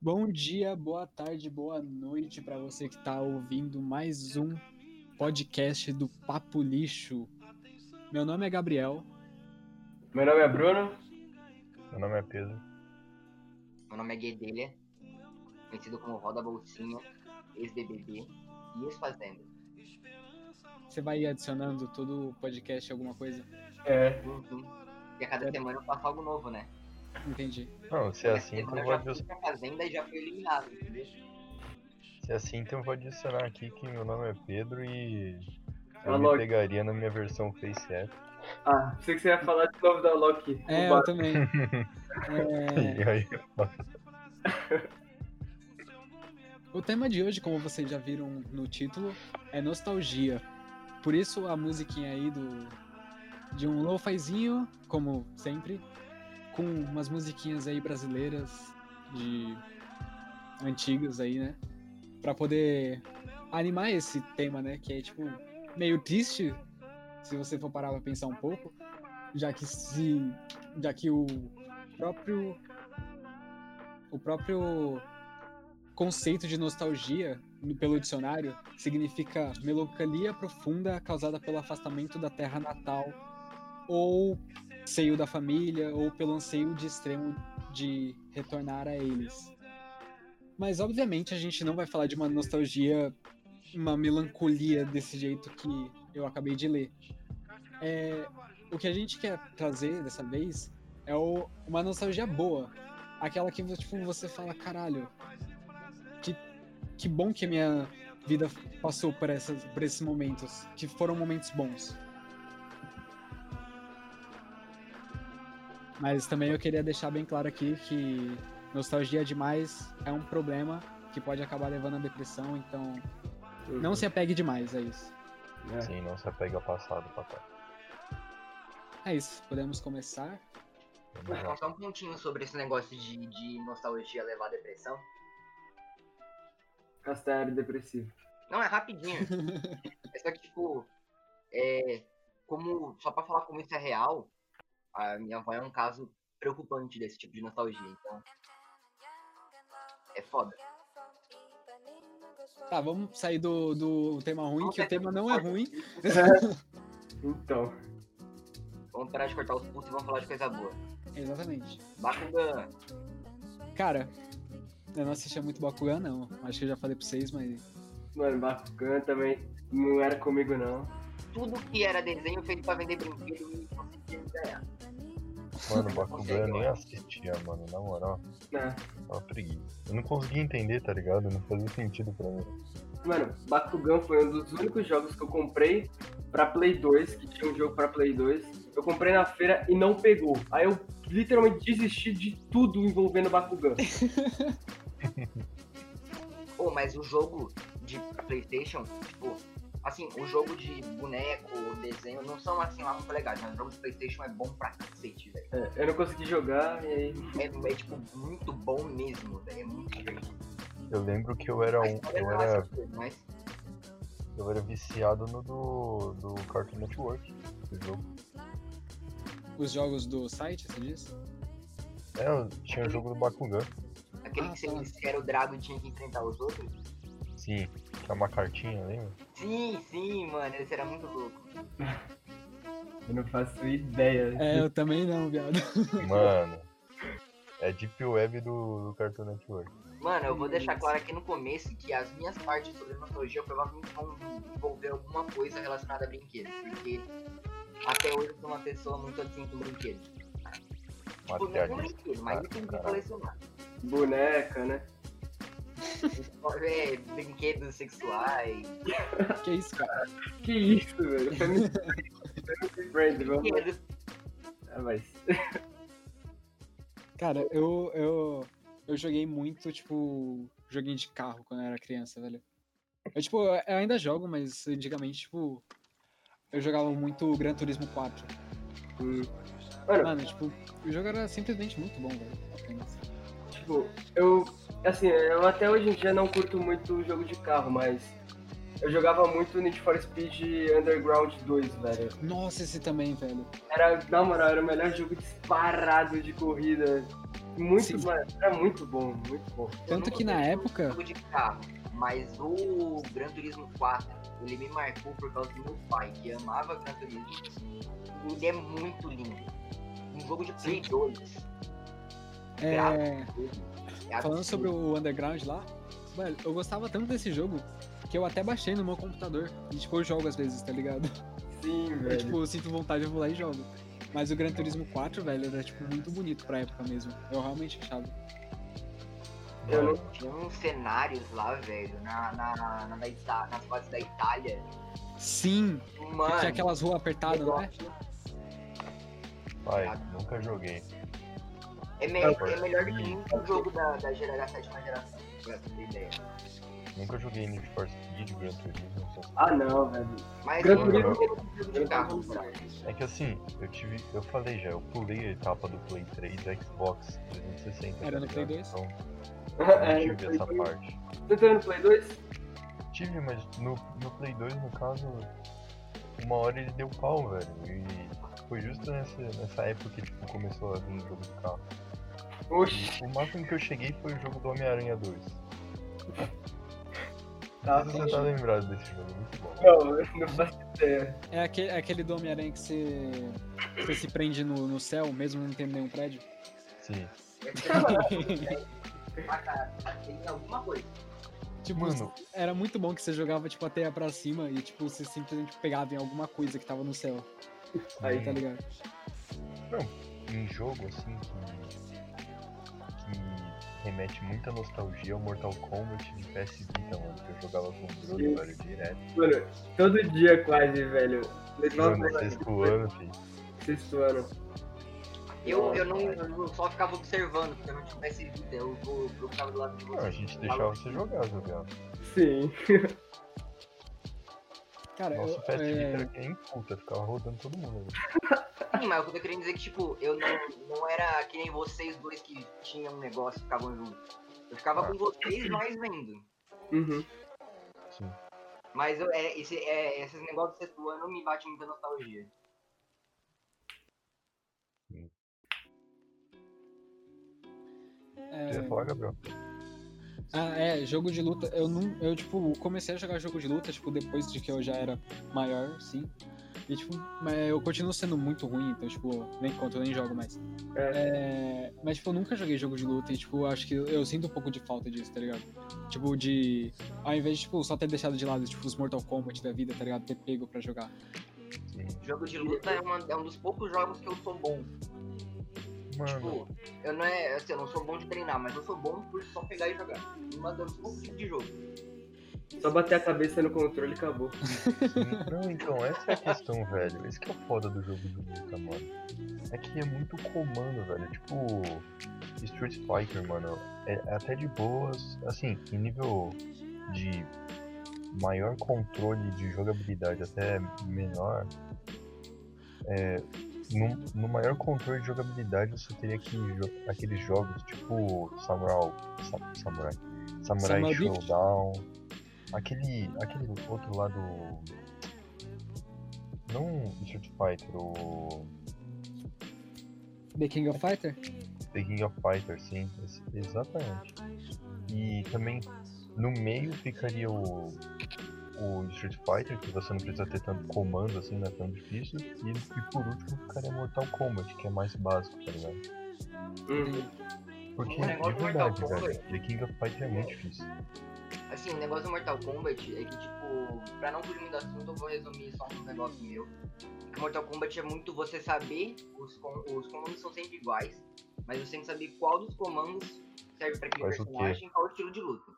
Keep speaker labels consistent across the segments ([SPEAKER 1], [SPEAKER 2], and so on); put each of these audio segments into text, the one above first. [SPEAKER 1] Bom dia, boa tarde, boa noite para você que tá ouvindo mais um podcast do Papo Lixo. Meu nome é Gabriel.
[SPEAKER 2] Meu nome é Bruno.
[SPEAKER 3] Meu nome é Pedro.
[SPEAKER 4] Meu nome é Guedelha, conhecido como Roda Bolsinha, ex-BBB e ex-Fazenda.
[SPEAKER 1] Você vai adicionando todo o podcast alguma coisa?
[SPEAKER 2] É.
[SPEAKER 4] E a cada semana eu faço algo novo, né?
[SPEAKER 1] Entendi.
[SPEAKER 3] Não, se é assim, então
[SPEAKER 4] Semana
[SPEAKER 3] eu
[SPEAKER 4] eu
[SPEAKER 3] vou
[SPEAKER 4] já fui
[SPEAKER 3] adicionar,
[SPEAKER 4] pra Fazenda e já fui eliminado.
[SPEAKER 3] se é assim, então eu vou adicionar aqui que meu nome é Pedro e
[SPEAKER 4] Tá
[SPEAKER 3] eu
[SPEAKER 2] Ah,
[SPEAKER 3] me
[SPEAKER 2] lógico.
[SPEAKER 3] pegaria na minha versão Face App.
[SPEAKER 2] Ah, pensei que você ia falar de novo da Loki.
[SPEAKER 1] É, eu
[SPEAKER 2] Vambora.
[SPEAKER 1] também. É,
[SPEAKER 3] E aí,
[SPEAKER 1] o tema de hoje, como vocês já viram no título, é nostalgia. Por isso a musiquinha aí do de um lo-fizinho, como sempre, com umas musiquinhas aí brasileiras de antigas aí, né? Pra poder animar esse tema, né, que é tipo meio triste se você for parar pra pensar um pouco, já que se já que o próprio o próprio conceito de nostalgia no- pelo dicionário significa melancolia profunda causada pelo afastamento da terra natal ou seio da família ou pelo anseio de extremo de retornar a eles. Mas obviamente a gente não vai falar de uma nostalgia, uma melancolia desse jeito que eu acabei de ler. É, o que a gente quer trazer dessa vez é o- uma nostalgia boa, aquela que tipo, você fala caralho, que bom que minha vida passou por, essas, por esses momentos, que foram momentos bons. Mas também eu queria deixar bem claro aqui que nostalgia demais é um problema que pode acabar levando à depressão, então não se apegue demais a isso.
[SPEAKER 2] É.
[SPEAKER 3] Sim, assim, não se apega ao passado, papai.
[SPEAKER 1] É isso, podemos começar?
[SPEAKER 3] Vamos lá.
[SPEAKER 4] Mas só um pontinho sobre esse negócio de, de nostalgia levar à depressão.
[SPEAKER 2] Castério depressivo.
[SPEAKER 4] Não, é rapidinho. é só que, tipo, é, como, só pra falar como isso é real, a minha avó é um caso preocupante desse tipo de nostalgia. Então, é foda.
[SPEAKER 1] Tá, vamos sair do, do tema ruim, que o tema não é ruim.
[SPEAKER 2] Então,
[SPEAKER 4] Vamos parar de cortar os pulsos e vamos falar de coisa boa.
[SPEAKER 1] Exatamente.
[SPEAKER 4] Bakugan,
[SPEAKER 1] Cara, eu não assisti muito Bakugan, não. Acho que eu já falei pra vocês, mas
[SPEAKER 2] mano, Bakugan também não era comigo não.
[SPEAKER 4] tudo que era desenho feito pra vender brinquedo e você tinha que ganhar.
[SPEAKER 3] Mano, o Bakugan eu nem assistia, mano, na moral.
[SPEAKER 2] Né?
[SPEAKER 3] Tava preguiça. Eu não conseguia entender, tá ligado? Não fazia sentido pra mim.
[SPEAKER 2] Mano, Bakugan foi um dos únicos jogos que eu comprei pra Play 2, que tinha um jogo pra Play 2. Eu comprei na feira e não pegou. Aí eu literalmente desisti de tudo envolvendo Bakugan.
[SPEAKER 4] Pô, mas o jogo de Playstation, tipo, assim, o jogo de boneco, o desenho, não são assim lá muito legais, mas o jogo de Playstation é bom pra cacete, velho.
[SPEAKER 2] É, eu não consegui jogar e aí.
[SPEAKER 4] É, é, tipo, muito bom mesmo, velho. É muito divertido.
[SPEAKER 3] Eu lembro que eu era
[SPEAKER 4] A
[SPEAKER 3] um.
[SPEAKER 4] história
[SPEAKER 3] Eu
[SPEAKER 4] não é
[SPEAKER 3] era,
[SPEAKER 4] essas coisas, mas
[SPEAKER 3] eu era viciado no do. do Cartoon Network. esse jogo.
[SPEAKER 1] os jogos do site, você disse?
[SPEAKER 3] É, eu tinha o jogo do Bakugan.
[SPEAKER 4] aquele
[SPEAKER 1] Ah,
[SPEAKER 4] que você
[SPEAKER 1] tá.
[SPEAKER 4] disse que era o Drago e tinha que enfrentar os outros.
[SPEAKER 3] Sim, que é uma cartinha, lembra?
[SPEAKER 4] Sim, sim, mano, esse era muito louco.
[SPEAKER 2] Eu não faço ideia.
[SPEAKER 1] É, eu também não, viado.
[SPEAKER 3] Mano. É Deep Web do, do Cartoon Network.
[SPEAKER 4] Mano, eu vou deixar claro aqui no começo que as minhas partes sobre nostalgia provavelmente vão envolver alguma coisa relacionada a brinquedos, porque até hoje eu sou uma pessoa muito assim com brinquedos. Tipo, não com
[SPEAKER 3] Materialista.
[SPEAKER 4] brinquedo, mas
[SPEAKER 3] cara,
[SPEAKER 4] eu tenho que
[SPEAKER 3] caralho.
[SPEAKER 4] colecionar.
[SPEAKER 2] Boneca, né?
[SPEAKER 4] É, brinquedos sexuais,
[SPEAKER 1] Que isso, cara?
[SPEAKER 2] Que isso, velho? Family Friend, Friend, vamos lá.
[SPEAKER 4] brinquedos.
[SPEAKER 2] Ah, mas...
[SPEAKER 1] Cara, eu, eu, eu joguei muito, tipo, joguinho de carro quando eu era criança, velho. Eu, tipo, eu ainda jogo, mas antigamente, tipo, eu jogava muito Gran Turismo 4.
[SPEAKER 2] Mano,
[SPEAKER 1] Mano, tipo, o jogo era simplesmente muito bom, velho. Apenas.
[SPEAKER 2] Tipo, eu. Assim, eu até hoje em dia não curto muito o jogo de carro, mas. Eu jogava muito Need for Speed Underground 2, velho.
[SPEAKER 1] Nossa, esse também, velho.
[SPEAKER 2] Era, na moral, era o melhor jogo disparado de corrida. Muito,
[SPEAKER 1] Sim.
[SPEAKER 2] mano, era muito bom, muito bom.
[SPEAKER 1] Tanto
[SPEAKER 4] não
[SPEAKER 1] que na
[SPEAKER 4] gostei
[SPEAKER 1] época.
[SPEAKER 4] jogo de carro, mas o Gran Turismo 4, ele me marcou por causa do meu pai, que amava Gran Turismo. E Ele é muito lindo. Um jogo de Play 2.
[SPEAKER 1] É...
[SPEAKER 4] É
[SPEAKER 1] Falando
[SPEAKER 4] absurdo.
[SPEAKER 1] sobre o Underground lá, velho, eu gostava tanto desse jogo que eu até baixei no meu computador. E, tipo, eu jogo às vezes, tá ligado?
[SPEAKER 2] Sim,
[SPEAKER 1] Eu,
[SPEAKER 2] velho.
[SPEAKER 1] tipo, eu sinto vontade, eu vou lá e jogo. Mas o Gran Turismo 4, velho, era, tipo, muito bonito pra época mesmo. Eu realmente achava.
[SPEAKER 2] eu não-
[SPEAKER 4] Tinha uns cenários lá, velho, na, na, na, da Ita- nas fases da Itália.
[SPEAKER 1] Sim!
[SPEAKER 4] Mano,
[SPEAKER 1] Tinha aquelas ruas apertadas,
[SPEAKER 4] eu
[SPEAKER 1] né?
[SPEAKER 4] gosto.
[SPEAKER 3] Pai, nunca joguei.
[SPEAKER 4] é, me- é melhor do que muito jogo da, da, gera- da sétima geração, pra você ter ideia.
[SPEAKER 3] Nunca joguei Need for Speed, Gran Turismo, essas
[SPEAKER 2] Ah, não, velho.
[SPEAKER 4] Mas
[SPEAKER 2] Gran
[SPEAKER 4] eu-
[SPEAKER 2] Turismo-
[SPEAKER 4] eu- jogo de carro, cara.
[SPEAKER 3] É que assim, eu tive. Eu falei já, eu pulei a etapa do Play 3 do Xbox 360.
[SPEAKER 1] Era
[SPEAKER 3] tá
[SPEAKER 1] no Play
[SPEAKER 3] ligado?
[SPEAKER 1] 2?
[SPEAKER 3] Então,
[SPEAKER 2] É,
[SPEAKER 3] eu não
[SPEAKER 2] no
[SPEAKER 3] tive
[SPEAKER 2] Play
[SPEAKER 3] essa
[SPEAKER 2] 2.
[SPEAKER 3] parte.
[SPEAKER 2] Você tá no Play 2?
[SPEAKER 3] Tive, mas no, no Play 2, no caso, uma hora ele deu pau, velho. E foi justo nessa, nessa época que tipo, começou a vir o jogo de carro.
[SPEAKER 2] Oxi,
[SPEAKER 3] O máximo que eu cheguei foi o jogo do Homem-Aranha 2.
[SPEAKER 2] tá.
[SPEAKER 3] Não sei se você tá lembrado desse jogo, muito bom.
[SPEAKER 2] Não, eu não faço ideia.
[SPEAKER 1] É aquele, é aquele do Homem-Aranha que você, que você se prende no, no céu, mesmo não tendo nenhum prédio.
[SPEAKER 3] Sim.
[SPEAKER 4] Ah, cara, tem alguma coisa.
[SPEAKER 1] tipo,
[SPEAKER 3] Mano,
[SPEAKER 1] era muito bom que você jogava, tipo, a teia pra cima e, tipo, você simplesmente pegava em alguma coisa que tava no céu.
[SPEAKER 2] Aí,
[SPEAKER 3] Uhum.
[SPEAKER 1] Tá ligado?
[SPEAKER 3] um jogo assim que, que remete muita nostalgia ao Mortal Kombat de PS Vita, mano, que eu jogava com o Bruno, velho, direto.
[SPEAKER 2] Mano, todo dia quase, velho.
[SPEAKER 3] Mano,
[SPEAKER 2] Nossa,
[SPEAKER 3] sexto
[SPEAKER 1] é
[SPEAKER 3] ano, filho.
[SPEAKER 2] sexto ano.
[SPEAKER 4] Eu, eu, não, eu não- só ficava observando, porque eu não tivesse vida, eu, eu, eu ficava do lado de
[SPEAKER 3] Não,
[SPEAKER 4] vocês.
[SPEAKER 3] Ah, a gente deixava você jogar, jogava.
[SPEAKER 2] Sim.
[SPEAKER 1] Cara,
[SPEAKER 3] Nossa, o
[SPEAKER 1] eu,
[SPEAKER 3] PS
[SPEAKER 1] é,
[SPEAKER 3] Vita era que nem puta, ficava rodando todo mundo. velho.
[SPEAKER 4] Sim, mas eu tô querendo dizer que, tipo, eu não, não era que nem vocês dois que tinham um negócio e ficavam juntos. Eu ficava
[SPEAKER 3] Ah.
[SPEAKER 4] com vocês mais vendo.
[SPEAKER 2] Uhum.
[SPEAKER 3] Sim.
[SPEAKER 4] Mas eu, é, esse, é, esses negócios do sexto ano me bate muita nostalgia.
[SPEAKER 1] é-
[SPEAKER 3] Você ia falar, Gabriel?
[SPEAKER 1] Ah, é, jogo de luta. Eu não. Eu, tipo, comecei a jogar jogo de luta, tipo, depois de que eu já era maior, sim. E, tipo, mas eu continuo sendo muito ruim, então, tipo, nem conto, eu nem jogo mais. É, mas, tipo, eu nunca joguei jogo de luta e, tipo, eu acho que eu, eu sinto um pouco de falta disso, tá ligado? Tipo, de. Ao invés de, tipo, só ter deixado de lado, tipo, os Mortal Kombat da vida, tá ligado? Ter pego pra jogar.
[SPEAKER 3] Sim.
[SPEAKER 4] Jogo de luta é, uma- é um dos poucos jogos que eu sou bom.
[SPEAKER 3] Mano,
[SPEAKER 4] Tipo, eu não é. Assim, eu não sou bom de treinar, mas eu sou bom por só pegar e jogar. Mas é um pouco de jogo.
[SPEAKER 2] Só bater a cabeça no controle e acabou.
[SPEAKER 1] Tipo,
[SPEAKER 3] sim. não, então, essa é a questão, velho. Esse que é o foda do jogo de luta, mano. É que é muito comando, velho. Tipo, Street Fighter, mano, é é até de boas, assim, em nível de maior controle de jogabilidade até menor. é, no, no maior controle de jogabilidade você teria que jo- aqueles jogos tipo Samurai, Sa- Samurai, Samurai
[SPEAKER 1] Samurai Beat.
[SPEAKER 3] Showdown, aquele aquele outro lado não Street Fighter, o
[SPEAKER 1] The King of Fighter?
[SPEAKER 3] The King of Fighters, sim, ex- exatamente. E também no meio ficaria o, o Street Fighter, que você não precisa ter tanto comando assim, não é tão difícil. E, e por último ficaria Mortal Kombat, que é mais básico, tá ligado?
[SPEAKER 2] Uhum.
[SPEAKER 3] Porque
[SPEAKER 4] O Um negócio
[SPEAKER 3] de
[SPEAKER 4] do Mortal
[SPEAKER 3] verdade, velho, The King of Fighter é muito difícil.
[SPEAKER 4] Assim, o negócio do Mortal Kombat é que, tipo, pra não fugir muito do assunto, eu vou resumir só um negócio meu. Que Mortal Kombat é muito você saber, os, com- os comandos são sempre iguais, mas você tem que saber qual dos comandos serve pra aquele
[SPEAKER 3] Faz o quê?
[SPEAKER 4] personagem e qual o estilo de luta.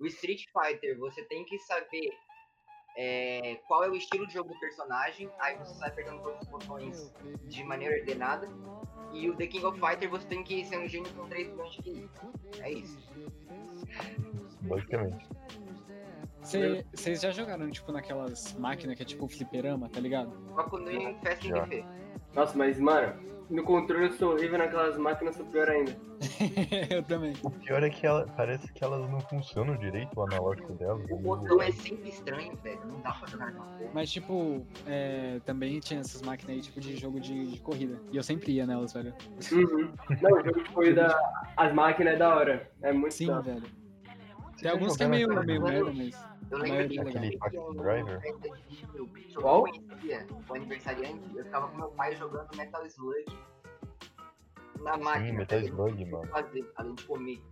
[SPEAKER 4] O Street Fighter, você tem que saber é, qual é o estilo de jogo do personagem, aí você sai pegando todos os botões de maneira ordenada. E o The King of Fighter você tem que ser um gênio com 3 milhões de QI. É isso.
[SPEAKER 3] Basicamente.
[SPEAKER 1] Vocês já jogaram, tipo, naquelas máquinas que é tipo fliperama, tá ligado?
[SPEAKER 4] Só quando em Fast
[SPEAKER 3] Já.
[SPEAKER 4] and Buffet.
[SPEAKER 2] Nossa, mas, mano, no controle eu sou horrível naquelas máquinas, sou pior ainda.
[SPEAKER 1] eu também.
[SPEAKER 3] O pior é que ela, parece que elas não funcionam direito o analógico delas.
[SPEAKER 4] O botão é sempre estranho, velho. Não dá pra jogar com a
[SPEAKER 1] Mas, tipo, é, também tinha essas máquinas aí, tipo, de jogo de, de corrida. E eu sempre ia nelas, velho.
[SPEAKER 2] Uhum. Não, o jogo de corrida, as máquinas é da hora. É muito
[SPEAKER 1] Sim,
[SPEAKER 2] da hora.
[SPEAKER 1] velho. Tem alguns que é meio, meio merda, mas.
[SPEAKER 4] Eu
[SPEAKER 1] Mas
[SPEAKER 4] lembro que
[SPEAKER 1] aquele
[SPEAKER 4] eu
[SPEAKER 3] Taxi
[SPEAKER 4] um
[SPEAKER 3] é Driver?
[SPEAKER 4] Metal Gear, meu bicho, eu
[SPEAKER 2] Qual?
[SPEAKER 4] não conhecia o aniversariante, eu ficava com meu pai jogando Metal Slug na máquina.
[SPEAKER 3] Sim, Metal
[SPEAKER 4] velho,
[SPEAKER 3] Slug,
[SPEAKER 4] não tinha o que
[SPEAKER 3] mano.
[SPEAKER 4] Fazer, além de comer.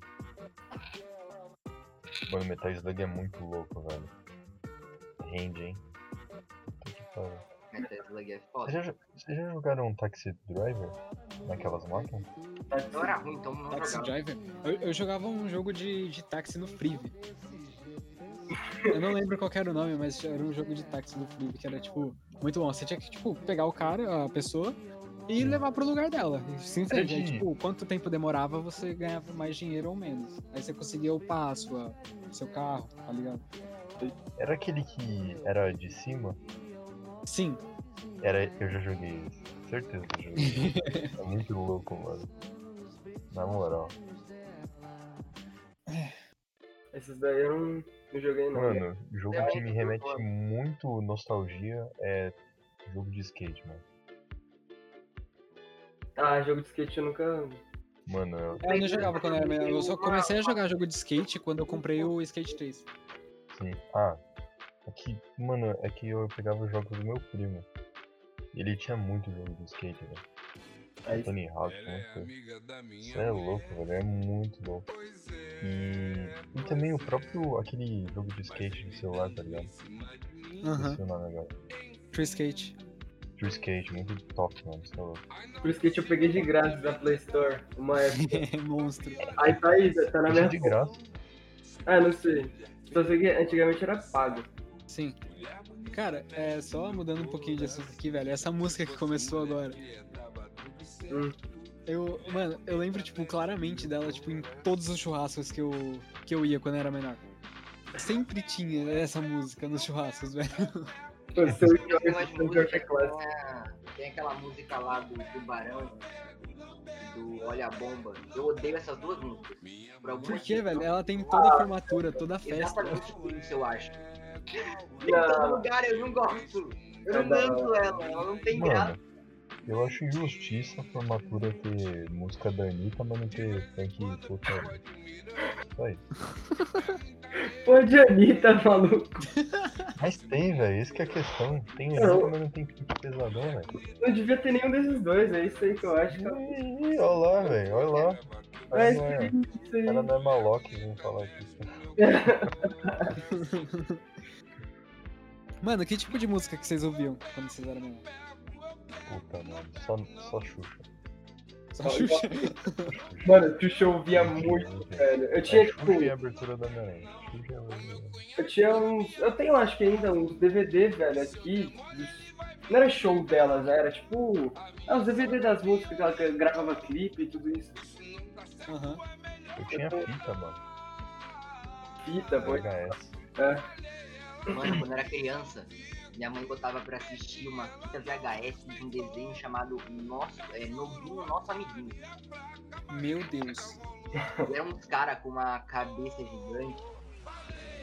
[SPEAKER 3] Mano, Metal Slug é muito louco, velho. Rende, hein? Puta que pariu.
[SPEAKER 4] Metal Slug é
[SPEAKER 3] Vocês
[SPEAKER 4] foda.
[SPEAKER 3] já, jo- vocês já jogaram um Taxi Driver? Naquelas máquinas?
[SPEAKER 4] Eu era ruim, então não
[SPEAKER 1] Taxi
[SPEAKER 4] jogava.
[SPEAKER 1] Driver? Eu, eu jogava um jogo de, de táxi no Freeve. Eu não lembro qual que era o nome, mas era um jogo de táxi no Freeve que era, tipo, muito bom. Você tinha que, tipo, pegar o cara, a pessoa, e levar pro lugar dela. E, Simplesmente, aí,
[SPEAKER 3] de-
[SPEAKER 1] tipo, quanto tempo demorava, você ganhava mais dinheiro ou menos. Aí você conseguia upar a sua, seu carro, tá ligado?
[SPEAKER 3] Era aquele que era de cima?
[SPEAKER 1] Sim,
[SPEAKER 3] Era, eu já joguei esse. Certeza que eu joguei. esse. é muito louco, mano. Na moral.
[SPEAKER 2] Esses daí eu não, não joguei, não.
[SPEAKER 3] Mano, jogo
[SPEAKER 4] Eu
[SPEAKER 3] que me
[SPEAKER 4] lembro,
[SPEAKER 3] remete
[SPEAKER 4] mano.
[SPEAKER 3] muito nostalgia é jogo de skate, mano.
[SPEAKER 2] Ah, jogo de skate eu nunca.
[SPEAKER 3] Mano, eu-
[SPEAKER 1] eu não jogava quando era menor. Eu só comecei a jogar jogo de skate quando eu comprei o Skate 3.
[SPEAKER 3] Sim. Ah, é que, mano, é que eu pegava os jogos do meu primo. E Ele tinha muito jogo de skate, velho.
[SPEAKER 2] Aí,
[SPEAKER 3] Tony Hawk, um
[SPEAKER 5] Ela é
[SPEAKER 3] muito.
[SPEAKER 5] amiga da minha
[SPEAKER 3] Isso é
[SPEAKER 5] mulher.
[SPEAKER 3] louco, velho. É muito louco.
[SPEAKER 5] Pois é.
[SPEAKER 3] E, e
[SPEAKER 5] pois
[SPEAKER 3] também o
[SPEAKER 5] é.
[SPEAKER 3] próprio aquele jogo de
[SPEAKER 5] Mas
[SPEAKER 3] skate
[SPEAKER 5] ele
[SPEAKER 3] de celular,
[SPEAKER 5] dando
[SPEAKER 3] tá
[SPEAKER 5] em
[SPEAKER 3] ligado?
[SPEAKER 5] cima de mim.
[SPEAKER 2] Ah,
[SPEAKER 1] Aham,
[SPEAKER 3] Esqueci o nome agora.
[SPEAKER 1] True Skate.
[SPEAKER 3] True skate, muito top, mano. Isso é louco.
[SPEAKER 5] Ai, não,
[SPEAKER 2] por isso que tipo, eu peguei de graça da Play Store uma época.
[SPEAKER 1] Monstro.
[SPEAKER 2] Aí tá aí, tá na
[SPEAKER 3] Isso é
[SPEAKER 2] minha.
[SPEAKER 3] de graça.
[SPEAKER 2] Ah, não sei. Só sei que antigamente era pago.
[SPEAKER 1] Sim. Cara, é só mudando um pouquinho de assunto aqui, velho. Essa música que começou agora.
[SPEAKER 2] Hum.
[SPEAKER 1] Eu, mano, eu lembro, tipo, claramente dela, tipo, em todos os churrascos que eu, que eu ia quando eu era menor. Sempre tinha essa música nos churrascos, velho.
[SPEAKER 2] Pô,
[SPEAKER 3] É.
[SPEAKER 2] Seu
[SPEAKER 4] Tem umas
[SPEAKER 2] Jorge é
[SPEAKER 4] músicas,
[SPEAKER 2] clássico.
[SPEAKER 4] tem a- Tem aquela música lá do Tubarão, do Olha a Bomba. Eu odeio essas duas músicas. Por algum
[SPEAKER 1] Por quê,
[SPEAKER 4] motivo.
[SPEAKER 1] velho? Ela tem toda a formatura, toda a festa.
[SPEAKER 4] Exatamente por isso, eu acho. Em
[SPEAKER 2] Não.
[SPEAKER 4] todo lugar eu não gosto. Eu não
[SPEAKER 2] Cada-
[SPEAKER 4] danço ela, ela não tem graça.
[SPEAKER 3] Mano, eu acho injustiça a formatura ter música da Anitta, mas não ter funk total. Só isso.
[SPEAKER 2] Pô, de Anitta, maluco.
[SPEAKER 3] Mas tem, velho. Isso que é a questão. Tem Anitta, mas não tem funk pesadão, velho.
[SPEAKER 2] Não devia ter nenhum desses dois, é isso aí que eu acho. cara.
[SPEAKER 3] Ih, Olha lá, velho, olha lá.
[SPEAKER 2] É
[SPEAKER 3] Ela não é,
[SPEAKER 2] isso aí.
[SPEAKER 3] ela não é maloca, vamos falar aqui.
[SPEAKER 1] Mano, que tipo de música que vocês ouviam quando vocês eram menor?
[SPEAKER 3] Puta, mano, só, só Xuxa.
[SPEAKER 1] Só Xuxa.
[SPEAKER 2] é. Mano, Xuxa eu ouvia muito, velho. Eu tinha,
[SPEAKER 3] É,
[SPEAKER 2] tipo,
[SPEAKER 3] Xuxa e a abertura da Homem-Aranha. Xuxa e a abertura da Homem-Aranha.
[SPEAKER 2] eu tinha uns. Eu tenho, acho que ainda, uns DVD, velho, aqui. dos- Não era show delas, era tipo. É os DVD das músicas que ela gravava clipe e tudo isso.
[SPEAKER 1] Aham.
[SPEAKER 3] Eu tinha fita, mano.
[SPEAKER 2] Fita, pô.
[SPEAKER 3] VHS.
[SPEAKER 4] Mano, quando eu era criança, minha mãe botava pra assistir uma fita VHS de um desenho chamado Nosso, é, Nobinho Nosso Amiguinho.
[SPEAKER 1] Meu Deus.
[SPEAKER 4] E Era uns cara com uma cabeça gigante.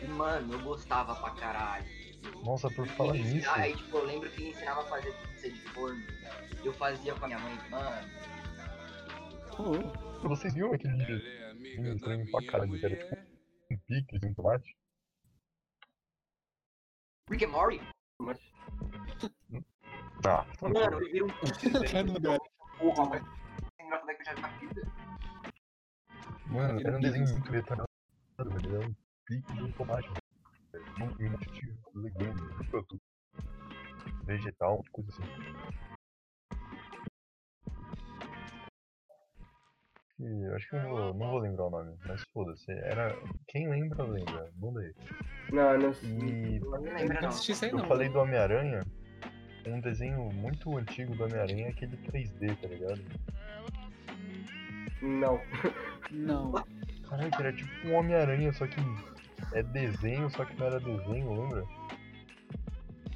[SPEAKER 4] E, mano, eu gostava pra caralho.
[SPEAKER 3] Nossa, por falar
[SPEAKER 4] Ele
[SPEAKER 3] nisso,
[SPEAKER 4] ensina- Aí, tipo, eu lembro que ele ensinava a fazer pizza de forno. Eu fazia com a minha mãe, mano.
[SPEAKER 1] Oh,
[SPEAKER 3] vocês viram aquele
[SPEAKER 5] Ela
[SPEAKER 3] vídeo
[SPEAKER 5] é amiga
[SPEAKER 3] Sim,
[SPEAKER 5] da
[SPEAKER 3] pra mim pra
[SPEAKER 5] minha
[SPEAKER 3] caralho, cara.
[SPEAKER 5] mulher.
[SPEAKER 3] com picles um tomate?
[SPEAKER 4] Rick and Morty?
[SPEAKER 2] Mas,
[SPEAKER 3] Tá.
[SPEAKER 4] Mano, eu viro um
[SPEAKER 1] cara,
[SPEAKER 4] porra, mas... é engraçado que eu já vi na vida.
[SPEAKER 3] Mano, era um desenho muito retarado, velho. Era um pique de um tomate, velho. Um um monte de legumes, um produto. Vegetal, coisa assim. que. eu Acho que eu vou- não vou lembrar o nome, mas foda-se. Era. Quem lembra, lembra. Manda aí.
[SPEAKER 2] Não, não sei.
[SPEAKER 3] E
[SPEAKER 4] Eu não
[SPEAKER 1] Eu
[SPEAKER 4] lembro,
[SPEAKER 1] nunca
[SPEAKER 4] não.
[SPEAKER 1] assisti isso aí,
[SPEAKER 3] eu
[SPEAKER 1] não.
[SPEAKER 3] falei do Homem-Aranha. Um desenho muito antigo do Homem-Aranha é aquele 3D, tá ligado?
[SPEAKER 2] Não.
[SPEAKER 1] Não.
[SPEAKER 3] Caralho, que era tipo um Homem-Aranha, só que é desenho, só que não era desenho, lembra?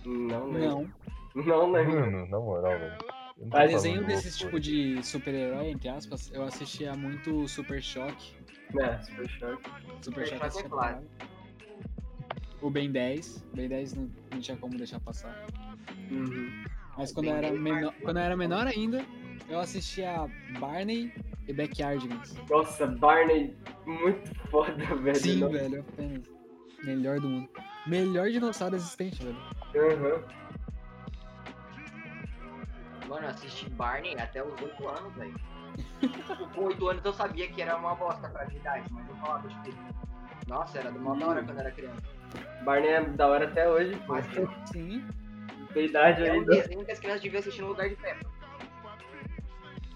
[SPEAKER 2] Não lembro.
[SPEAKER 1] Não.
[SPEAKER 2] Não, não lembro.
[SPEAKER 3] Mano, na moral, velho. Eu não tô
[SPEAKER 1] O
[SPEAKER 2] Ah, Tá
[SPEAKER 1] desenho
[SPEAKER 3] falando
[SPEAKER 1] desse
[SPEAKER 3] loucura.
[SPEAKER 1] tipo de super-herói, entre aspas, eu assistia muito Super Choque.
[SPEAKER 2] É, Super Choque.
[SPEAKER 1] Super Choque
[SPEAKER 4] Super Choque é
[SPEAKER 1] assistia pra
[SPEAKER 4] claro.
[SPEAKER 1] caralho. O Ben 10. Ben 10 não, não tinha como deixar passar.
[SPEAKER 2] Uhum.
[SPEAKER 1] Mas
[SPEAKER 4] O
[SPEAKER 1] quando eu,
[SPEAKER 4] Ben é
[SPEAKER 1] era
[SPEAKER 4] 10
[SPEAKER 1] menor,
[SPEAKER 4] marcou.
[SPEAKER 1] quando eu era menor ainda, eu assistia Barney e Backyardigans.
[SPEAKER 2] Nossa, Barney, muito foda,
[SPEAKER 4] É
[SPEAKER 2] velho.
[SPEAKER 1] Sim,
[SPEAKER 2] Não-
[SPEAKER 1] velho, apenas. Melhor do mundo. Melhor dinossauro existente, velho.
[SPEAKER 2] Aham.
[SPEAKER 4] Mano, eu assisti Barney até os 8 anos, velho. Tipo, com 8 anos eu sabia que era uma bosta pra minha idade, mas eu falava, tipo, nossa, era do mal da hora quando era criança.
[SPEAKER 2] Barney é da hora até hoje, pô.
[SPEAKER 4] Mas
[SPEAKER 1] Uhum.
[SPEAKER 4] tipo,
[SPEAKER 1] Sim.
[SPEAKER 2] Tem idade
[SPEAKER 4] é um
[SPEAKER 2] ainda.
[SPEAKER 4] desenho que as crianças deviam assistir no lugar de Peppa.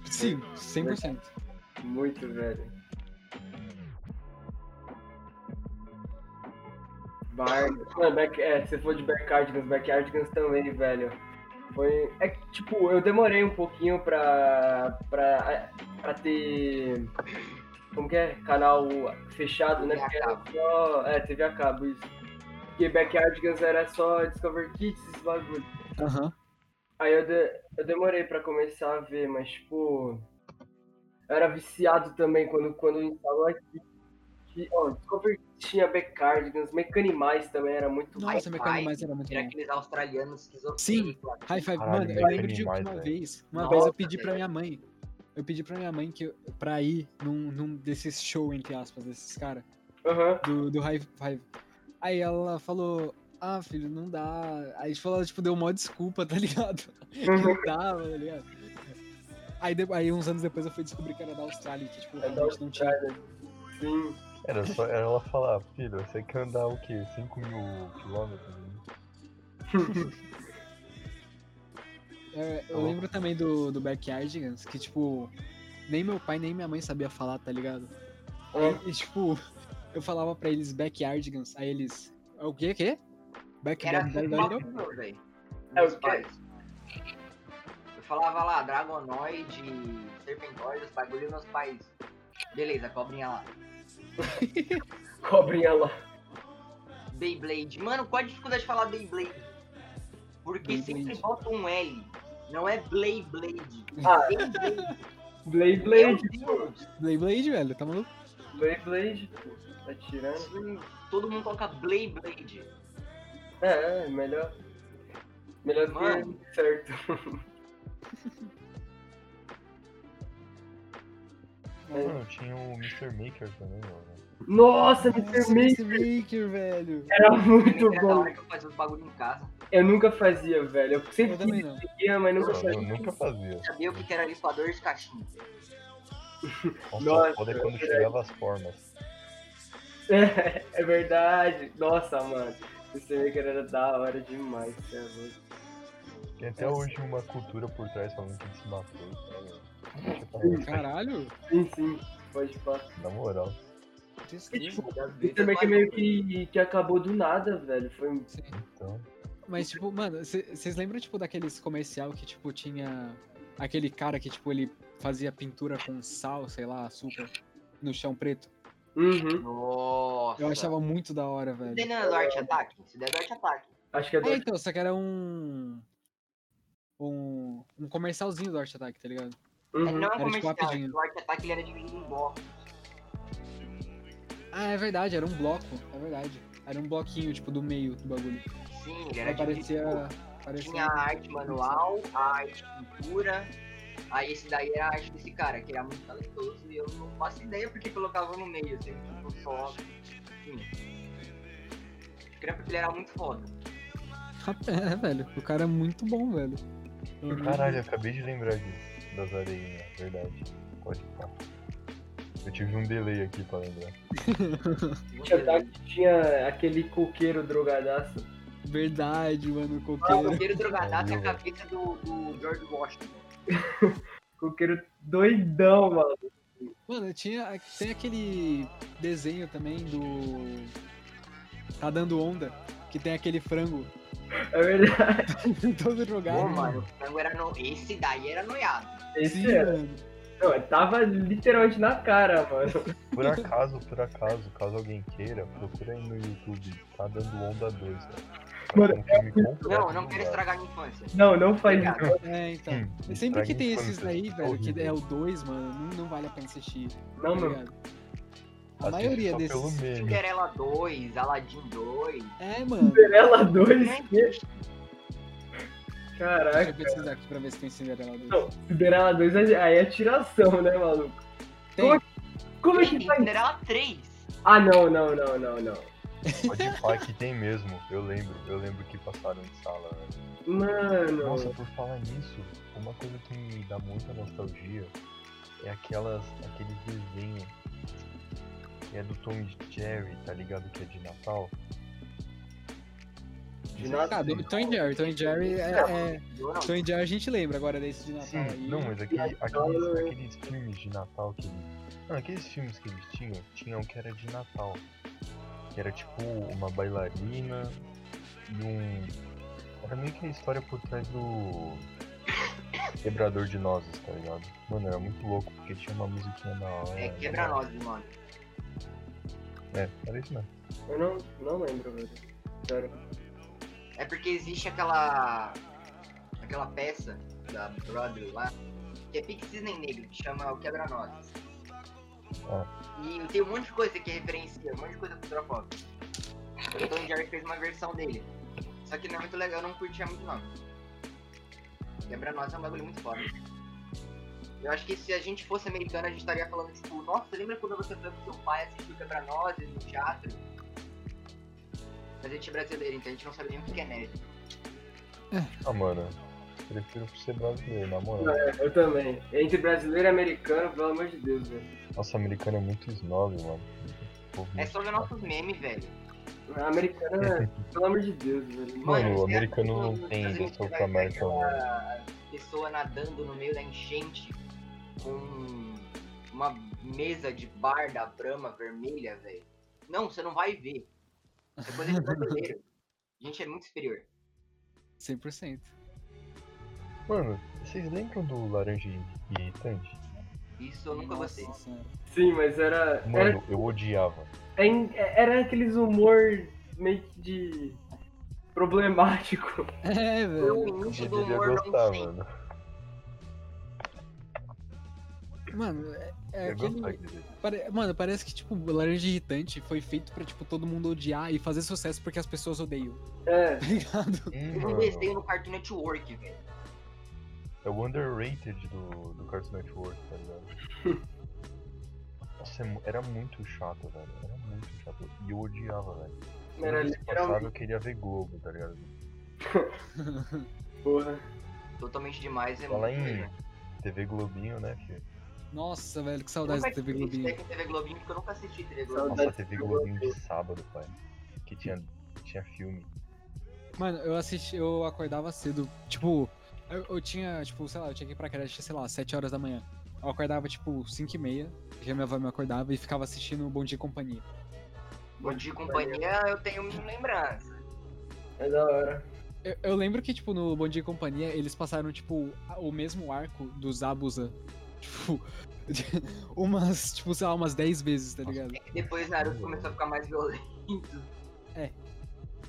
[SPEAKER 1] Sim, 100%.
[SPEAKER 2] Muito, velho. Barney. Mano, back, é, se for de Backyardigans, Backyardigans também, velho. Foi. É que, tipo, eu demorei um pouquinho pra. pra. pra ter. Como que é? Canal fechado, né? Porque era só. É, TV a cabo, isso. Porque Backyardigans era só Discover Kids, esses bagulho.
[SPEAKER 1] Aham.
[SPEAKER 2] Aí eu, de- eu demorei pra começar a ver, mas, tipo. Eu era viciado também quando, quando instalou aqui. Que, ó, Discovery tinha Becardigans, Mecanimais também era muito bom.
[SPEAKER 1] Nossa,
[SPEAKER 4] Hi-Fi
[SPEAKER 1] Mecânico Mais era muito
[SPEAKER 4] Era
[SPEAKER 1] bom.
[SPEAKER 4] aqueles australianos
[SPEAKER 1] Sim.
[SPEAKER 4] esquizofrênicos. lá.
[SPEAKER 1] High five,
[SPEAKER 3] Caralho,
[SPEAKER 1] mano, eu
[SPEAKER 3] Mecânico
[SPEAKER 1] lembro de uma
[SPEAKER 3] Mais, velho.
[SPEAKER 1] vez. Uma
[SPEAKER 4] Nossa,
[SPEAKER 1] vez eu pedi pra
[SPEAKER 4] velho.
[SPEAKER 1] minha mãe. Eu pedi pra minha mãe que eu, pra ir num, num desses show, entre aspas, desses caras,
[SPEAKER 2] Aham.
[SPEAKER 1] do, do High Five. Aí ela falou, ah, filho, não dá. Aí tipo, ela tipo, deu mó desculpa, tá ligado? Que não dava, tá ligado? Aí, de- aí uns anos depois eu fui descobrir que era da Austrália, que
[SPEAKER 4] É
[SPEAKER 1] tipo,
[SPEAKER 2] da
[SPEAKER 1] realmente não tinha.
[SPEAKER 2] Sim.
[SPEAKER 3] Era só era ela falar, filho, você quer andar o quê? 5 mil quilômetros?
[SPEAKER 1] É, eu
[SPEAKER 3] Tá bom.
[SPEAKER 1] lembro também do, do Backyardigans, que, tipo, nem meu pai nem minha mãe sabia falar, tá ligado?
[SPEAKER 2] Ah,
[SPEAKER 1] E, tipo, eu falava pra eles Backyardigans, aí eles. "É O quê? O quê?
[SPEAKER 4] Era
[SPEAKER 1] Backyardigans.
[SPEAKER 4] tudo
[SPEAKER 1] Não,
[SPEAKER 4] papel, velho.
[SPEAKER 2] É,
[SPEAKER 4] Meus
[SPEAKER 2] o quê?
[SPEAKER 4] pais. Eu falava lá, Dragonoid, Serpentoid, os bagulho meus pais. Beleza, cobrinha lá.
[SPEAKER 2] cobrinha lá.
[SPEAKER 4] Beyblade. Mano, qual a dificuldade de falar Beyblade? Porque
[SPEAKER 1] Beyblade.
[SPEAKER 4] sempre bota um L. Não é Beyblade.
[SPEAKER 2] Ah.
[SPEAKER 4] Beyblade.
[SPEAKER 2] Blade
[SPEAKER 4] Meu
[SPEAKER 2] Blade, pô.
[SPEAKER 4] Deus.
[SPEAKER 1] Beyblade, velho, tá maluco?
[SPEAKER 2] Blade Blade, pô. Tá tirando.
[SPEAKER 4] Sim, Todo mundo coloca Beyblade.
[SPEAKER 2] É, é, melhor. Melhor do
[SPEAKER 4] Mano.
[SPEAKER 2] que certo. É.
[SPEAKER 3] Mano, tinha o Mr. Maker também, mano.
[SPEAKER 2] Nossa,
[SPEAKER 3] um
[SPEAKER 2] Mr. Mix
[SPEAKER 1] Mr. Maker, velho.
[SPEAKER 2] era muito
[SPEAKER 4] Era da
[SPEAKER 2] bom.
[SPEAKER 4] hora que eu fazia os bagulho em casa.
[SPEAKER 2] Eu nunca fazia, velho. Eu sempre
[SPEAKER 3] um
[SPEAKER 1] Eu também não.
[SPEAKER 2] queria, mas nunca
[SPEAKER 3] Eu
[SPEAKER 2] fazia.
[SPEAKER 3] nunca fazia.
[SPEAKER 4] Sabia o que que era limpador de caixinha.
[SPEAKER 3] Nossa,
[SPEAKER 2] Nossa,
[SPEAKER 3] foda é quando
[SPEAKER 2] verdade.
[SPEAKER 3] chegava as formas.
[SPEAKER 2] É verdade. Nossa, mano. Esse Maker era da hora demais, cê é louco.
[SPEAKER 3] Tem até
[SPEAKER 1] Nossa.
[SPEAKER 3] hoje uma cultura por trás falando que ele se matou. cara. Deixa pra lá,
[SPEAKER 1] Caralho.
[SPEAKER 2] Sim, sim. Pode passar.
[SPEAKER 3] Na moral.
[SPEAKER 1] que
[SPEAKER 2] E,
[SPEAKER 1] estranho.
[SPEAKER 2] tipo,
[SPEAKER 4] Das
[SPEAKER 2] esse
[SPEAKER 4] vezes eu
[SPEAKER 2] Maker meio
[SPEAKER 4] fazia.
[SPEAKER 2] que, que acabou do nada, velho. Foi. um-
[SPEAKER 1] Sim.
[SPEAKER 3] Então,
[SPEAKER 1] Mas, tipo, mano, vocês lembram, tipo, daqueles comercial que, tipo, tinha aquele cara que, tipo, ele fazia pintura com sal, sei lá, açúcar, no chão preto?
[SPEAKER 2] Uhum.
[SPEAKER 4] Nossa.
[SPEAKER 1] Eu achava muito da hora,
[SPEAKER 4] Se
[SPEAKER 1] velho.
[SPEAKER 4] der na Norte Ataque, se der Norte Ataque.
[SPEAKER 2] Acho que é do.
[SPEAKER 1] É, então, só que era um. Um, um comercialzinho do Art Attack, tá ligado?
[SPEAKER 2] Uhum.
[SPEAKER 4] Não é
[SPEAKER 1] tipo
[SPEAKER 4] comercial,
[SPEAKER 1] rapidinho.
[SPEAKER 4] o Norte Ataque ele era dividido em blocos.
[SPEAKER 1] Ah, é verdade, era um bloco, é verdade. Era um bloquinho, tipo, do meio do bagulho.
[SPEAKER 4] Sim, ele era
[SPEAKER 1] Aí parecia.
[SPEAKER 4] dividido.
[SPEAKER 1] parecia...
[SPEAKER 4] Tinha a arte manual, a arte pintura. Aí esse daí era a arte desse cara, que era muito talentoso. E eu não faço ideia porque colocava no meio, assim, tipo, só. Enfim. Acho que era porque ele era muito foda.
[SPEAKER 1] É, velho, o cara é muito bom, velho. Eu lembro-
[SPEAKER 3] caralho, eu acabei de lembrar disso. Das areinhas, verdade. Pode ficar. Eu tive um delay aqui pra lembrar.
[SPEAKER 2] Art Attack tinha aquele coqueiro drogadaço.
[SPEAKER 1] Verdade, mano, o
[SPEAKER 4] Ah, o
[SPEAKER 1] coqueiro.
[SPEAKER 4] primeiro drogadaço é a
[SPEAKER 3] Caralho, velho.
[SPEAKER 4] cabeça do, do George Washington.
[SPEAKER 2] Coqueiro doidão, mano.
[SPEAKER 1] Mano, tinha, tem aquele desenho também do. Tá dando onda, que tem aquele frango
[SPEAKER 2] É verdade.
[SPEAKER 1] todo
[SPEAKER 4] Pô,
[SPEAKER 1] jogado.
[SPEAKER 4] mano, o frango era no... Esse daí era noiado.
[SPEAKER 2] Esse é.
[SPEAKER 1] Sim,
[SPEAKER 2] era.
[SPEAKER 1] mano.
[SPEAKER 2] Não, tava literalmente na cara, mano.
[SPEAKER 3] Por acaso, por acaso, caso alguém queira, procura aí no YouTube. Tá dando onda 2, velho.
[SPEAKER 2] Mano,
[SPEAKER 3] é um filme completo.
[SPEAKER 4] Não, eu não quero
[SPEAKER 3] velho.
[SPEAKER 4] estragar minha infância. Tá
[SPEAKER 2] Não, não faz isso.
[SPEAKER 4] Obrigado.
[SPEAKER 1] É, então.
[SPEAKER 3] Hum,
[SPEAKER 1] E sempre que
[SPEAKER 3] estraga
[SPEAKER 1] tem
[SPEAKER 3] a
[SPEAKER 1] esses
[SPEAKER 3] infância,
[SPEAKER 1] daí,
[SPEAKER 3] tá
[SPEAKER 1] velho, que
[SPEAKER 3] horrível.
[SPEAKER 1] é o 2, mano, não, não vale a pena assistir.
[SPEAKER 2] Não,
[SPEAKER 1] tá
[SPEAKER 2] mano.
[SPEAKER 1] ligado? A
[SPEAKER 3] Assiste
[SPEAKER 1] maioria
[SPEAKER 3] só Pelo
[SPEAKER 1] desses.
[SPEAKER 3] meme.
[SPEAKER 4] Cinderela 2, Aladdin 2.
[SPEAKER 1] É, mano.
[SPEAKER 2] Cinderela 2.
[SPEAKER 1] é
[SPEAKER 4] Né?
[SPEAKER 1] Deixa eu
[SPEAKER 2] Caraca.
[SPEAKER 1] pesquisar aqui pra ver se tem Cinderela 2.
[SPEAKER 2] Não, Cinderela 2 é- aí é tiração, né, maluco?
[SPEAKER 1] Tem.
[SPEAKER 2] Como, como é
[SPEAKER 4] Tem
[SPEAKER 2] que tá isso?
[SPEAKER 4] Cinderela 3.
[SPEAKER 2] Ah, não, não, não, não, não.
[SPEAKER 3] Pode falar que tem mesmo. Eu lembro. Eu lembro que passaram em sala, velho.
[SPEAKER 2] Mano.
[SPEAKER 3] Nossa, por falar nisso, uma coisa que me dá muita nostalgia é aquelas, aquele desenho que é do Tom e Jerry, tá ligado? Que é de Natal.
[SPEAKER 2] De Natal.
[SPEAKER 1] Ah, do Tom e Jerry. Tom e Jerry é, é...
[SPEAKER 4] Eu não.
[SPEAKER 1] Tom e Jerry a gente lembra agora desse de Natal
[SPEAKER 3] Sim,
[SPEAKER 1] aí.
[SPEAKER 3] não, mas aquele,
[SPEAKER 2] Natal,
[SPEAKER 3] aqueles,
[SPEAKER 2] né?
[SPEAKER 3] aqueles filmes de Natal que eles. Não, aqueles filmes que eles tinham, tinham que era de Natal. Que era tipo uma bailarina e um. Era meio que a história por trás do. Quebrador de nozes, tá ligado? Mano, era muito louco, porque tinha uma musiquinha na hora. né?
[SPEAKER 4] É quebra nozes, mano.
[SPEAKER 3] É, era isso mesmo.
[SPEAKER 2] Eu não, não lembro, velho. Sério.
[SPEAKER 4] É porque existe aquela. aquela peça da Broadway lá, que é Pix Cisne Negro, que chama o Quebra Nozes. E tem um monte de coisa que referencia, um monte de coisa cultura pop. O Tom Jerry fez uma versão dele. Só que não é muito legal, eu não curtia muito não. Quebra Nozes é um bagulho muito foda. Eu acho que se a gente fosse americano, a gente estaria falando tipo, nossa, lembra quando você foi com seu pai assistir o Quebra Nozes no teatro? Mas a gente é brasileiro, então a gente não sabe nem o que é nerd.
[SPEAKER 3] Ah, mano, prefiro ser brasileiro, na moral.
[SPEAKER 2] É, eu também. Entre brasileiro e americano, pelo amor de Deus, velho.
[SPEAKER 3] Nossa, americano é muito snob, mano. Povo
[SPEAKER 4] É
[SPEAKER 3] muito
[SPEAKER 4] só ver
[SPEAKER 3] chato.
[SPEAKER 4] nossos memes, velho.
[SPEAKER 2] Americano, é- pelo amor de Deus, velho.
[SPEAKER 3] Mano,
[SPEAKER 4] você
[SPEAKER 3] o americano
[SPEAKER 4] acha é que
[SPEAKER 3] não tem
[SPEAKER 4] nos Estados Unidos
[SPEAKER 3] ligação com a
[SPEAKER 4] vai ter
[SPEAKER 3] América,
[SPEAKER 4] aquela Pessoa nadando no meio da enchente com uma mesa de bar da Brahma vermelha, velho. Não, você não vai ver. Isso é coisa de brasileiro. A gente é muito superior.
[SPEAKER 1] 100%.
[SPEAKER 3] Mano, vocês lembram do laranja irritante?
[SPEAKER 4] Isso eu nunca
[SPEAKER 1] Nossa
[SPEAKER 4] gostei.
[SPEAKER 1] Senhora.
[SPEAKER 2] Sim, mas era. Era,
[SPEAKER 3] Mano, eu odiava.
[SPEAKER 2] é in- é- era aqueles humor meio que de. problemático.
[SPEAKER 1] É,
[SPEAKER 4] Foi
[SPEAKER 1] velho.
[SPEAKER 4] o início do
[SPEAKER 3] Deveria
[SPEAKER 4] humor
[SPEAKER 3] gostar,
[SPEAKER 4] não sei.
[SPEAKER 3] mano.
[SPEAKER 1] Mano, é, é
[SPEAKER 3] Eu gostava
[SPEAKER 1] aquele.
[SPEAKER 3] disso.
[SPEAKER 1] pare- Mano, parece que, tipo, Laranja Irritante foi feito pra, tipo, todo mundo odiar e fazer sucesso porque as pessoas odeiam.
[SPEAKER 2] É.
[SPEAKER 1] Tá ligado?
[SPEAKER 3] Hum,
[SPEAKER 4] Teve um
[SPEAKER 3] mano,
[SPEAKER 4] desenho no Cartoon Network, velho.
[SPEAKER 3] É o underrated do, do Cartoon Network, tá ligado? Nossa, é mu- era muito chato, velho. Era muito chato. E eu odiava, velho.
[SPEAKER 2] Era
[SPEAKER 3] Quando isso passava,
[SPEAKER 2] literalmente.
[SPEAKER 3] eu queria ver Globo, tá ligado?
[SPEAKER 2] Porra.
[SPEAKER 4] Totalmente demais, é
[SPEAKER 3] Fala
[SPEAKER 4] muito
[SPEAKER 3] em
[SPEAKER 4] legal.
[SPEAKER 3] TV Globinho, né, filho?
[SPEAKER 1] Nossa, velho, que
[SPEAKER 4] Eu
[SPEAKER 1] saudade
[SPEAKER 4] nunca
[SPEAKER 1] da TV
[SPEAKER 4] assisti
[SPEAKER 1] Globinho.
[SPEAKER 4] TV Globinho, porque eu nunca assisti TV Globinho.
[SPEAKER 3] Nossa,
[SPEAKER 2] Saudade
[SPEAKER 3] TV
[SPEAKER 2] do
[SPEAKER 3] Globinho de sábado, pai. Que tinha, tinha filme.
[SPEAKER 1] Mano, eu assisti, eu acordava cedo, tipo, eu, eu tinha, tipo, sei lá, eu tinha que ir pra creche, sei lá, 7 horas da manhã. Eu acordava, tipo, 5 e meia, porque minha avó me acordava e ficava assistindo Bom Dia e Companhia.
[SPEAKER 4] Bom dia e companhia, eu tenho minha lembrança.
[SPEAKER 2] É da hora.
[SPEAKER 1] Eu, eu lembro que, tipo, no Bom Dia e Companhia, eles passaram, tipo, a- o mesmo arco do Zabuza, tipo, umas, tipo, sei lá, umas 10 vezes, tá ligado?
[SPEAKER 4] É que depois Naruto começou a ficar mais violento.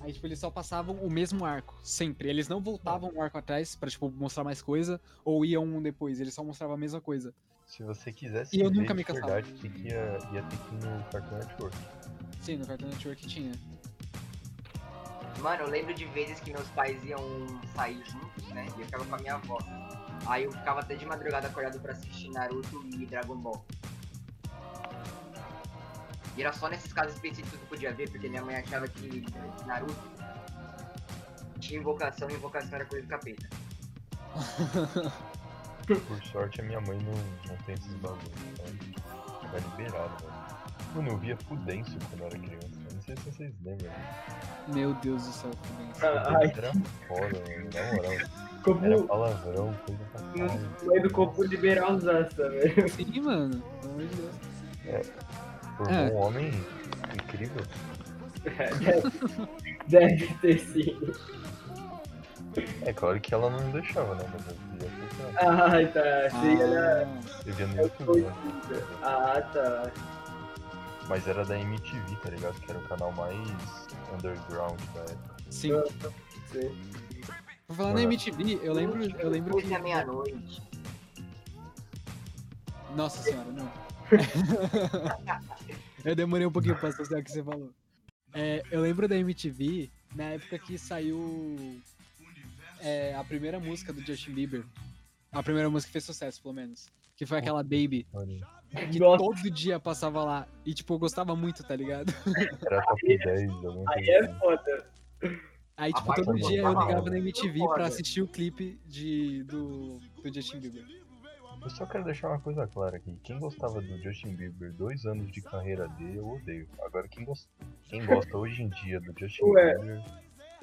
[SPEAKER 1] Aí, tipo, eles só passavam o mesmo arco, sempre. Eles não voltavam um arco atrás pra, tipo, mostrar mais coisa, ou iam um depois, eles só mostravam a mesma coisa.
[SPEAKER 3] Se você quisesse
[SPEAKER 1] E eu
[SPEAKER 3] ver
[SPEAKER 1] nunca
[SPEAKER 3] de
[SPEAKER 1] me cansava.
[SPEAKER 3] verdade, tem que ia, ia ter que ir no Cartoon Network.
[SPEAKER 1] Sim, no Cartoon Network tinha.
[SPEAKER 4] Mano, eu lembro de vezes que meus pais iam sair juntos, né? E eu ficava com a minha avó. Aí eu ficava até de madrugada acordado pra assistir Naruto e Dragon Ball. E era só nesses casos específicos que eu podia ver, porque minha mãe achava que Naruto tinha invocação e invocação era coisa do capeta.
[SPEAKER 3] Por sorte, a minha mãe não, não tem esses bagulhos, tá? Tá liberado, velho. Mano, eu via Fudêncio quando eu era criança. Eu Não sei se vocês lembram. né?
[SPEAKER 1] Meu Deus do céu, Fudêncio.
[SPEAKER 2] Ah, ai.
[SPEAKER 3] Fudêncio era foda, mano. Na moral. Era
[SPEAKER 2] Como
[SPEAKER 3] palavrão, coisa pra caralho.
[SPEAKER 2] mãe do corpo liberal usaça, velho.
[SPEAKER 1] Sim, mano. Pelo amor de Deus.
[SPEAKER 3] Por
[SPEAKER 1] É.
[SPEAKER 3] um homem incrível.
[SPEAKER 2] É. Deve ter sido.
[SPEAKER 3] É claro que ela não deixava, né? Mas eu devia aceitar.
[SPEAKER 2] Ai, tá. Você ia na-
[SPEAKER 1] Ah,
[SPEAKER 3] Eu via no
[SPEAKER 2] É o
[SPEAKER 3] YouTube, né?
[SPEAKER 2] Coitinha. Ah, tá.
[SPEAKER 3] Mas era da MTV, tá ligado? Que era o canal mais underground da época.
[SPEAKER 1] sim.
[SPEAKER 2] Sim.
[SPEAKER 1] Por falar na
[SPEAKER 3] Mano.
[SPEAKER 1] MTV, eu lembro, eu lembro que.
[SPEAKER 4] Hoje é meia-noite.
[SPEAKER 1] Nossa senhora, não. eu demorei um pouquinho pra associar o que você falou. É, eu lembro da MTV na época que saiu é, a primeira música do Justin Bieber. A primeira música que fez sucesso, pelo menos. Que foi aquela Baby,
[SPEAKER 3] Olha,
[SPEAKER 1] que
[SPEAKER 2] Nossa,
[SPEAKER 1] todo dia passava lá. E, tipo, eu gostava muito, tá ligado?
[SPEAKER 3] Era top 10, alguma
[SPEAKER 2] aí
[SPEAKER 3] coisa
[SPEAKER 2] é
[SPEAKER 3] assim.
[SPEAKER 2] foda.
[SPEAKER 1] Aí, tipo,
[SPEAKER 4] Rapaz,
[SPEAKER 1] todo
[SPEAKER 3] mano,
[SPEAKER 1] dia eu
[SPEAKER 3] tá
[SPEAKER 1] ligava
[SPEAKER 3] maluco.
[SPEAKER 1] na MTV pra
[SPEAKER 4] Foda.
[SPEAKER 1] assistir o clipe de, do, do Justin Bieber.
[SPEAKER 3] Eu só quero deixar uma coisa clara aqui. Quem gostava do Justin Bieber, dois anos de carreira dele, eu odeio. Agora, quem, gos- quem gosta hoje em dia do Justin
[SPEAKER 2] Ué.
[SPEAKER 3] Bieber,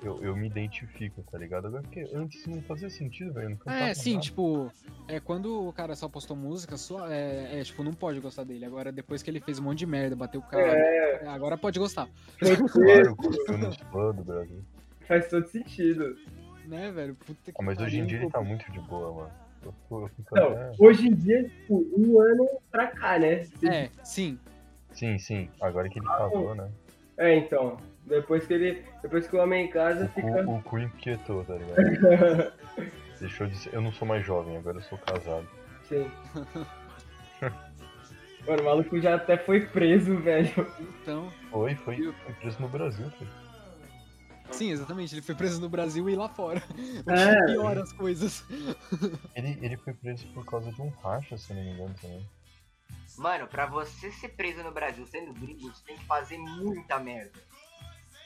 [SPEAKER 3] eu, eu me identifico, tá ligado? Agora, porque antes não fazia sentido, velho. não
[SPEAKER 1] É,
[SPEAKER 3] cantava
[SPEAKER 1] sim,
[SPEAKER 3] nada.
[SPEAKER 1] tipo, é quando o cara só postou música, só, é, é, tipo, não pode gostar dele. Agora, depois que ele fez um monte de merda, bateu o cara,
[SPEAKER 2] É,
[SPEAKER 1] agora ppode gostar.
[SPEAKER 3] Claro, cuspiu nos fãs do Brasil.
[SPEAKER 2] faz todo sentido.
[SPEAKER 1] Né, velho? Puta que
[SPEAKER 3] Ah, mas hoje em
[SPEAKER 1] pariu,
[SPEAKER 3] dia ele
[SPEAKER 1] pô.
[SPEAKER 3] tá muito de boa, mano. Eu, fico- eu fico né?
[SPEAKER 2] Não,
[SPEAKER 3] até-
[SPEAKER 2] hoje em dia, tipo, um ano pra cá, né?
[SPEAKER 1] É, sim.
[SPEAKER 3] Sim, sim. Agora que ele casou, né?
[SPEAKER 2] É, então. Depois que ele. Depois que o homem é em casa
[SPEAKER 3] O
[SPEAKER 2] fica.
[SPEAKER 3] cu, o cu inquietou, tá ligado? Deixou de ser. Eu não sou mais jovem, agora eu sou casado.
[SPEAKER 2] Sim. assim. Mano, o maluco já até foi preso, velho.
[SPEAKER 1] Então,
[SPEAKER 3] Foi, foi, foi preso no Brasil, tá filho.
[SPEAKER 1] sim, exatamente. Ele foi preso no Brasil e lá fora. O
[SPEAKER 2] É.
[SPEAKER 1] que piora as coisas.
[SPEAKER 3] Ele, ele foi preso por causa de um racha, se não me engano, também.
[SPEAKER 4] Mano, pra você ser preso no Brasil sendo gringo, você tem que fazer muita merda.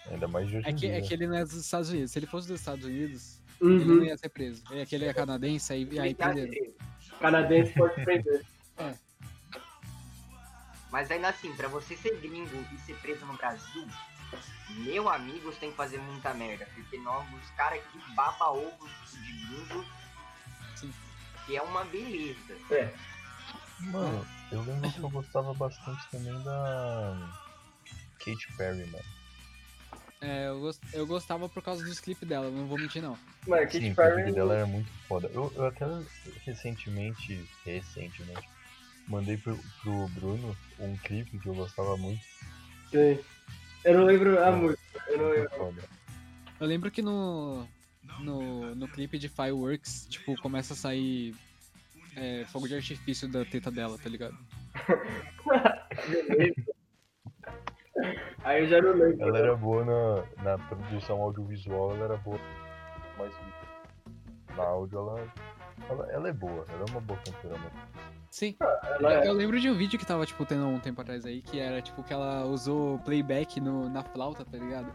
[SPEAKER 3] Ainda mais de hoje
[SPEAKER 1] É
[SPEAKER 3] em
[SPEAKER 1] que,
[SPEAKER 3] dia.
[SPEAKER 1] é que ele não é dos Estados Unidos. Se ele fosse dos Estados Unidos, ele não
[SPEAKER 2] Uhum.
[SPEAKER 1] ia ser preso. É que ele é canadense, aí, aí
[SPEAKER 4] Tá
[SPEAKER 1] prenderam.
[SPEAKER 4] preso.
[SPEAKER 2] Canadense pode prender.
[SPEAKER 4] Mas ainda assim, pra você ser gringo e ser preso no Brasil, meu amigo, você tem que fazer muita merda. Porque nós, os caras que baba ovo de gringo,
[SPEAKER 1] Sim.
[SPEAKER 4] que é uma beleza.
[SPEAKER 3] Mano, eu lembro que eu gostava bastante também da. Kate Perry, mano.
[SPEAKER 1] É, eu, gos- eu gostava por causa dos clipes dela, não vou mentir, não.
[SPEAKER 2] Mano,
[SPEAKER 3] Sim,
[SPEAKER 2] Kid
[SPEAKER 3] o clipe
[SPEAKER 2] Perry. é
[SPEAKER 3] dela é- era muito foda. Eu, eu até recentemente, recentemente, mandei pro, pro Bruno um clipe que eu gostava muito.
[SPEAKER 2] Sim. Eu não lembro a
[SPEAKER 3] Hum.
[SPEAKER 2] música. Eu não
[SPEAKER 3] muito
[SPEAKER 2] lembro.
[SPEAKER 3] foda.
[SPEAKER 1] Eu lembro que no, no, no clipe de Fireworks, tipo, começa a sair é, fogo de artifício da teta dela, tá ligado?
[SPEAKER 2] Aí eu já não lembro.
[SPEAKER 3] Ela era boa na, na produção audiovisual, ela era boa, mas na áudio ela, ela, ela é boa, ela é uma boa cantora, mano.
[SPEAKER 1] Sim,
[SPEAKER 2] Ela
[SPEAKER 1] eu
[SPEAKER 2] é-
[SPEAKER 1] eu lembro de um vídeo que tava, tipo, tendo há um tempo atrás aí, que era, tipo, que ela usou playback no, na flauta, tá ligado?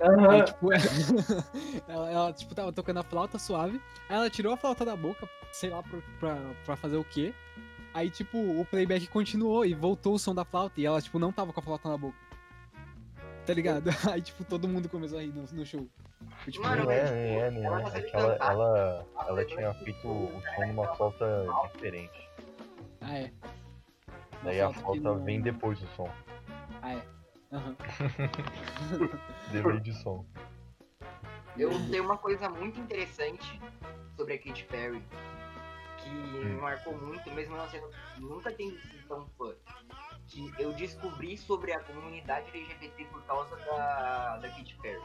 [SPEAKER 1] Aí,
[SPEAKER 2] Aham.
[SPEAKER 1] tipo, ela, ela, tipo, tava tocando a flauta suave, aí ela tirou a flauta da boca, sei lá, pra, pra, pra fazer o quê. Aí, tipo, o playback continuou e voltou o som da flauta, e ela, tipo, não tava com a flauta na boca. Tá ligado? Aí, tipo, todo mundo começou a rir no, no show. Foi, tipo,
[SPEAKER 4] Mano,
[SPEAKER 3] Não é, nem é, nem
[SPEAKER 4] ela
[SPEAKER 3] é.
[SPEAKER 4] não sabe
[SPEAKER 3] É que ela,
[SPEAKER 4] cantar.
[SPEAKER 3] ela, ela tinha feito o som numa flauta diferente.
[SPEAKER 1] Ah, é.
[SPEAKER 3] Daí a
[SPEAKER 1] Uma flauta que
[SPEAKER 3] flauta
[SPEAKER 1] não-
[SPEAKER 3] vem depois do som.
[SPEAKER 1] Ah, é. Aham.
[SPEAKER 3] Deveria de som.
[SPEAKER 4] Eu tenho uma coisa muito interessante sobre a Katy Perry que me marcou muito, mesmo não sendo nunca tendo sido tão fã. Que eu descobri sobre a comunidade LGBT por causa da, da Katy Perry.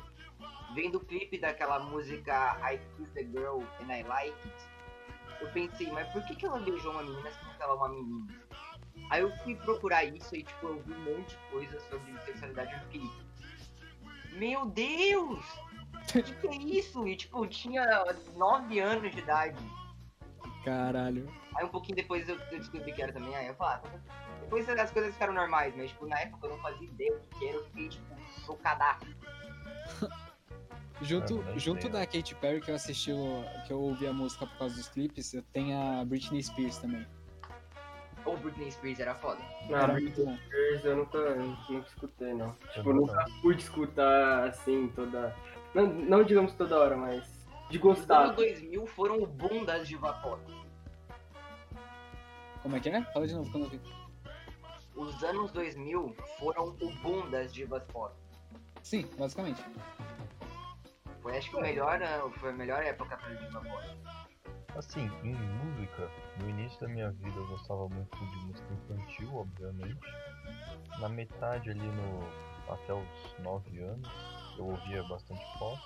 [SPEAKER 4] Vendo o clipe daquela música I Kiss the Girl and I Like It, eu pensei, mas por que, que ela beijou uma menina se não ela é uma menina? Aí eu fui procurar isso e tipo, eu vi um monte de coisa sobre sexualidade e eu fiquei. Meu Deus! O que, que é isso? E tipo, eu tinha 9 anos de idade.
[SPEAKER 1] Caralho.
[SPEAKER 4] Aí um pouquinho depois eu, eu descobri que era também. Aí eu ah, falava. Depois as coisas ficaram normais, mas tipo, na época eu não fazia ideia do que era, eu fiquei tipo, chocadaço.
[SPEAKER 1] Junto,
[SPEAKER 3] Ah, nem
[SPEAKER 1] junto
[SPEAKER 3] sei,
[SPEAKER 1] da Katy Perry que eu assisti, o- que eu ouvi a música por causa dos clipes, eu tenho a Britney Spears também.
[SPEAKER 4] Ou Britney Spears era foda.
[SPEAKER 1] Era
[SPEAKER 2] Não,
[SPEAKER 1] muito bom.
[SPEAKER 2] Spears eu nunca, nunca escutei, não. Tipo,
[SPEAKER 3] não
[SPEAKER 2] nunca pude escutar assim toda. Não, não digamos toda hora, mas de
[SPEAKER 4] Os anos
[SPEAKER 2] gostar.
[SPEAKER 4] 2000 foram o boom das diva pop.
[SPEAKER 1] Como é que é? Fala de novo quando eu vi.
[SPEAKER 4] Os anos 2000 foram o boom das divas pop.
[SPEAKER 1] Sim, basicamente.
[SPEAKER 4] Foi acho que o melhor, ano- foi a melhor época pra diva pop.
[SPEAKER 3] Assim, em música, no início da minha vida eu gostava muito de música infantil, obviamente. Na metade ali no. até os 9 anos, eu ouvia bastante pop,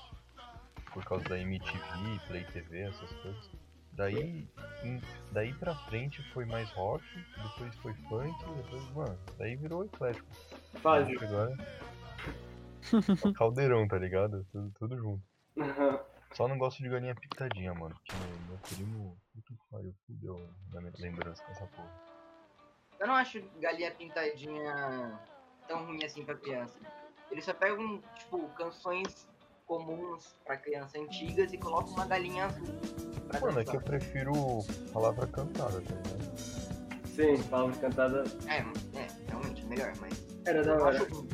[SPEAKER 3] por causa da MTV, Play TV, essas coisas. Daí, em- daí pra frente foi mais rock, depois foi funk, depois, mano, daí virou eclético.
[SPEAKER 2] Fase.
[SPEAKER 3] Agora. Caldeirão, tá ligado? Tudo, tudo junto. Só não gosto de galinha pintadinha, mano. Que meu primo. Puta que pariu, fudeu na minha lembrança dessa porra.
[SPEAKER 4] Eu não acho Galinha Pintadinha tão ruim assim pra criança. Eles só pegam, tipo, canções comuns pra criança antigas e colocam uma galinha azul pra
[SPEAKER 3] Mano, é que
[SPEAKER 4] dançar.
[SPEAKER 3] eu prefiro palavra cantada, tá ligado?
[SPEAKER 2] Sim, palavra cantada
[SPEAKER 4] É, é, realmente, melhor, mas...
[SPEAKER 2] era da
[SPEAKER 4] eu
[SPEAKER 2] hora.
[SPEAKER 4] acho ruim.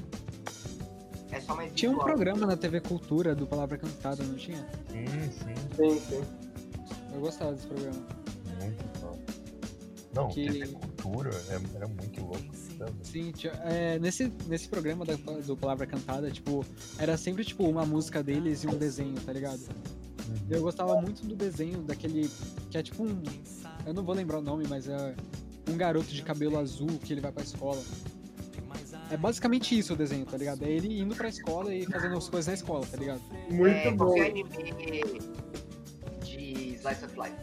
[SPEAKER 4] É só mais
[SPEAKER 1] Tinha um
[SPEAKER 4] visual.
[SPEAKER 1] programa na TV Cultura do Palavra Cantada, não tinha?
[SPEAKER 3] Sim, sim.
[SPEAKER 2] Sim, sim.
[SPEAKER 1] Eu gostava desse programa.
[SPEAKER 3] Muito top. Não,
[SPEAKER 1] Que-
[SPEAKER 3] TV Cultura é- era muito louco, sabe?
[SPEAKER 1] Sim, tinha- é, nesse, nesse programa da- do Palavra Cantada, tipo, era sempre tipo uma música deles e um desenho, tá ligado? Eu gostava muito do desenho daquele. Que é tipo um. Eu não vou lembrar o nome, mas é um garoto de cabelo azul que ele vai pra escola. É basicamente isso o desenho, tá ligado? É ele indo pra escola e fazendo as coisas na escola, tá ligado?
[SPEAKER 2] Muito
[SPEAKER 4] é,
[SPEAKER 2] bom.
[SPEAKER 4] qualquer anime de Slice of Life.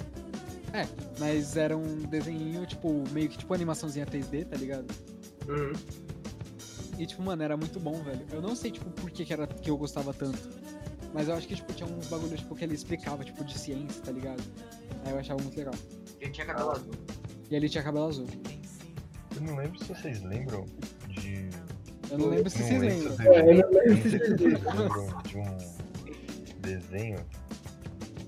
[SPEAKER 1] Mas era um desenho, tipo, meio que tipo animaçãozinha 3D, tá ligado?
[SPEAKER 2] Uhum.
[SPEAKER 1] E, tipo, mano, era muito bom, velho. Eu não sei, tipo, por que, que, era, que eu gostava tanto. Mas eu acho que, tipo, tinha uns bagulhos, tipo, que ele explicava, tipo, de ciência, tá ligado? Aí eu achava muito legal.
[SPEAKER 4] Ele tinha cabelo
[SPEAKER 2] Ah.
[SPEAKER 4] azul.
[SPEAKER 1] E ele tinha cabelo azul.
[SPEAKER 3] Eu não lembro se vocês lembram de.
[SPEAKER 1] Eu não lembro se
[SPEAKER 3] não
[SPEAKER 1] vocês
[SPEAKER 3] lembro
[SPEAKER 1] lembram.
[SPEAKER 3] vocês
[SPEAKER 2] É, eu não
[SPEAKER 3] lembram.
[SPEAKER 2] lembro
[SPEAKER 3] Não
[SPEAKER 2] se
[SPEAKER 3] sei se
[SPEAKER 2] vocês
[SPEAKER 3] vocês lembram de um desenho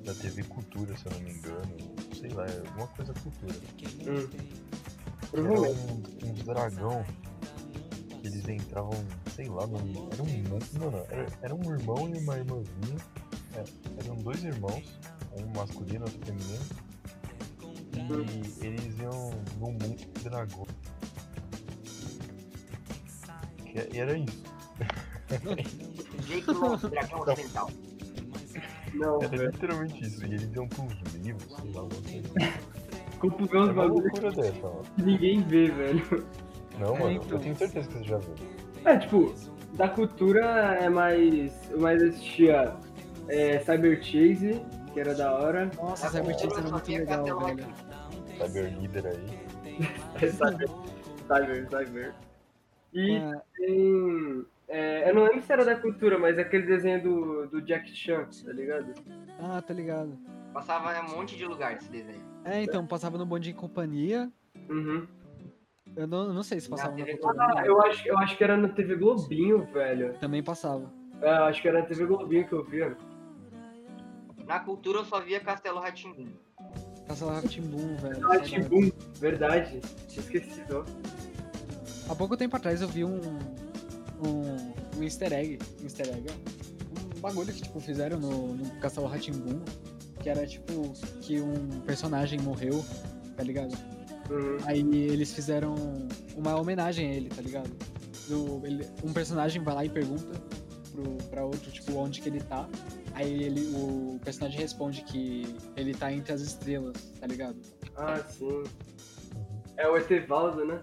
[SPEAKER 3] da TV Cultura, se eu não me engano. Sei lá, é alguma coisa cultura.
[SPEAKER 2] Hum.
[SPEAKER 3] Era
[SPEAKER 2] Provavelmente.
[SPEAKER 3] um, um dragão que eles entravam, sei lá, num, era um irmão. Mano, era, era um irmão e uma irmãzinha. É, eram dois irmãos, um masculino e outro feminino. E eles iam num mundo de dragão. Que- E era isso.
[SPEAKER 4] Jake Long, dragão ocidental.
[SPEAKER 2] Não,
[SPEAKER 3] Era
[SPEAKER 2] velho.
[SPEAKER 3] literalmente isso. E eles iam pros livros, sei lá, alguma coisa.
[SPEAKER 2] Como tu vê
[SPEAKER 3] É
[SPEAKER 2] uns
[SPEAKER 3] uma
[SPEAKER 2] bagulhos
[SPEAKER 3] loucura dessa, mano.
[SPEAKER 2] que ninguém vê, velho.
[SPEAKER 3] Não,
[SPEAKER 1] É,
[SPEAKER 3] mano,
[SPEAKER 1] então.
[SPEAKER 3] eu tenho certeza que você já viu.
[SPEAKER 2] É, tipo, da cultura é mais. Eu mais assistia é, Cyber Chase, que era da hora.
[SPEAKER 1] Nossa, Cyber Chase era muito legal, velho.
[SPEAKER 3] Cyber Líder aí.
[SPEAKER 2] É Cyber, Cyber, Cyber. E
[SPEAKER 1] Ah,
[SPEAKER 2] tem. é, eu não lembro se era da cultura, mas aquele desenho do, do Jack Chan, tá ligado?
[SPEAKER 1] Ah, tá ligado.
[SPEAKER 4] Passava em um monte de lugar esse desenho.
[SPEAKER 1] É, então, passava no Bondinho e Companhia.
[SPEAKER 2] Uhum.
[SPEAKER 1] Eu não, não sei se passava na
[SPEAKER 4] TV
[SPEAKER 1] cultura.
[SPEAKER 2] Ah, eu acho, eu acho que era na TV Globinho, velho.
[SPEAKER 1] Também passava.
[SPEAKER 2] É, eu acho que era na TV Globinho que eu via.
[SPEAKER 4] Na cultura eu só via Castelo Ratimbum.
[SPEAKER 1] Passava Timbum, velho.
[SPEAKER 2] Ah,
[SPEAKER 1] saudades.
[SPEAKER 2] Timbum, verdade. Tinha esquecido, ó.
[SPEAKER 1] Há pouco tempo atrás eu vi um. um, um easter egg. Um easter egg, ó. Um bagulho que tipo, fizeram no, no Castelo Ratimbum, que era tipo que um personagem morreu, tá ligado?
[SPEAKER 2] Uhum.
[SPEAKER 1] Aí eles fizeram uma homenagem a ele, tá ligado? Do- ele- um personagem vai lá e pergunta pro, pra outro, tipo, onde que ele tá. Aí ele, o personagem responde que ele tá entre as estrelas, tá ligado?
[SPEAKER 2] Ah, sim. É o Etevaldo, né?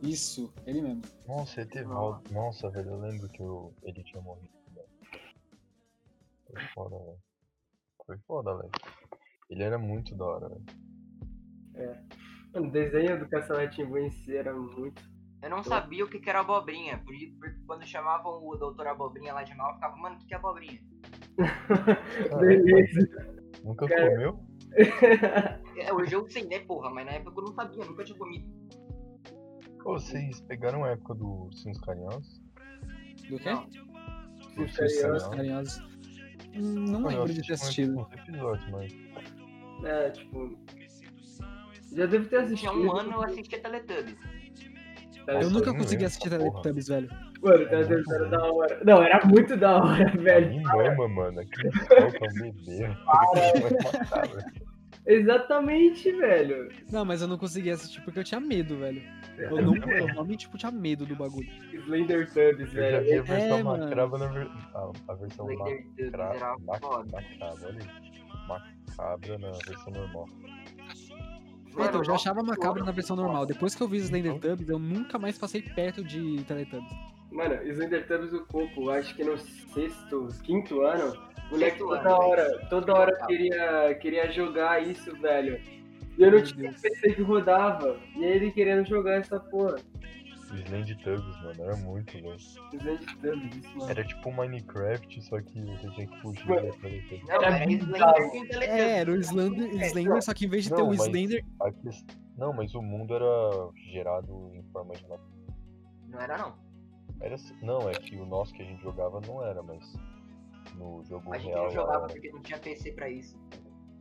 [SPEAKER 1] Isso, ele mesmo.
[SPEAKER 3] Nossa, ET Valdo. Nossa, velho, eu lembro que eu- ele tinha morrido. velho. Foi foda, velho. Foi foda, velho. Ele era muito da hora, velho.
[SPEAKER 2] Mano, O desenho do Castelo Timbu em si era muito.
[SPEAKER 4] Eu não sabia o que que era abobrinha. Por isso, por- quando chamavam o doutor abobrinha lá de mal, eu ficava, mano, o que que é abobrinha?
[SPEAKER 1] Ah, é.
[SPEAKER 2] Beleza.
[SPEAKER 3] Nunca
[SPEAKER 2] Cara.
[SPEAKER 3] comeu?
[SPEAKER 4] É, hoje eu sei, né, porra? Mas na época eu não sabia, nunca tinha comido.
[SPEAKER 3] Ô, vocês pegaram a época do Sims Carinhosos?
[SPEAKER 1] Do quê?
[SPEAKER 4] Não.
[SPEAKER 3] Dos
[SPEAKER 2] Sims
[SPEAKER 3] Sims
[SPEAKER 2] Carinhosos.
[SPEAKER 3] Carinhosos?
[SPEAKER 1] Carinhosos. Não
[SPEAKER 3] Mano, eu
[SPEAKER 1] lembro de ter
[SPEAKER 3] assisti
[SPEAKER 1] assistido.
[SPEAKER 3] uns episódios, um mas.
[SPEAKER 2] É, tipo. Já devo ter assistido.
[SPEAKER 4] Tinha um ano eu um assistia Teletubbies.
[SPEAKER 2] tá
[SPEAKER 3] Eu
[SPEAKER 1] Eu
[SPEAKER 2] ligado?
[SPEAKER 3] não
[SPEAKER 1] nunca
[SPEAKER 3] lembro
[SPEAKER 1] consegui
[SPEAKER 3] dessa
[SPEAKER 1] assistir
[SPEAKER 3] porra.
[SPEAKER 1] Teletubbies, velho.
[SPEAKER 2] Mano, tá
[SPEAKER 3] muito
[SPEAKER 2] era
[SPEAKER 3] bom.
[SPEAKER 2] da hora. Não, era muito da hora, velho.
[SPEAKER 3] Me mama, mano. Aquele sol pra beber. Vai matar, velho.
[SPEAKER 2] Exatamente, velho.
[SPEAKER 1] Não, mas eu não conseguia assistir porque eu tinha medo, velho. Eu,
[SPEAKER 3] Eu
[SPEAKER 1] não,
[SPEAKER 3] também.
[SPEAKER 1] eu realmente tipo, tinha medo do bagulho.
[SPEAKER 2] Slender Tubbs,
[SPEAKER 3] Eu já
[SPEAKER 2] velho.
[SPEAKER 3] vi a
[SPEAKER 1] É,
[SPEAKER 3] versão
[SPEAKER 1] mano. é
[SPEAKER 3] macraba na ver... ah, a versão
[SPEAKER 4] Slender Tubbs
[SPEAKER 3] macra...
[SPEAKER 4] era
[SPEAKER 3] mac-
[SPEAKER 4] foda.
[SPEAKER 3] macabra, olha aí. Macabra na versão normal.
[SPEAKER 1] É, Então, eu já
[SPEAKER 4] Mano,
[SPEAKER 1] achava macabro na versão normal. Depois que eu vi Slender Tubbs, eu nunca mais passei perto de Teletubbies.
[SPEAKER 2] Mano, Slender Tubbs, o Coco, acho que no sexto, quinto ano, o moleque
[SPEAKER 4] Sexto
[SPEAKER 2] toda
[SPEAKER 4] ano, Tá.
[SPEAKER 2] hora, toda hora
[SPEAKER 4] Legal.
[SPEAKER 2] queria, queria jogar isso, velho. E eu não
[SPEAKER 1] Meu
[SPEAKER 2] tinha
[SPEAKER 1] Deus.
[SPEAKER 2] PC que rodava. E ele querendo jogar essa porra.
[SPEAKER 3] O Slend Tubbs, mano, era muito louco.
[SPEAKER 2] Slender Tubbs, isso, mano.
[SPEAKER 3] Era tipo um Minecraft, só que você tinha que fugir
[SPEAKER 2] Mano.
[SPEAKER 3] da televisão.
[SPEAKER 4] Não,
[SPEAKER 2] Era
[SPEAKER 4] é
[SPEAKER 2] muito
[SPEAKER 4] Slender com Teletubbies.
[SPEAKER 1] É, era o Slender, Slender só que em vez de ter
[SPEAKER 3] Não,
[SPEAKER 1] o
[SPEAKER 3] mas-
[SPEAKER 1] Slender.
[SPEAKER 3] A ques- Não, mas o mundo era gerado em forma de uma-
[SPEAKER 4] Não era não.
[SPEAKER 3] era assim- Não, é que o nosso que a gente jogava não era, mas no jogo
[SPEAKER 4] A gente
[SPEAKER 3] é real.
[SPEAKER 4] não jogava
[SPEAKER 3] era.
[SPEAKER 4] porque não tinha PC pra isso.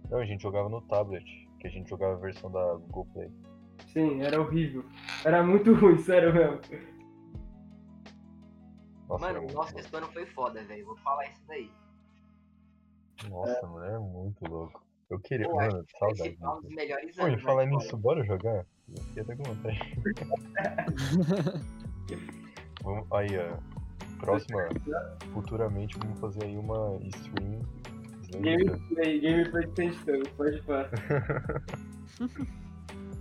[SPEAKER 3] Não, a gente jogava no tablet, que a gente jogava a versão da Google Play.
[SPEAKER 2] Sim, era horrível. Era muito ruim, sério mesmo.
[SPEAKER 3] Nossa,
[SPEAKER 4] Mano,
[SPEAKER 3] era
[SPEAKER 4] o
[SPEAKER 3] muito
[SPEAKER 4] nosso
[SPEAKER 3] louco.
[SPEAKER 4] sexto ano foi foda, velho. Vou falar isso daí.
[SPEAKER 3] Nossa, mano, era muito louco. Eu queria.
[SPEAKER 4] é. Pô,
[SPEAKER 3] mano,
[SPEAKER 4] Esse
[SPEAKER 3] saudade.
[SPEAKER 4] foi um dos
[SPEAKER 3] disso.
[SPEAKER 4] melhores
[SPEAKER 3] Pô,
[SPEAKER 4] anos.
[SPEAKER 3] e
[SPEAKER 4] na
[SPEAKER 3] falar
[SPEAKER 4] escola.
[SPEAKER 3] nisso, bora jogar? Eu fiquei até com vontade. Vamos, aí, ó. Próxima. Futuramente vamos fazer aí uma stream. Slender Tubbs.
[SPEAKER 2] Gameplay, gameplay de Sandstone, pode falar.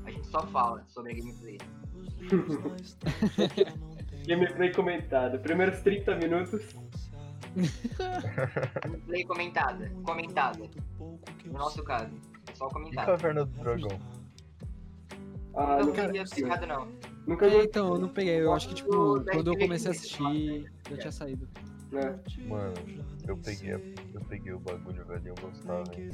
[SPEAKER 4] A gente só fala sobre a gameplay.
[SPEAKER 2] Gameplay comentado. Primeiros 30 minutos.
[SPEAKER 4] Gameplay comentada. Comentada. No nosso caso. É só
[SPEAKER 3] E
[SPEAKER 4] comentada.
[SPEAKER 3] Caverna do Dragão?
[SPEAKER 2] Ah,
[SPEAKER 4] Não
[SPEAKER 2] nunca,
[SPEAKER 4] teria ficado, não.
[SPEAKER 2] nunca
[SPEAKER 1] É,
[SPEAKER 2] joguei,
[SPEAKER 1] então, eu não peguei. Eu acho que, tipo,
[SPEAKER 4] Nossa,
[SPEAKER 1] quando eu
[SPEAKER 4] daquele
[SPEAKER 1] comecei a
[SPEAKER 4] que-
[SPEAKER 1] assistir, eu tinha saído.
[SPEAKER 2] né?
[SPEAKER 3] Mano, eu peguei, a- eu peguei o bagulho, velho. Eu gostava, hein?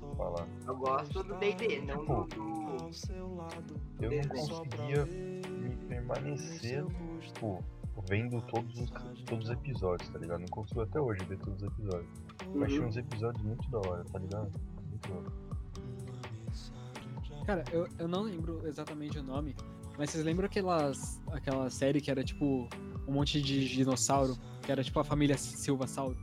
[SPEAKER 3] Vou Falar.
[SPEAKER 4] Eu gosto do D&D, não do... do...
[SPEAKER 3] Eu não
[SPEAKER 4] Desenho.
[SPEAKER 3] conseguia me permanecer, tipo, vendo todos os, todos os episódios, tá ligado? Não consigo até hoje ver todos os episódios. Eu achei
[SPEAKER 2] Uhum.
[SPEAKER 3] uns episódios muito da hora, tá ligado? Muito louco.
[SPEAKER 1] Cara, eu, eu não lembro exatamente o nome, mas vocês lembram aquelas, aquela série que era tipo um monte de dinossauro? Que era tipo a família Silva Sauro?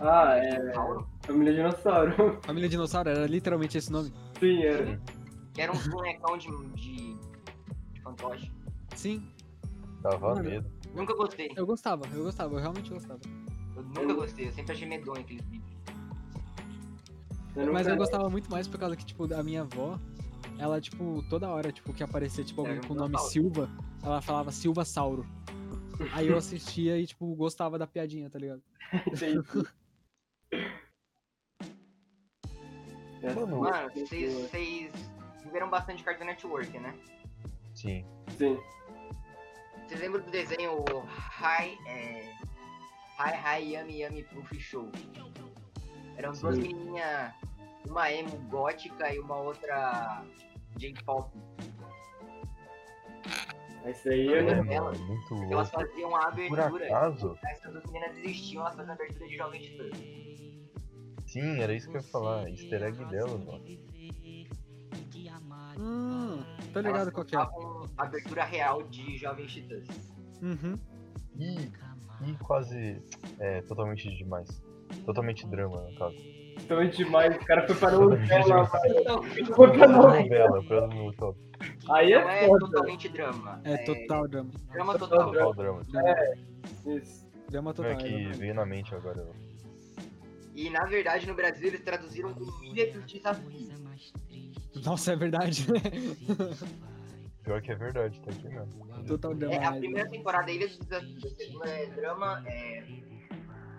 [SPEAKER 2] Ah, é.
[SPEAKER 4] Tauro,
[SPEAKER 2] Família Dinossauro.
[SPEAKER 1] Família Dinossauro era literalmente esse nome?
[SPEAKER 2] Sim, era.
[SPEAKER 4] que era um bonecão de, de, de fantoche.
[SPEAKER 1] Sim,
[SPEAKER 3] Dava
[SPEAKER 1] Mano,
[SPEAKER 3] medo.
[SPEAKER 4] Nunca gostei.
[SPEAKER 1] eu gostava, eu gostava, eu realmente gostava.
[SPEAKER 4] Eu nunca gostei. Eu sempre achei medonho aqueles bichos.
[SPEAKER 2] Eu
[SPEAKER 1] Mas
[SPEAKER 2] nunca-
[SPEAKER 1] eu gostava muito mais por causa que, tipo, da minha avó, ela, tipo, toda hora, tipo, que aparecia, tipo, alguém
[SPEAKER 4] Era um
[SPEAKER 1] com o nome
[SPEAKER 4] dinossauro.
[SPEAKER 1] Silva, ela falava Silva Sauro. Aí eu assistia e, tipo, gostava da piadinha, tá ligado?
[SPEAKER 2] Entendi. É,
[SPEAKER 3] Mano,
[SPEAKER 4] Mano, vocês, vocês viveram bastante Cartoon Network, né?
[SPEAKER 3] Sim.
[SPEAKER 2] Sim.
[SPEAKER 4] Vocês lembram do desenho Hi... É... Hi Hi Yummy Yummy Puff Show? Eram duas
[SPEAKER 2] Sim.
[SPEAKER 4] menininhas, uma emo gótica e uma outra J-pop.
[SPEAKER 2] Esse aí
[SPEAKER 4] Eu
[SPEAKER 3] É,
[SPEAKER 2] eu não.
[SPEAKER 4] lembro
[SPEAKER 3] mano,
[SPEAKER 4] dela.
[SPEAKER 3] muito
[SPEAKER 4] Elas
[SPEAKER 3] louco.
[SPEAKER 4] faziam a
[SPEAKER 3] Por
[SPEAKER 4] abertura.
[SPEAKER 3] acaso?
[SPEAKER 4] Essas duas meninas desistiam, elas faziam a abertura de Jovem Titãs.
[SPEAKER 3] Sim, era isso que eu ia falar. Easter egg dela, mano.
[SPEAKER 1] Hum, tô
[SPEAKER 4] Elas
[SPEAKER 1] ligado qual que é.
[SPEAKER 4] botavam a abertura real de Jovem Titãs.
[SPEAKER 1] Uhum.
[SPEAKER 3] E, e quase. É, totalmente demais. Totalmente drama, no caso.
[SPEAKER 2] Tô demais. O cara foi para o hotel lá. velho.
[SPEAKER 4] Então,
[SPEAKER 2] Foi pra novela.
[SPEAKER 3] novela, pra no top.
[SPEAKER 2] Aí
[SPEAKER 4] Não
[SPEAKER 2] é
[SPEAKER 4] é
[SPEAKER 2] foda.
[SPEAKER 4] totalmente drama.
[SPEAKER 1] É total drama.
[SPEAKER 4] drama total.
[SPEAKER 2] total
[SPEAKER 3] Total drama.
[SPEAKER 2] Isso.
[SPEAKER 1] Drama
[SPEAKER 3] Não
[SPEAKER 1] total.
[SPEAKER 3] é que
[SPEAKER 1] exatamente.
[SPEAKER 3] veio na mente agora.
[SPEAKER 4] E na verdade no Brasil eles traduziram como Ilha do Desafio.
[SPEAKER 1] Nossa, é verdade, né?
[SPEAKER 3] Pior que é verdade, tá aqui mesmo.
[SPEAKER 1] Total drama.
[SPEAKER 4] É, a
[SPEAKER 1] né?
[SPEAKER 4] primeira temporada é Ilha do Desafio, a segunda é drama, é,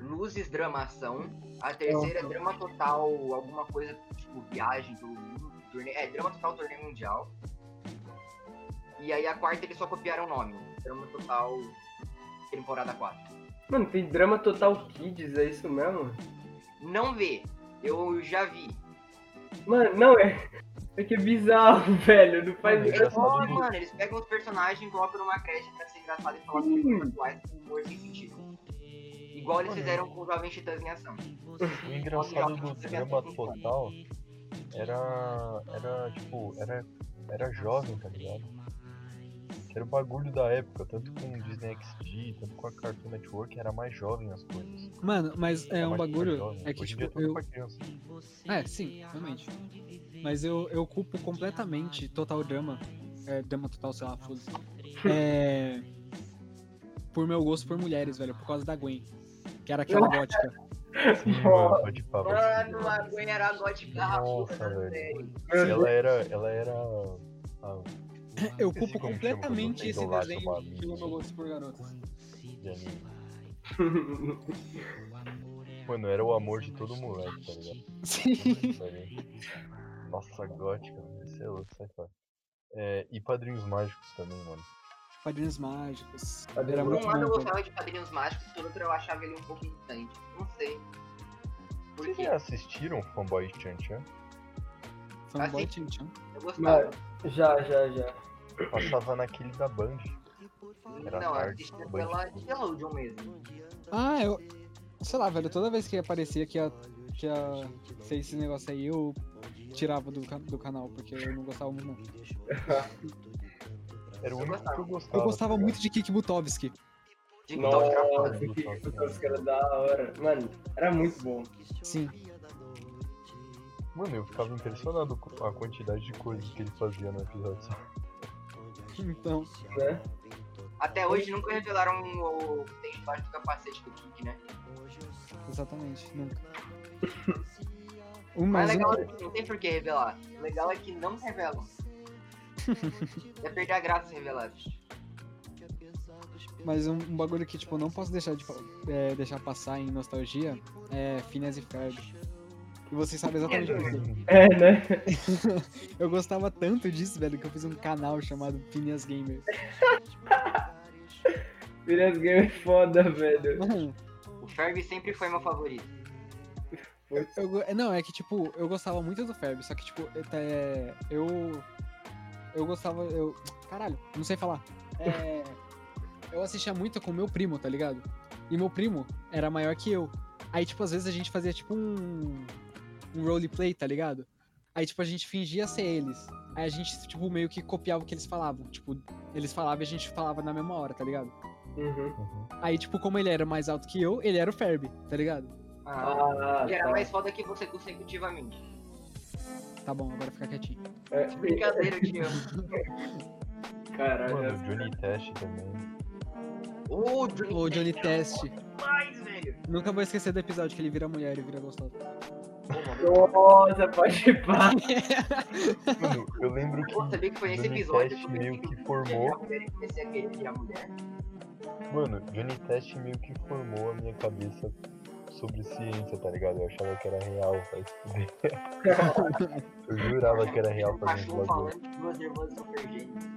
[SPEAKER 4] luzes, dramação. A terceira é drama total, alguma coisa tipo viagem do mundo, torneio, é drama total torneio mundial. E aí a quarta eles só copiaram o nome, drama total temporada 4.
[SPEAKER 2] Mano, tem drama total kids, é isso mesmo?
[SPEAKER 4] Não vê, eu já vi.
[SPEAKER 2] Mano, não, é. É que é bizarro, velho. Não faz.
[SPEAKER 3] Mano,
[SPEAKER 2] É,
[SPEAKER 3] é engraçado
[SPEAKER 4] Olha,
[SPEAKER 3] do-
[SPEAKER 4] mano, eles pegam os personagens, colocam numa creche pra ser engraçado e falar
[SPEAKER 2] Sim.
[SPEAKER 4] sobre coisas atuais com humor sem sentido. Igual eles fizeram com os Jovens Titãs em Ação.
[SPEAKER 3] O engraçado do drama total era. Era, tipo, era. Era jovem, tá ligado? que era o bagulho da época, tanto com o Disney XD, tanto com a Cartoon Network, era mais jovem as coisas.
[SPEAKER 1] Mano, mas é
[SPEAKER 3] Era
[SPEAKER 1] um
[SPEAKER 3] mais
[SPEAKER 1] bagulho.
[SPEAKER 3] jovem.
[SPEAKER 1] É que,
[SPEAKER 3] Hoje em dia
[SPEAKER 1] tipo,
[SPEAKER 3] tudo
[SPEAKER 1] eu.
[SPEAKER 3] pra criança.
[SPEAKER 1] É, sim, realmente. Mas eu, eu culpo completamente Total Drama. É, Drama Total, sei lá, foda-se. É, por meu gosto por mulheres, velho. Por causa da Gwen. Que era aquela gótica.
[SPEAKER 3] Sim, mano, pode pá, pode pá.
[SPEAKER 4] Mano, a Gwen era a gótica
[SPEAKER 3] Nossa,
[SPEAKER 4] rapuda da
[SPEAKER 3] velho.
[SPEAKER 4] série.
[SPEAKER 2] Meu Deus.
[SPEAKER 3] Ela era. Ela era. a-
[SPEAKER 1] Eu
[SPEAKER 3] Esqueci
[SPEAKER 1] culpo
[SPEAKER 3] como que chama quando
[SPEAKER 1] completamente
[SPEAKER 3] você é
[SPEAKER 1] esse
[SPEAKER 3] idolatra
[SPEAKER 1] desenho
[SPEAKER 3] uma
[SPEAKER 1] pelo meu
[SPEAKER 3] mina
[SPEAKER 1] gosto por garotas.
[SPEAKER 3] de anime. Mano, era o amor de todo moleque, tá ligado?
[SPEAKER 1] Sim.
[SPEAKER 3] Tá ligado? Nossa, gótica, mano. Esse é louco, sai fora. É, e Padrinhos Mágicos também, mano.
[SPEAKER 1] Padrinhos Mágicos.
[SPEAKER 2] Padrinhos
[SPEAKER 1] Era
[SPEAKER 4] Por
[SPEAKER 1] muito
[SPEAKER 4] um lado eu
[SPEAKER 1] bom, velho.
[SPEAKER 4] gostava de Padrinhos Mágicos, por outro eu achava ele um pouco irritante. Não sei. Por
[SPEAKER 3] Vocês
[SPEAKER 4] quê?
[SPEAKER 3] já assistiram Fanboy Chan Chan?
[SPEAKER 1] Fanboy Tchan
[SPEAKER 4] Assim-
[SPEAKER 1] Tchan.
[SPEAKER 4] Eu gostava.
[SPEAKER 2] Mano, já, já, já.
[SPEAKER 3] Passava naquele da Band. Era
[SPEAKER 4] não, eu
[SPEAKER 3] tarde,
[SPEAKER 4] assistia
[SPEAKER 3] Band.
[SPEAKER 4] pela Nickelodeon mesmo.
[SPEAKER 1] Ah, eu. Sei lá, velho, toda vez que aparecia que ia, que ia ser esse negócio aí, eu tirava do, ca- do canal, porque eu não gostava muito. não.
[SPEAKER 3] Era o
[SPEAKER 4] Eu
[SPEAKER 3] único
[SPEAKER 4] gostava.
[SPEAKER 3] que eu gostava.
[SPEAKER 1] Eu gostava
[SPEAKER 3] tá ligado?
[SPEAKER 1] muito de Kik Butovski.
[SPEAKER 4] De
[SPEAKER 2] Nossa, que que era da hora. Mano, era muito bom.
[SPEAKER 1] Sim.
[SPEAKER 3] Mano, eu ficava impressionado com a quantidade de coisas que ele fazia no episódio.
[SPEAKER 1] Então.
[SPEAKER 2] Né?
[SPEAKER 4] Até hoje nunca revelaram o que tem debaixo do capacete do Kik, né?
[SPEAKER 1] Exatamente, nunca. Um
[SPEAKER 4] Mas
[SPEAKER 1] mais um.
[SPEAKER 4] legal, é que não tem por que revelar. O legal é que não revelam. Vai perder a graça se revelar.
[SPEAKER 1] Mas um, um bagulho que, tipo, eu não posso deixar de fa- é, deixar passar em nostalgia é Phineas e Ferb. E vocês sabem exatamente por quê.
[SPEAKER 2] É, né?
[SPEAKER 1] Eu gostava tanto disso, velho, que eu fiz um canal chamado Phineas Gamer.
[SPEAKER 2] Phineas Game é foda, velho.
[SPEAKER 1] Mano,
[SPEAKER 4] O Ferb sempre foi meu favorito.
[SPEAKER 1] eu, eu go- é, não, é que, tipo, eu gostava muito do Ferb, só que, tipo, eu tá- é, eu. Eu gostava. Eu, caralho, não sei falar. É, eu assistia muito com meu primo, tá ligado? E meu primo era maior que eu. Aí, tipo, às vezes a gente fazia, tipo, um. Um roleplay, tá ligado? Aí, tipo, a gente fingia ser eles. Aí a gente, tipo, meio que copiava o que eles falavam. Tipo, eles falavam e a gente falava na mesma hora, tá ligado?
[SPEAKER 2] Uhum.
[SPEAKER 1] Aí, tipo, como ele era mais alto que eu, ele era o Ferb, tá ligado?
[SPEAKER 4] Ah,
[SPEAKER 2] Ah,
[SPEAKER 4] ele era
[SPEAKER 2] tá.
[SPEAKER 4] mais foda que você consecutivamente.
[SPEAKER 1] Tá bom, agora fica quietinho.
[SPEAKER 2] É,
[SPEAKER 4] Brincadeira, eu te amo.
[SPEAKER 2] Caralho.
[SPEAKER 3] Mano, o Johnny Test também.
[SPEAKER 4] Ô, Johnny,
[SPEAKER 1] O Johnny
[SPEAKER 4] Test era
[SPEAKER 1] Test.
[SPEAKER 4] demais, velho.
[SPEAKER 1] Nunca vou esquecer do episódio que ele vira mulher e vira gostoso.
[SPEAKER 2] Nossa, pode pá.
[SPEAKER 3] Mano, eu lembro que.
[SPEAKER 4] Pô, sabia que foi nesse
[SPEAKER 3] Johnny
[SPEAKER 4] episódio
[SPEAKER 3] Test
[SPEAKER 4] que eu pensei
[SPEAKER 3] meio
[SPEAKER 4] que
[SPEAKER 3] que
[SPEAKER 4] Eu queria
[SPEAKER 3] formou.
[SPEAKER 4] a mulher e comecei a querer virar mulher.
[SPEAKER 3] Mano, Johnny Test meio que formou a minha cabeça sobre ciência, tá ligado? Eu achava que era real, vai se fuder. Eu jurava que era real
[SPEAKER 4] Um
[SPEAKER 3] fazendo
[SPEAKER 4] cachorro
[SPEAKER 3] um bagulho.
[SPEAKER 4] falando que duas irmãs são pergêmeas.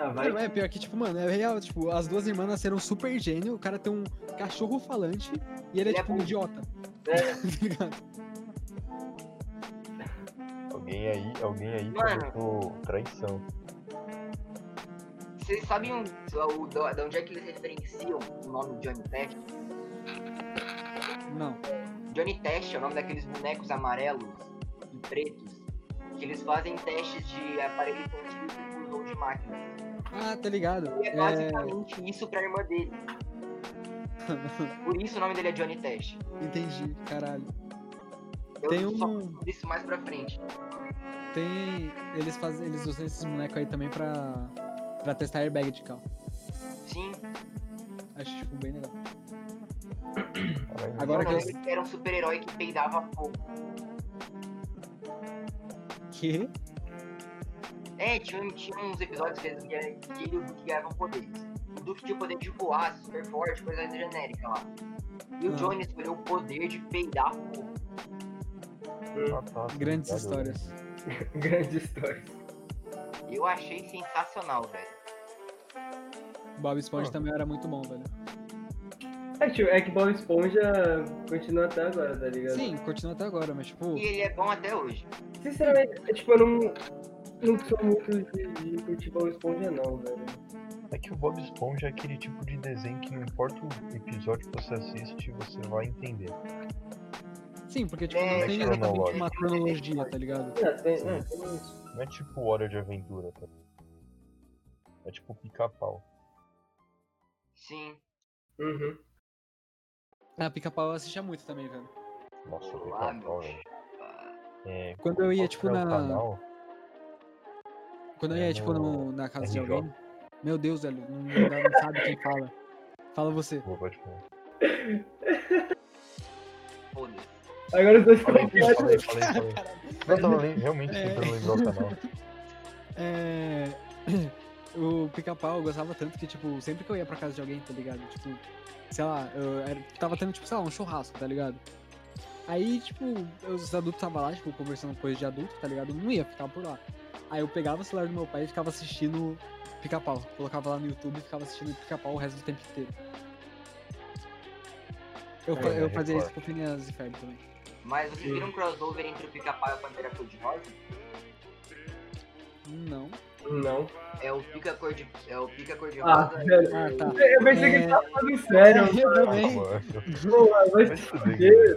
[SPEAKER 2] Ah, vai.
[SPEAKER 1] Não, é pior que, tipo, mano, é real. Tipo, as duas irmãs nasceram super gênio, o cara tem um cachorro falante e ele é,
[SPEAKER 4] Ele é
[SPEAKER 1] tipo, um
[SPEAKER 4] bom.
[SPEAKER 1] idiota.
[SPEAKER 2] É.
[SPEAKER 1] Tá ligado?
[SPEAKER 3] Alguém aí, alguém aí
[SPEAKER 4] Mano.
[SPEAKER 3] cometeu traição.
[SPEAKER 4] Vocês sabem o, o, da- da onde é que eles referenciam o nome Johnny Test?
[SPEAKER 1] Não.
[SPEAKER 4] Johnny Test é o nome daqueles bonecos amarelos e pretos que eles fazem testes de aparelho infantil e cursos ou de máquina.
[SPEAKER 1] Ah, tá ligado.
[SPEAKER 4] E é
[SPEAKER 1] É,
[SPEAKER 4] basicamente isso pra irmã dele. Por isso o nome dele é Johnny Test.
[SPEAKER 1] entendi, caralho.
[SPEAKER 4] Eu
[SPEAKER 1] Tem
[SPEAKER 4] só
[SPEAKER 1] um-
[SPEAKER 4] falo isso mais pra frente.
[SPEAKER 1] Tem. Eles fazem. Eles usam esses bonecos aí também pra. Pra testar airbag de carro.
[SPEAKER 4] Sim,
[SPEAKER 1] Acho, tipo, bem legal.
[SPEAKER 3] Caralho,
[SPEAKER 1] Agora que
[SPEAKER 4] eu
[SPEAKER 1] eu.
[SPEAKER 4] lembro que era um super-herói que peidava pouco.
[SPEAKER 1] Que?
[SPEAKER 4] É, tinha, tinha uns episóduos que eles ganhavam- que ele e o Duke ganhavam poderes. O Duke tinha o poder de voar, super forte, coisa genérica lá. E o
[SPEAKER 1] Ah.
[SPEAKER 4] Johnny escolheu o poder de peidar pouco.
[SPEAKER 3] ah, tá, tá
[SPEAKER 1] Grandes
[SPEAKER 3] ligado?
[SPEAKER 1] histórias.
[SPEAKER 2] Grande história.
[SPEAKER 4] Eu achei sensacional, velho.
[SPEAKER 1] Bob Esponja
[SPEAKER 3] Ah.
[SPEAKER 1] também era muito bom, velho.
[SPEAKER 2] É, tipo, é que Bob Esponja continua até agora, tá ligado?
[SPEAKER 1] Sim, continua até agora, mas tipo.
[SPEAKER 4] E ele é bom até hoje.
[SPEAKER 2] Sinceramente, é, tipo, eu não, não sou muito de, de curtir Bob Esponja, não, velho.
[SPEAKER 3] É que o Bob Esponja é aquele tipo de desenho que não importa o episódio que você assiste, você vai entender.
[SPEAKER 1] Sim, porque tipo, não
[SPEAKER 4] É,
[SPEAKER 1] tem
[SPEAKER 3] tipo,
[SPEAKER 1] exatamente uma
[SPEAKER 4] cronológico.
[SPEAKER 1] cronologia, tá ligado?
[SPEAKER 2] Ah, tem, ah, tem isso.
[SPEAKER 3] Não é tipo Hora de Aventura, tá? É tipo pica-pau.
[SPEAKER 4] Sim.
[SPEAKER 2] Uhum.
[SPEAKER 1] Ah, pica-pau eu assistia muito também, velho.
[SPEAKER 3] Nossa,
[SPEAKER 4] Olá,
[SPEAKER 3] pica-pau,
[SPEAKER 4] Ah, meu Ah,
[SPEAKER 3] velho.
[SPEAKER 4] chapa.
[SPEAKER 3] É,
[SPEAKER 1] Quando eu ia,
[SPEAKER 3] qual
[SPEAKER 1] tipo,
[SPEAKER 3] que é o
[SPEAKER 1] na-
[SPEAKER 3] canal?
[SPEAKER 1] Quando eu
[SPEAKER 3] É
[SPEAKER 1] ia, tipo,
[SPEAKER 3] no
[SPEAKER 1] no- na casa de
[SPEAKER 3] RJ.
[SPEAKER 1] alguém. Meu Deus, velho, não, não dá- não sabe quem fala. Fala você.
[SPEAKER 3] Pô, pode falar.
[SPEAKER 4] Foda-se.
[SPEAKER 2] Agora os dois ficam
[SPEAKER 3] Falei,
[SPEAKER 2] quietos.
[SPEAKER 3] falei, falei, falei. Não, eu tava lem- realmente
[SPEAKER 1] É.
[SPEAKER 3] tentando lembrar o canal.
[SPEAKER 1] É. O pica-pau eu gostava tanto que, tipo, sempre que eu ia pra casa de alguém, tá ligado? Tipo, sei lá, eu era- tava tendo, tipo, sei lá, um churrasco, tá ligado? Aí, tipo, os adultos estavam lá, tipo, conversando coisa de adulto, tá ligado? Eu Não ia ficar por lá. Aí eu pegava o celular do meu pai e ficava assistindo pica-pau. Colocava lá no YouTube e ficava assistindo pica-pau o resto do tempo inteiro. Eu, fa-
[SPEAKER 3] É,
[SPEAKER 1] eu fazia isso
[SPEAKER 3] recorte.
[SPEAKER 1] com Phineas e Ferb também.
[SPEAKER 4] Mas vocês viram um crossover entre o Pica-Pau e a Pantera Cor-de-Rosa?
[SPEAKER 1] Não.
[SPEAKER 2] Não.
[SPEAKER 4] É o Pica cor de É o Pica
[SPEAKER 2] Ah,
[SPEAKER 4] Cor-de-Rosa. e
[SPEAKER 2] velho.
[SPEAKER 1] Ah, tá.
[SPEAKER 2] Eu pensei que
[SPEAKER 1] É.
[SPEAKER 2] ele tava falando sério.
[SPEAKER 1] eu também.
[SPEAKER 3] Ah, Mano,
[SPEAKER 2] Pô, vai
[SPEAKER 3] vai
[SPEAKER 2] se
[SPEAKER 3] se fuder,
[SPEAKER 2] fuder.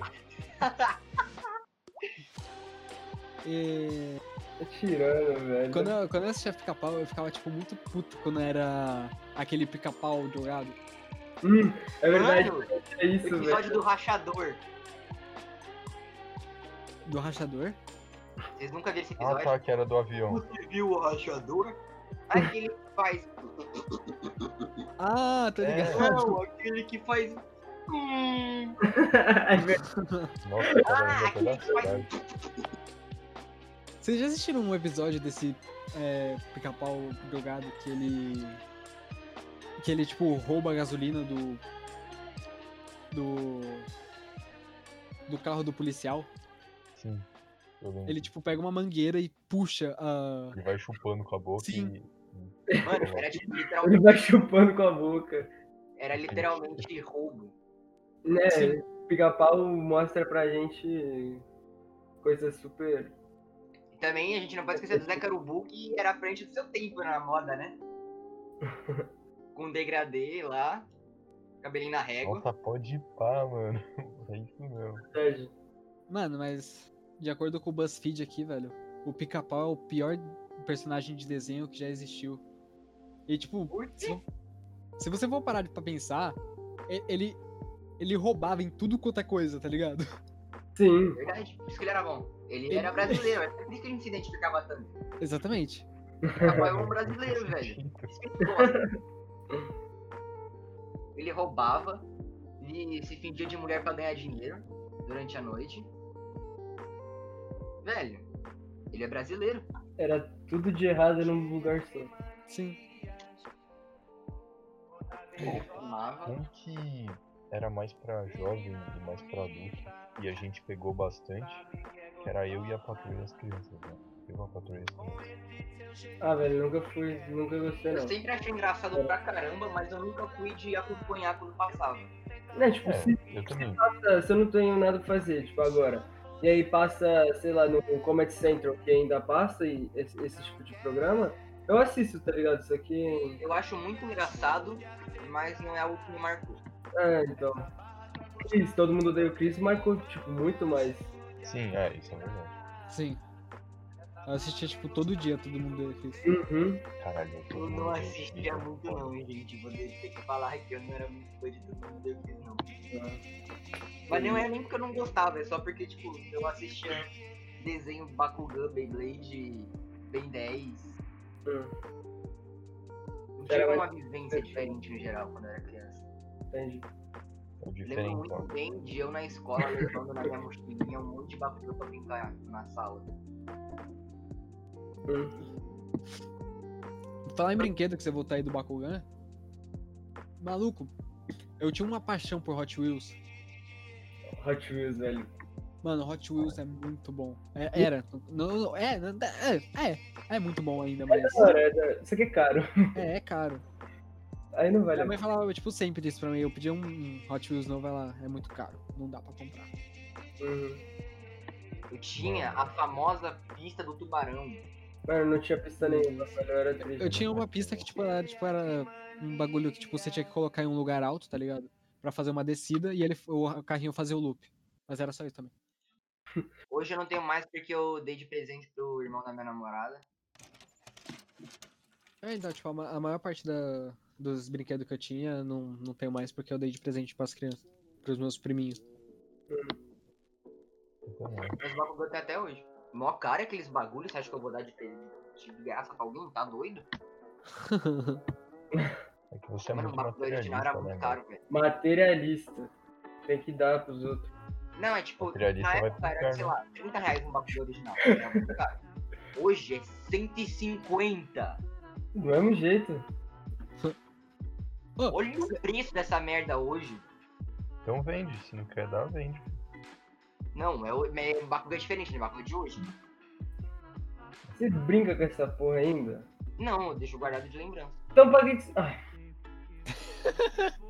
[SPEAKER 1] E-
[SPEAKER 2] Tá tirando, velho.
[SPEAKER 1] Quando eu, quando eu assistia pica-pau, eu ficava, tipo, muito puto quando era aquele pica-pau jogado.
[SPEAKER 2] Hum, é verdade,
[SPEAKER 4] Mano,
[SPEAKER 2] é
[SPEAKER 4] o
[SPEAKER 2] isso,
[SPEAKER 4] episódio
[SPEAKER 2] velho.
[SPEAKER 4] do Rachador.
[SPEAKER 1] Do rachador.
[SPEAKER 4] Vocês nunca viram esse
[SPEAKER 3] Ah,
[SPEAKER 4] episódio?
[SPEAKER 3] tá, que era do avião.
[SPEAKER 4] Você viu o Rachador? Aquele que faz.
[SPEAKER 1] Ah, tô
[SPEAKER 3] É.
[SPEAKER 1] ligado.
[SPEAKER 4] Não, aquele que faz. Hum.
[SPEAKER 2] É verdade.
[SPEAKER 3] Nossa,
[SPEAKER 4] Ah,
[SPEAKER 3] cara,
[SPEAKER 4] aquele
[SPEAKER 3] eu já
[SPEAKER 4] que
[SPEAKER 3] foi da
[SPEAKER 4] faz.
[SPEAKER 3] cidade.
[SPEAKER 1] Vocês já assistiram um episódio desse é, pica-pau jogado que ele. que ele, tipo, rouba a gasolina do. do. do carro do policial?
[SPEAKER 3] Sim. eu lembro.
[SPEAKER 1] Ele, tipo, pega uma mangueira e puxa a.
[SPEAKER 3] E vai chupando com a boca
[SPEAKER 1] Sim.
[SPEAKER 3] e.
[SPEAKER 4] É Mano, era tipo,
[SPEAKER 2] Ele
[SPEAKER 4] literalmente,
[SPEAKER 2] vai chupando com a boca.
[SPEAKER 4] era literalmente roubo.
[SPEAKER 2] Né,
[SPEAKER 1] Sim.
[SPEAKER 2] pica-pau mostra pra gente coisas super.
[SPEAKER 4] E também a gente não pode esquecer do Zé Carubu, que era à frente do seu tempo na moda, né? Com um degradê lá, cabelinho na régua.
[SPEAKER 3] Nossa, pode ir pá, mano. É isso mesmo.
[SPEAKER 2] verdade.
[SPEAKER 1] Mano, mas. De acordo com o BuzzFeed aqui, velho, o pica-pau é o pior personagem de desenho que já existiu. E, tipo,
[SPEAKER 4] Por
[SPEAKER 1] Se,
[SPEAKER 4] quê?
[SPEAKER 1] se você for parar pra pensar, e- ele, ele roubava em tudo quanto é coisa, tá ligado?
[SPEAKER 2] Sim,
[SPEAKER 4] Verdade, por isso que ele era bom. Ele era brasileiro, é por isso que a gente se identificava tanto.
[SPEAKER 1] Exatamente.
[SPEAKER 4] Papai é um brasileiro, velho. Isso que a gente gosta. Ele roubava, ele se fingia de mulher pra ganhar dinheiro durante a noite. Velho, ele é brasileiro.
[SPEAKER 2] era tudo de errado num lugar só.
[SPEAKER 1] Sim.
[SPEAKER 4] Ele fumava.
[SPEAKER 3] Um que era mais pra jovem e mais pra adulto. E a gente pegou bastante. Que era eu e a patrulha das crianças, né? Eu e a patrulha das crianças.
[SPEAKER 2] Ah, velho, nunca fui, nunca gostei,
[SPEAKER 4] Eu
[SPEAKER 2] não.
[SPEAKER 4] sempre achei engraçado pra caramba, mas eu nunca fui de acompanhar quando passava.
[SPEAKER 2] Né, tipo, se,
[SPEAKER 3] É, eu também.
[SPEAKER 2] passa- "Ah, se eu não tenho nada pra fazer, tipo, agora. E aí passa, sei lá, no Comedy Central, que ainda passa, e esse, esse tipo de programa, eu assisto, tá ligado? Isso aqui.
[SPEAKER 4] Eu acho muito engraçado, mas não é algo que me marcou.
[SPEAKER 2] É, então. Chris, todo mundo odeia o Chris, marcou, tipo, muito mais.
[SPEAKER 3] Sim, é, isso é verdade.
[SPEAKER 1] Sim. Eu assistia, tipo, todo dia todo mundo aqui.
[SPEAKER 2] Uhum.
[SPEAKER 3] Caralho, eu tô
[SPEAKER 4] Eu não
[SPEAKER 3] muito
[SPEAKER 4] assistia
[SPEAKER 3] feliz,
[SPEAKER 4] muito
[SPEAKER 3] né?
[SPEAKER 4] não, hein, gente. Vou ter que falar que eu não era muito fã de todo mundo eu fiz, não. Mas não é nem porque eu não gostava, é só porque, tipo, eu assistia desenho Bakugan, Beyblade, Ben 10.
[SPEAKER 2] Hum,
[SPEAKER 4] Não tinha
[SPEAKER 2] Era
[SPEAKER 4] uma vivência diferente no geral quando eu era criança.
[SPEAKER 2] Entende?
[SPEAKER 3] O
[SPEAKER 4] Lembro muito
[SPEAKER 3] diferencial.
[SPEAKER 4] bem de eu na escola levando na minha mochilinha um monte de Bakugan pra brincar na sala.
[SPEAKER 2] Hum.
[SPEAKER 1] Falar em brinquedo que você voltar aí do Bakugan. né? Maluco, eu tinha uma paixão por Hot Wheels.
[SPEAKER 2] Hot Wheels, velho.
[SPEAKER 1] Mano, Hot Wheels é muito bom. É- era. Não, não, é, não- é, é, é muito bom ainda, mas
[SPEAKER 2] Cara, é- isso aqui é caro.
[SPEAKER 1] é, é caro.
[SPEAKER 2] Aí não vale.
[SPEAKER 1] Minha
[SPEAKER 2] a
[SPEAKER 1] mãe falava, tipo, sempre isso pra mim. Eu pedia um- um Hot Wheels novo, ela é muito caro. Não dá pra comprar.
[SPEAKER 2] pena. Uhum.
[SPEAKER 4] Eu tinha a famosa pista do tubarão.
[SPEAKER 2] Mano, não tinha pista nenhuma, velho. Eu era triste.
[SPEAKER 1] Eu tinha uma pista que, tipo, ela era, tipo, era um bagulho que, tipo, você tinha que colocar em um lugar alto, tá ligado? Pra fazer uma descida e ele, o carrinho fazia o loop. Mas era só isso também.
[SPEAKER 4] Hoje eu não tenho mais porque eu dei de presente pro irmão da minha namorada.
[SPEAKER 1] É, então, tipo, a ma- a maior parte da- dos brinquedos que eu tinha não, não tenho mais porque eu dei de presente pras crianças, pros meus priminhos.
[SPEAKER 3] Então, é.
[SPEAKER 4] Mas o Bakugan tem até hoje. Mó cara aqueles bagulhos, você acha que eu vou dar de, de graça pra alguém? Tá doido?
[SPEAKER 3] É que você é
[SPEAKER 4] Mano, o
[SPEAKER 3] muito
[SPEAKER 4] Bakugan original
[SPEAKER 3] materialista,
[SPEAKER 4] era
[SPEAKER 3] né?
[SPEAKER 4] muito
[SPEAKER 3] mano?
[SPEAKER 4] caro, velho.
[SPEAKER 2] Materialista. Tem que dar pros outros.
[SPEAKER 4] Não, é tipo,
[SPEAKER 3] Materialista
[SPEAKER 4] na
[SPEAKER 3] vai
[SPEAKER 4] época
[SPEAKER 3] pro
[SPEAKER 4] era, sei lá, 30 reais um Bakugan original. Era muito caro. Hoje é 150.
[SPEAKER 2] Do mesmo jeito.
[SPEAKER 1] Ô,
[SPEAKER 4] Olha o preço dessa merda hoje.
[SPEAKER 3] Então vende, se não quer dar, vende.
[SPEAKER 4] Não, é, o- é Bakugan diferente, né? Bakugan de hoje.
[SPEAKER 2] Você brinca com essa porra ainda?
[SPEAKER 4] Não, eu deixo guardado de lembrança.
[SPEAKER 2] Então pra que. que- Ah,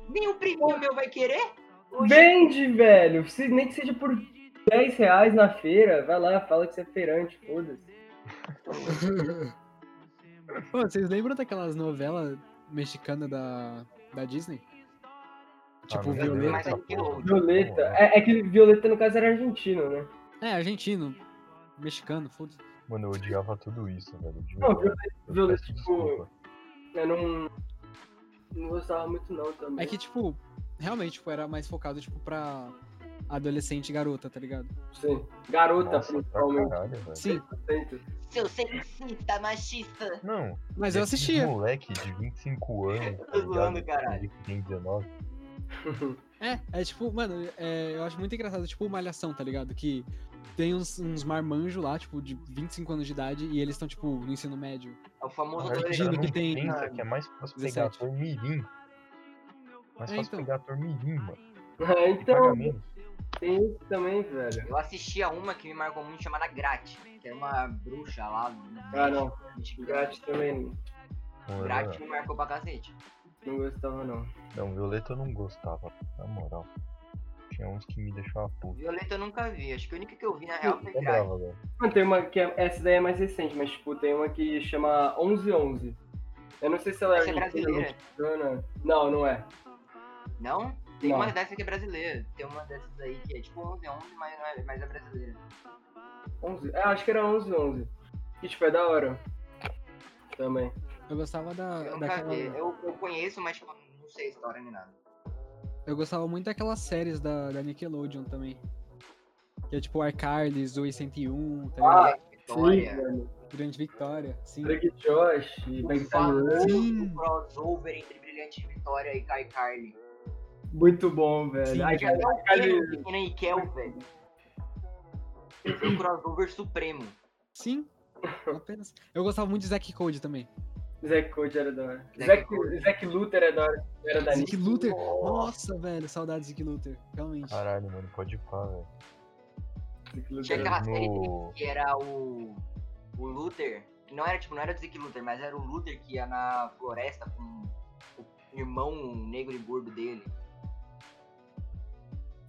[SPEAKER 4] Nem o primo meu vai querer? Hoje
[SPEAKER 2] vende, velho! Se, nem que seja por 10 reais na feira, vai lá, fala que você é feirante, foda-se.
[SPEAKER 1] Ô, vocês lembram daquelas novelas mexicanas da, da Disney? Tipo,
[SPEAKER 3] Ah, não quero
[SPEAKER 1] Violeta.
[SPEAKER 4] Mas é
[SPEAKER 3] essa
[SPEAKER 4] que
[SPEAKER 3] porra.
[SPEAKER 2] Violeta. É, é que Violeta, no caso, era argentino, né?
[SPEAKER 1] É, argentino, mexicano, foda-se.
[SPEAKER 3] Mano, eu odiava tudo isso, velho. de
[SPEAKER 2] Não,
[SPEAKER 3] verdade. Eu
[SPEAKER 2] Violeta,
[SPEAKER 3] peço
[SPEAKER 2] tipo,
[SPEAKER 3] desculpa.
[SPEAKER 2] Eu não. Não gostava muito, não, também.
[SPEAKER 1] É que, tipo, realmente, tipo, era mais focado, tipo, pra adolescente e garota, tá ligado?
[SPEAKER 2] Sim. Garota,
[SPEAKER 3] Nossa, pra
[SPEAKER 2] principalmente.
[SPEAKER 3] caralho, velho.
[SPEAKER 1] Sim,
[SPEAKER 2] Sempre.
[SPEAKER 4] Seu sexista machista.
[SPEAKER 3] Não,
[SPEAKER 1] mas eu
[SPEAKER 3] esses
[SPEAKER 1] assistia.
[SPEAKER 3] moleque de 25 anos. tá
[SPEAKER 4] Tô zoando,
[SPEAKER 3] ligado?
[SPEAKER 4] caralho.
[SPEAKER 3] Que tem 19.
[SPEAKER 1] É, é tipo, mano, é, eu acho muito engraçado, tipo, Malhação, tá ligado? Que tem uns, uns marmanjos lá, tipo, de 25 anos de idade, e eles estão, tipo, no ensino médio.
[SPEAKER 4] É o famoso
[SPEAKER 3] Cara,
[SPEAKER 1] Imagino
[SPEAKER 3] não
[SPEAKER 1] que tem-
[SPEAKER 3] pensa que é mais fácil pegar
[SPEAKER 1] 17.
[SPEAKER 3] ator mirim. Mais
[SPEAKER 1] É,
[SPEAKER 3] fácil
[SPEAKER 1] então.
[SPEAKER 3] pegar ator mirim, mano.
[SPEAKER 2] Ah,
[SPEAKER 3] E paga
[SPEAKER 2] então,
[SPEAKER 3] menos.
[SPEAKER 2] tem isso também, velho.
[SPEAKER 4] Eu assistia uma que me marcou muito chamada Grátis, que era uma bruxa lá né? no.
[SPEAKER 2] Ah, não.
[SPEAKER 4] México.
[SPEAKER 2] Grátis também
[SPEAKER 3] Mano,
[SPEAKER 4] Grátis me marcou pra cacete.
[SPEAKER 2] não gostava, não.
[SPEAKER 3] Não, Violeta eu não gostava, na moral. Tinha uns que me deixavam puto.
[SPEAKER 4] Violeta eu nunca vi, acho que a única que eu vi na real foi Grátis.
[SPEAKER 3] Lembrava, velho.
[SPEAKER 2] Mano, tem uma que é, essa daí é mais recente, mas tipo, tem uma que chama 1111. Eu não sei se ela
[SPEAKER 4] Essa é
[SPEAKER 2] argentina,
[SPEAKER 4] brasileira.
[SPEAKER 2] mexicana. Não, não é.
[SPEAKER 4] Não? Tem
[SPEAKER 2] Não.
[SPEAKER 4] uma dessa que é brasileira. Tem uma dessas aí que é tipo 11 11, mas, não é, mas é brasileira.
[SPEAKER 2] 11, é, acho que era 1111. E tipo, é da hora. Também.
[SPEAKER 1] Eu gostava
[SPEAKER 2] Ah,
[SPEAKER 1] da,
[SPEAKER 4] Eu nunca
[SPEAKER 1] daquela.
[SPEAKER 4] vi. Eu, eu conheço, mas tipo, não sei a história nem nada.
[SPEAKER 1] Eu gostava muito daquelas séries da, da Nickelodeon também. Que é tipo Arcardes, Zoe 101, tá ligado?
[SPEAKER 2] Ah,
[SPEAKER 4] História.
[SPEAKER 2] Sim, velho.
[SPEAKER 1] Grande Vitória, sim.
[SPEAKER 2] Drake Josh, Big
[SPEAKER 4] O
[SPEAKER 2] Time Rush.
[SPEAKER 4] famoso
[SPEAKER 1] Sim.
[SPEAKER 4] crossover entre Brilhante Vitória e Kai Carly.
[SPEAKER 2] Muito bom,
[SPEAKER 1] Sim,
[SPEAKER 2] velho. Ai,
[SPEAKER 1] cara.
[SPEAKER 2] cara,
[SPEAKER 4] Aquele
[SPEAKER 2] cara,
[SPEAKER 4] menino e Kel, velho. Foi um crossover supremo.
[SPEAKER 1] Sim. Apenas. Eu gostava muito de Zack Code também.
[SPEAKER 2] Zack Code era da hora.
[SPEAKER 4] Zack
[SPEAKER 2] Zack,
[SPEAKER 4] Cody.
[SPEAKER 2] Zack Luther era da hora. Era da
[SPEAKER 1] Zack
[SPEAKER 2] Nick.
[SPEAKER 1] Luther. Nossa, velho, saudades de Zack Luther. Realmente.
[SPEAKER 3] Caralho, mano, pode ir pá, velho.
[SPEAKER 2] Zack Luther.
[SPEAKER 4] Tinha aquela série
[SPEAKER 3] No...
[SPEAKER 4] que era o. O Luther. Que não era tipo, não era o Zeke Luther, mas era o Luther que ia na floresta com o irmão negro e gordo dele.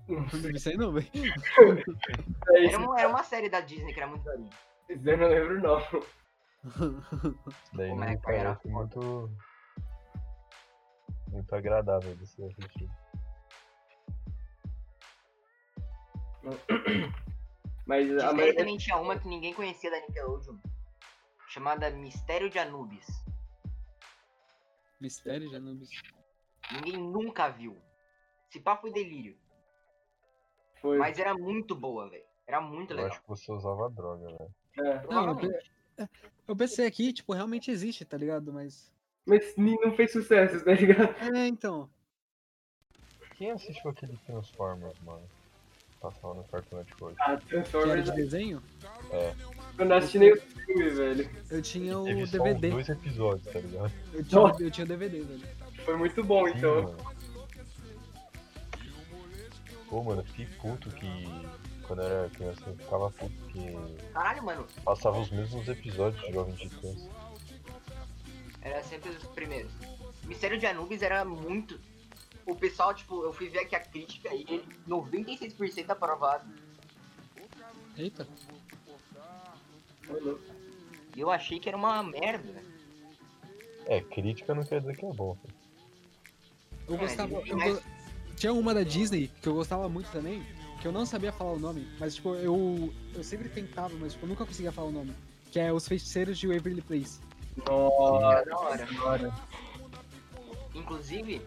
[SPEAKER 1] Não vi isso aí não, velho.
[SPEAKER 2] É
[SPEAKER 4] Era
[SPEAKER 2] isso,
[SPEAKER 4] uma, era uma série da Disney que era muito daorinha.
[SPEAKER 2] isso daí eu não lembro, não.
[SPEAKER 3] Daí
[SPEAKER 4] Como é
[SPEAKER 3] não
[SPEAKER 4] que era a
[SPEAKER 3] parece muito... Muito agradável de ser assistir.
[SPEAKER 2] Mas a
[SPEAKER 4] Disney
[SPEAKER 2] maioria
[SPEAKER 4] também tinha uma que ninguém conhecia da Nickelodeon. Chamada Mistério de Anubis.
[SPEAKER 1] Mistério de Anubis.
[SPEAKER 4] Ninguém nunca viu. Se pá foi delírio.
[SPEAKER 2] foi.
[SPEAKER 4] Mas era muito boa, velho. Era muito
[SPEAKER 3] Eu
[SPEAKER 4] legal.
[SPEAKER 3] acho que você usava droga, né? velho.
[SPEAKER 1] Não,
[SPEAKER 2] é.
[SPEAKER 1] eu,
[SPEAKER 4] Provavelmente.
[SPEAKER 1] pe- é, eu pensei aqui, tipo, realmente existe, tá ligado? Mas.
[SPEAKER 2] Mas nem- não fez sucesso, tá ligado?
[SPEAKER 1] É, então.
[SPEAKER 3] Quem assistiu aquele Transformers, mano? Passava no Cartoon Network.
[SPEAKER 2] Ah,
[SPEAKER 1] Que era de
[SPEAKER 2] Transformers.
[SPEAKER 1] desenho.
[SPEAKER 2] Eu não assisti nem o filme, velho.
[SPEAKER 1] Eu tinha o
[SPEAKER 3] Teve só uns
[SPEAKER 1] DVD.
[SPEAKER 3] dois episódios, tá ligado?
[SPEAKER 1] Eu tinha, eu tinha o DVD, velho.
[SPEAKER 2] Foi muito bom,
[SPEAKER 3] Sim,
[SPEAKER 2] então.
[SPEAKER 3] mano. Pô, mano, eu fiquei puto que quando eu era criança eu ficava puto que
[SPEAKER 4] Caralho, mano.
[SPEAKER 3] passava os mesmos episódios de Jovem Titãs.
[SPEAKER 4] Era sempre os primeiros. Mistério de Anubis era muito. O pessoal, tipo, eu fui ver aqui a crítica e ele 96% aprovado.
[SPEAKER 1] Eita.
[SPEAKER 4] E eu achei que era uma merda.
[SPEAKER 3] É, crítica não quer dizer que é bom.
[SPEAKER 1] Eu
[SPEAKER 4] É,
[SPEAKER 1] gostava.
[SPEAKER 4] ninguém
[SPEAKER 1] eu
[SPEAKER 4] mais-
[SPEAKER 1] go- Tinha uma da Disney que eu gostava muito também, que eu não sabia falar o nome, mas tipo, eu, eu sempre tentava, mas tipo, eu nunca conseguia falar o nome. Que é Os Feiticeiros de Waverly Place.
[SPEAKER 2] Nossa
[SPEAKER 4] Era da hora.
[SPEAKER 2] senhora.
[SPEAKER 4] Inclusive,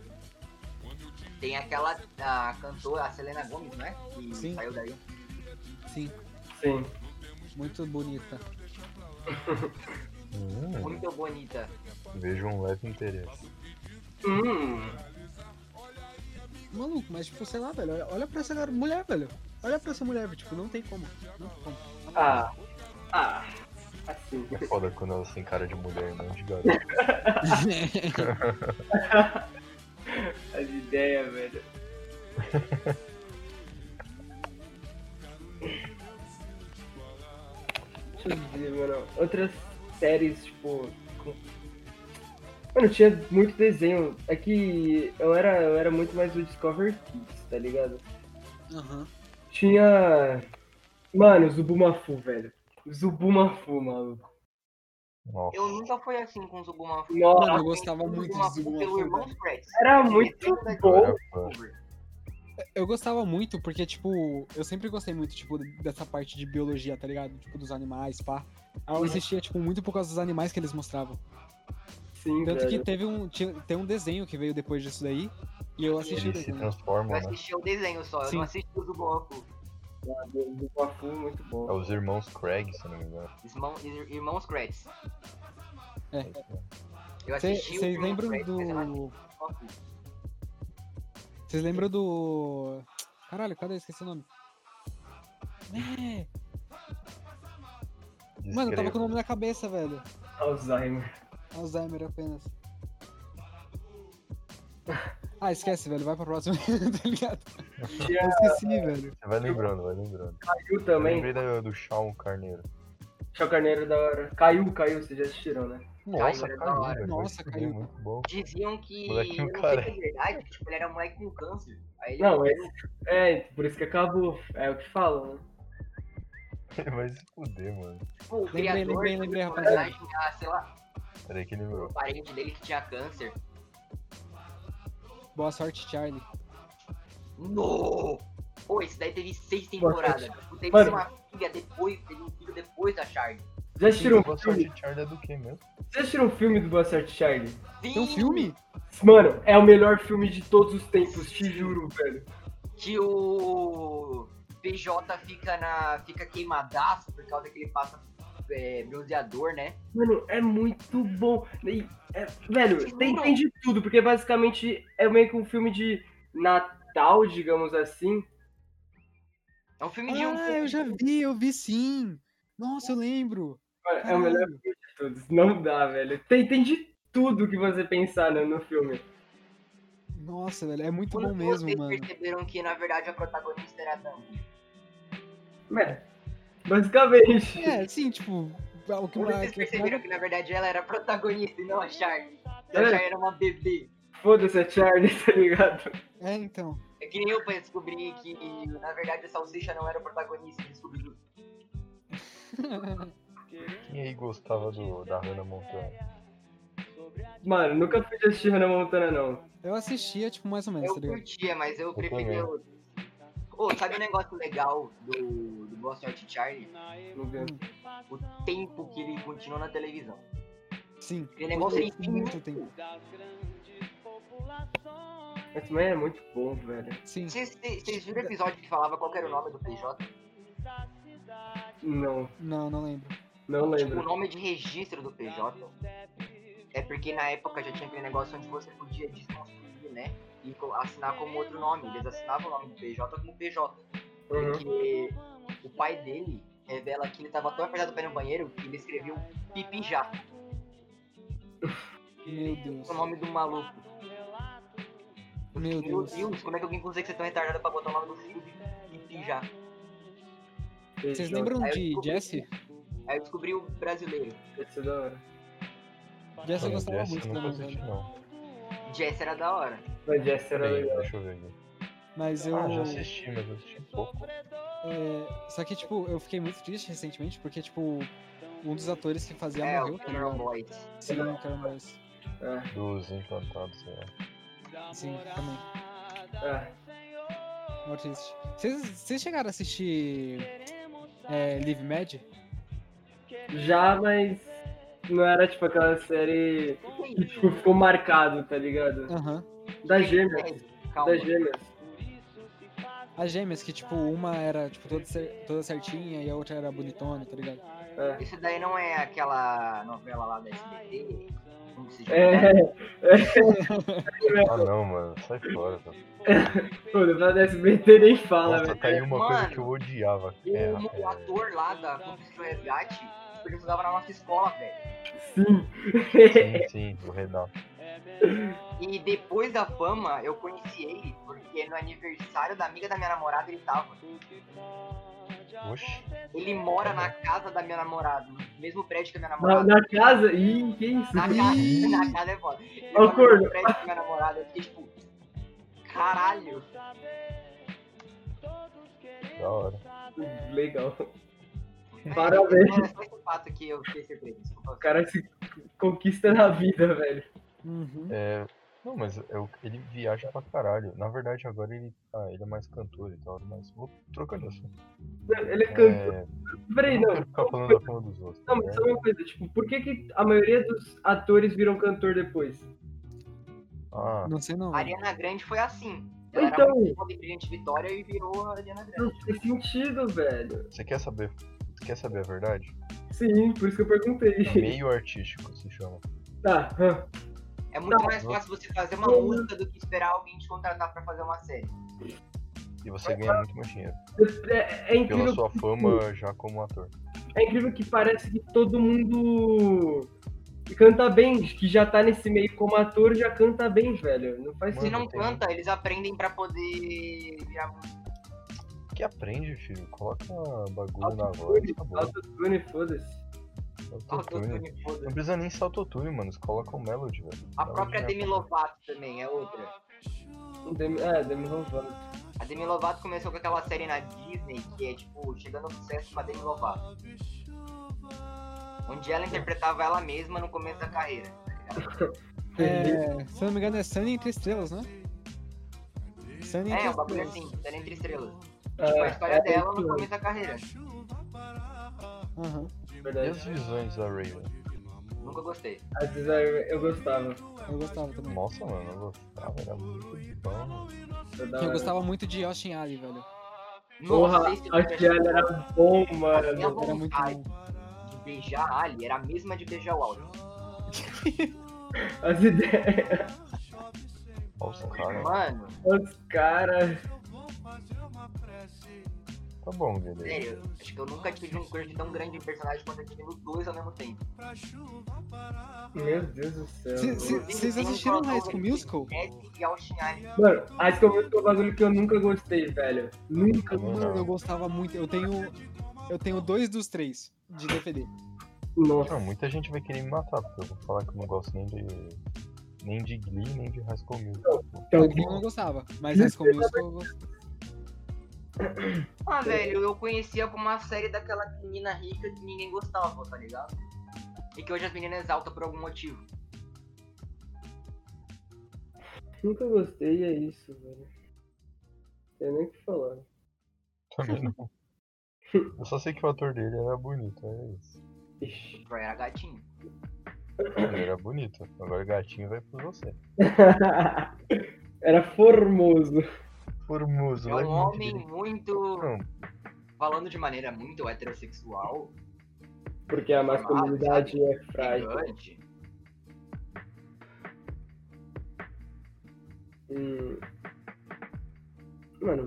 [SPEAKER 4] tem aquela a cantora, a Selena Gomes, né? Que
[SPEAKER 1] Sim.
[SPEAKER 4] saiu daí.
[SPEAKER 1] Sim,
[SPEAKER 2] Sim.
[SPEAKER 1] muito bonita.
[SPEAKER 3] Hum,
[SPEAKER 4] Muito bonita.
[SPEAKER 3] vejo um leve interesse.
[SPEAKER 2] Hum.
[SPEAKER 1] Maluco, mas tipo, sei lá, velho, olha- olha pra essa gar- mulher, velho. Olha pra essa mulher, velho, tipo, não tem como. Não tem como.
[SPEAKER 2] Ah. Ah. Assim.
[SPEAKER 3] É foda quando ela tem cara de mulher, não de
[SPEAKER 2] É.
[SPEAKER 3] garoto.
[SPEAKER 2] As ideias, velho. Deixa eu ver, mano. Outras séries, tipo. com- Mano, tinha muito desenho. É que eu era, eu era muito mais do Discover Kids, tá ligado?
[SPEAKER 1] Aham.
[SPEAKER 2] Tinha. Mano, Zubumafu, velho. Zubumafu, maluco.
[SPEAKER 3] Nossa.
[SPEAKER 4] Eu nunca fui assim com o Zubumafu.
[SPEAKER 2] Nossa,
[SPEAKER 1] Mano, eu gostava muito de
[SPEAKER 4] Zubumafu pelo
[SPEAKER 1] Zubumafu,
[SPEAKER 4] irmão
[SPEAKER 1] velho.
[SPEAKER 4] Fred.
[SPEAKER 2] era muito
[SPEAKER 3] eu
[SPEAKER 2] bom.
[SPEAKER 3] era fã.
[SPEAKER 1] Eu gostava muito porque, tipo, eu sempre gostei muito, tipo, dessa parte de biologia, tá ligado? Tipo, dos animais, pá. Aí eu
[SPEAKER 2] Uhum.
[SPEAKER 1] assistia, tipo, muito por causa dos animais que eles mostravam.
[SPEAKER 2] Sim,
[SPEAKER 1] Tanto que
[SPEAKER 2] velho.
[SPEAKER 1] teve um, tinha- tem um desenho que veio depois disso daí. E eu assisti o
[SPEAKER 3] Eles se
[SPEAKER 1] desenho.
[SPEAKER 4] Eu
[SPEAKER 3] transformam, né?
[SPEAKER 4] assisti o desenho só, eu
[SPEAKER 1] Sim.
[SPEAKER 4] não assisti o Zubumafu.
[SPEAKER 2] Zubumafu, muito
[SPEAKER 3] É
[SPEAKER 2] bom.
[SPEAKER 3] os irmãos Craig, se não me engano.
[SPEAKER 4] Irmão, ir- irmãos Kretz.
[SPEAKER 1] É.
[SPEAKER 4] Eu assisti o
[SPEAKER 1] Vocês
[SPEAKER 4] irmão
[SPEAKER 1] lembram
[SPEAKER 4] Kretz, mas é eu não assisti
[SPEAKER 1] do.
[SPEAKER 4] o Zubumafu.
[SPEAKER 1] Vocês lembram do. Caralho, cadê? Esqueci o nome. É. Mano, eu tava com o nome na cabeça, velho.
[SPEAKER 2] Alzheimer.
[SPEAKER 1] Alzheimer apenas. Ah, esquece, velho. Vai pra próxima, tá ligado? Eu esqueci, velho.
[SPEAKER 3] Você vai lembrando, vai lembrando.
[SPEAKER 2] Caiu
[SPEAKER 3] Eu
[SPEAKER 2] também.
[SPEAKER 3] lembrei da- do Shawn Carneiro.
[SPEAKER 2] Chá Carneiro é da hora. Caiu, caiu, vocês já assistiram, né?
[SPEAKER 3] Nossa,
[SPEAKER 4] era da
[SPEAKER 3] caiu,
[SPEAKER 4] hora.
[SPEAKER 3] velho.
[SPEAKER 1] Nossa,
[SPEAKER 3] Foi
[SPEAKER 1] caiu.
[SPEAKER 3] Muito bom.
[SPEAKER 4] Diziam que.
[SPEAKER 3] Molequinho
[SPEAKER 4] eu não sei se é
[SPEAKER 3] careca.
[SPEAKER 4] verdade, que, tipo, ele era um moleque com câncer. Aí ele
[SPEAKER 2] Não, é, é, por isso que acabou. É o que falam, né?
[SPEAKER 3] Ele vai se fuder, mano.
[SPEAKER 4] Tipo, o
[SPEAKER 1] Lembrei,
[SPEAKER 4] criador
[SPEAKER 1] lembrei,
[SPEAKER 4] do
[SPEAKER 1] lembrei,
[SPEAKER 4] personagem, ah, sei lá,
[SPEAKER 3] Peraí que lembrou.
[SPEAKER 4] o parente dele que tinha câncer.
[SPEAKER 1] Boa sorte, Charlie.
[SPEAKER 4] No! Pô, esse daí teve seis temporadas. Tipo, teve
[SPEAKER 2] Mano.
[SPEAKER 4] uma filha depois, teve um filho depois da Charlie.
[SPEAKER 2] Já assistiram
[SPEAKER 3] Boa
[SPEAKER 2] um filme?
[SPEAKER 3] sorte, Charlie é do que mesmo?
[SPEAKER 2] Vocês assistiram um filme do Boa Sorte Charlie?
[SPEAKER 1] Tem um filme?
[SPEAKER 2] Mano, é o melhor filme de todos os tempos, te juro, velho.
[SPEAKER 4] Que o PJ fica na. fica queimadaço por causa que ele passa é, bronzeador, né?
[SPEAKER 2] Mano, é muito bom. E, é- velho, tem, tem de tudo, porque basicamente é meio que um filme de Natal, digamos assim.
[SPEAKER 4] É um filme de um.
[SPEAKER 1] Ah, eu já vi, eu vi sim. Nossa, eu lembro.
[SPEAKER 2] Mano, é o melhor filme de todos. Não dá, velho. Tem, tem de tudo que você pensar né, no filme.
[SPEAKER 1] Nossa, velho, é muito
[SPEAKER 4] Quando
[SPEAKER 1] bom mesmo,
[SPEAKER 4] vocês
[SPEAKER 1] mano.
[SPEAKER 4] perceberam que na verdade a protagonista era a Thumb.
[SPEAKER 2] Mano, basicamente.
[SPEAKER 1] É, sim, tipo, o que
[SPEAKER 4] Quando vocês
[SPEAKER 1] mais.
[SPEAKER 4] perceberam que na verdade ela era a protagonista e não a Charlie.
[SPEAKER 2] É.
[SPEAKER 4] A Charlie era uma bebê.
[SPEAKER 2] Foda-se a Charlie, tá ligado?
[SPEAKER 1] É, então.
[SPEAKER 4] É que nem eu pra descobrir que na verdade a Salsicha não era o protagonista, descobri tudo.
[SPEAKER 3] Quem aí gostava do, da Hannah Montana?
[SPEAKER 2] Mano, nunca fui de assistir Hannah Montana, não.
[SPEAKER 1] Eu assistia, tipo, mais ou menos,
[SPEAKER 4] Eu
[SPEAKER 1] tá ligado?
[SPEAKER 4] curtia, mas eu
[SPEAKER 3] também.
[SPEAKER 4] preferia outros. Ô, sabe um negócio legal do, do Boa Sorte Charlie?
[SPEAKER 2] Não vi.
[SPEAKER 4] O tempo que ele continuou na televisão.
[SPEAKER 1] Sim.
[SPEAKER 4] Aquele negócio é
[SPEAKER 1] muito
[SPEAKER 4] infinito.
[SPEAKER 1] tempo.
[SPEAKER 2] Mas também é muito bom, velho.
[SPEAKER 1] Sim.
[SPEAKER 4] Vocês vocês viram o episódio que falava qual que era o nome do PJ?
[SPEAKER 2] Não,
[SPEAKER 1] Não, não lembro.
[SPEAKER 2] não
[SPEAKER 4] Tipo, o
[SPEAKER 2] lembro.
[SPEAKER 4] nome de registro do PJ é porque na época já tinha aquele negócio onde você podia desconstruir, né? E co- assinar como outro nome. Eles assinavam o nome do PJ como PJ.
[SPEAKER 2] Uhum.
[SPEAKER 4] Porque o pai dele revela que ele tava tão apertado pra ir no banheiro que ele escreveu Pipi Jato,
[SPEAKER 1] Meu Deus.
[SPEAKER 4] o nome do maluco. Eu
[SPEAKER 1] Meu
[SPEAKER 4] fiquei, Meu
[SPEAKER 1] Deus.
[SPEAKER 4] Deus, como é que alguém consegue ser tão retardado pra botar o nome do filho de Pipi Jato?
[SPEAKER 2] é
[SPEAKER 1] Vocês lembram
[SPEAKER 4] Aí eu
[SPEAKER 1] de
[SPEAKER 4] descobri-
[SPEAKER 1] Jesse?
[SPEAKER 4] Aí eu descobri o brasileiro.
[SPEAKER 2] Isso é da hora.
[SPEAKER 1] Jesse eu
[SPEAKER 3] Mano,
[SPEAKER 1] gostava
[SPEAKER 3] Jess,
[SPEAKER 1] muito
[SPEAKER 3] eu nunca
[SPEAKER 1] também, né?
[SPEAKER 3] assisti,
[SPEAKER 1] velho.
[SPEAKER 3] não.
[SPEAKER 4] Jess era da hora.
[SPEAKER 2] Mas Jess era
[SPEAKER 3] Peraí,
[SPEAKER 2] legal.
[SPEAKER 3] deixa eu ver aqui.
[SPEAKER 1] Mas eu.
[SPEAKER 3] Ah, já assisti, mas eu assisti pouco.
[SPEAKER 1] é, Só que, tipo, eu fiquei muito triste recentemente, porque, tipo, um dos atores que fazia
[SPEAKER 4] É, o
[SPEAKER 1] morreu, tá
[SPEAKER 4] Cameron
[SPEAKER 1] ligado?
[SPEAKER 4] Boyd.
[SPEAKER 1] Sim, o Cameron Boyce.
[SPEAKER 2] Ah,
[SPEAKER 3] Dos Encantados, sei lá.
[SPEAKER 1] Sim, também.
[SPEAKER 2] ah.
[SPEAKER 1] Mó triste. Vocês vocês chegaram a assistir. É, Live Mad?
[SPEAKER 2] Já, mas não era tipo aquela série
[SPEAKER 4] O que é
[SPEAKER 2] que
[SPEAKER 4] isso?
[SPEAKER 2] tipo, ficou marcado, tá ligado?
[SPEAKER 1] Aham.
[SPEAKER 2] Da gêmea.
[SPEAKER 4] É, Calma.
[SPEAKER 2] Da gêmeas.
[SPEAKER 1] As gêmeas, que tipo, uma era tipo, toda, cer- toda certinha e a outra era bonitona, tá ligado?
[SPEAKER 2] É.
[SPEAKER 4] Isso daí não é aquela novela lá da SBT? Como que se chama? né?
[SPEAKER 2] É,
[SPEAKER 3] Ah não, mano, sai fora. Tá.
[SPEAKER 2] pô, na da SBT nem fala,
[SPEAKER 3] Nossa,
[SPEAKER 2] velho.
[SPEAKER 3] tá aí uma coisa
[SPEAKER 4] Mano.
[SPEAKER 3] que eu odiava.
[SPEAKER 4] O,
[SPEAKER 3] É,
[SPEAKER 4] o
[SPEAKER 3] é,
[SPEAKER 4] ator lá da Conquista do Resgate, porque eu estudava na nossa escola, velho.
[SPEAKER 2] Sim.
[SPEAKER 3] sim, sim, o Renato.
[SPEAKER 4] E depois da fama, eu conheci ele, porque no aniversário da amiga da minha namorada ele tava.
[SPEAKER 3] Oxi.
[SPEAKER 4] Ele mora na casa da minha namorada, no mesmo prédio que a minha
[SPEAKER 2] Na,
[SPEAKER 4] namorada.
[SPEAKER 2] na casa? Ih, que isso?
[SPEAKER 4] Na casa, na casa é foda. Ele
[SPEAKER 2] Ô,
[SPEAKER 4] mora no
[SPEAKER 2] corno.
[SPEAKER 4] mesmo prédio que a minha namorada, eu fiquei tipo, caralho.
[SPEAKER 3] Da hora.
[SPEAKER 2] Legal.
[SPEAKER 4] Mas
[SPEAKER 2] Parabéns.
[SPEAKER 4] Era é só esse fato que eu fiquei surpreso, desculpa.
[SPEAKER 2] O cara se conquista na vida, velho.
[SPEAKER 1] Uhum.
[SPEAKER 3] É, não, mas é o- ele viaja pra caralho. Na verdade, agora ele, ah, ele é mais cantor e tal, mas vou trocando assim.
[SPEAKER 2] Ele é cantor.
[SPEAKER 3] É,
[SPEAKER 2] Peraí,
[SPEAKER 3] eu
[SPEAKER 2] não.
[SPEAKER 3] quero ficar falando da fama dos outros. tá
[SPEAKER 2] Não, mas
[SPEAKER 3] ligado?
[SPEAKER 2] só uma coisa, tipo, por que, que a maioria dos atores viram cantor depois?
[SPEAKER 3] Ah,
[SPEAKER 1] Não sei não.
[SPEAKER 4] A
[SPEAKER 1] velho.
[SPEAKER 4] Ariana Grande foi assim. Ela
[SPEAKER 2] Então.
[SPEAKER 4] era muito foda e brilhante vitória e virou a Ariana Grande.
[SPEAKER 2] Não tem sentido, velho.
[SPEAKER 3] você quer saber? Quer saber a verdade?
[SPEAKER 2] Sim, por isso que eu perguntei.
[SPEAKER 3] Meio artístico se chama.
[SPEAKER 2] Tá. hã.
[SPEAKER 4] É muito
[SPEAKER 2] Não.
[SPEAKER 4] mais fácil você fazer uma
[SPEAKER 2] Não.
[SPEAKER 4] música do que esperar alguém te contratar pra fazer uma série.
[SPEAKER 3] E você ganha muito mais dinheiro.
[SPEAKER 2] É, é
[SPEAKER 3] Pela
[SPEAKER 2] incrível,
[SPEAKER 3] sua fama já como ator.
[SPEAKER 2] é incrível que parece que todo mundo canta bem, que já tá nesse meio como ator, já canta bem, velho. Não faz
[SPEAKER 4] Se
[SPEAKER 2] sentido.
[SPEAKER 3] Mano,
[SPEAKER 4] não
[SPEAKER 3] tem-
[SPEAKER 4] canta, eles aprendem pra poder virar música.
[SPEAKER 3] Que aprende, filho. Coloca bagulho na voz,
[SPEAKER 2] Autotune,
[SPEAKER 3] acabou.
[SPEAKER 2] autotune, foda-se.
[SPEAKER 3] Autotune. Não precisa nem ser autotune, mano. Você coloca um melody, velho.
[SPEAKER 4] A
[SPEAKER 3] Melody
[SPEAKER 4] própria
[SPEAKER 3] já-
[SPEAKER 4] Demi Lovato também é outra.
[SPEAKER 2] Demi- É, Demi Lovato.
[SPEAKER 4] A Demi Lovato começou com aquela série na Disney que é tipo chegando ao sucesso com a Demi Lovato. Onde ela interpretava ela mesma no começo da carreira.
[SPEAKER 1] É, se eu não me engano, é Sunny entre estrelas, né? Sunny entre
[SPEAKER 4] É, um
[SPEAKER 1] estrelas.
[SPEAKER 4] bagulho assim, série entre estrelas.
[SPEAKER 2] É,
[SPEAKER 4] Tipo, a história
[SPEAKER 2] é,
[SPEAKER 4] dela
[SPEAKER 2] isso
[SPEAKER 4] no começo da carreira.
[SPEAKER 1] Aham,
[SPEAKER 2] é
[SPEAKER 3] E
[SPEAKER 2] verdade.
[SPEAKER 3] as visões da Raven?
[SPEAKER 4] Nunca gostei.
[SPEAKER 2] Às vezes eu- eu gostava.
[SPEAKER 1] eu gostava também.
[SPEAKER 3] Nossa, mano, eu gostava, era É muito bom.
[SPEAKER 2] Eu
[SPEAKER 1] Eu
[SPEAKER 2] dava-
[SPEAKER 1] gostava muito de Austin Alley, velho.
[SPEAKER 2] Porra,
[SPEAKER 4] Nossa, esse
[SPEAKER 2] a Tiana era bom,
[SPEAKER 4] Minha
[SPEAKER 2] mano.
[SPEAKER 1] Era muito
[SPEAKER 4] vontade
[SPEAKER 1] bom.
[SPEAKER 4] de beijar a Ali era a mesma de beijar o Aldo.
[SPEAKER 2] As ideias,
[SPEAKER 3] Nossa, cara.
[SPEAKER 4] Mano,
[SPEAKER 2] os caras.
[SPEAKER 3] Tá bom, beleza.
[SPEAKER 4] sério, acho que É, eu nunca tive um crush tão grande de personagem quanto eu tive nos dois ao mesmo tempo.
[SPEAKER 2] Meu Deus do céu.
[SPEAKER 1] Se- se-
[SPEAKER 4] Inclusive,
[SPEAKER 1] Vocês
[SPEAKER 4] tem um
[SPEAKER 1] assistiram High
[SPEAKER 4] crossover
[SPEAKER 1] School
[SPEAKER 4] entre
[SPEAKER 1] Musical?
[SPEAKER 4] Jesse e Austin Ali.
[SPEAKER 2] Mano, acho que eu vou um bagulho que eu nunca gostei, velho. Nunca.
[SPEAKER 3] Também
[SPEAKER 1] Mano, eu
[SPEAKER 3] não.
[SPEAKER 1] gostava muito. Eu tenho. Eu tenho dois dos três de DVD.
[SPEAKER 3] Não,
[SPEAKER 2] Nossa.
[SPEAKER 3] muita gente vai querer me matar, porque eu vou falar que eu não gosto nem de. Nem de Glee, nem de High School Musical.
[SPEAKER 2] Então,
[SPEAKER 1] Glee um eu não gostava, mas High School Musical eu gostava.
[SPEAKER 4] Ah, velho, eu conhecia como uma série daquela menina rica que ninguém gostava, tá ligado? E que hoje as meninas exaltam por algum motivo.
[SPEAKER 2] nunca gostei, é isso, velho. Não tem nem o que falar.
[SPEAKER 3] Também não. Eu só sei que o ator dele era bonito, é isso.
[SPEAKER 2] Ixi.
[SPEAKER 4] Troy Tipo, era gatinho.
[SPEAKER 3] Ele era bonito. Agora o gatinho vai por você.
[SPEAKER 2] Era formoso.
[SPEAKER 3] Formoso,
[SPEAKER 4] É
[SPEAKER 3] leve
[SPEAKER 4] um
[SPEAKER 3] muito
[SPEAKER 4] homem
[SPEAKER 3] dele.
[SPEAKER 4] muito.
[SPEAKER 3] Não,
[SPEAKER 4] Falando de maneira muito heterossexual,
[SPEAKER 2] Porque a masculinidade é frágil.
[SPEAKER 4] gigante.
[SPEAKER 2] Hum. Mano,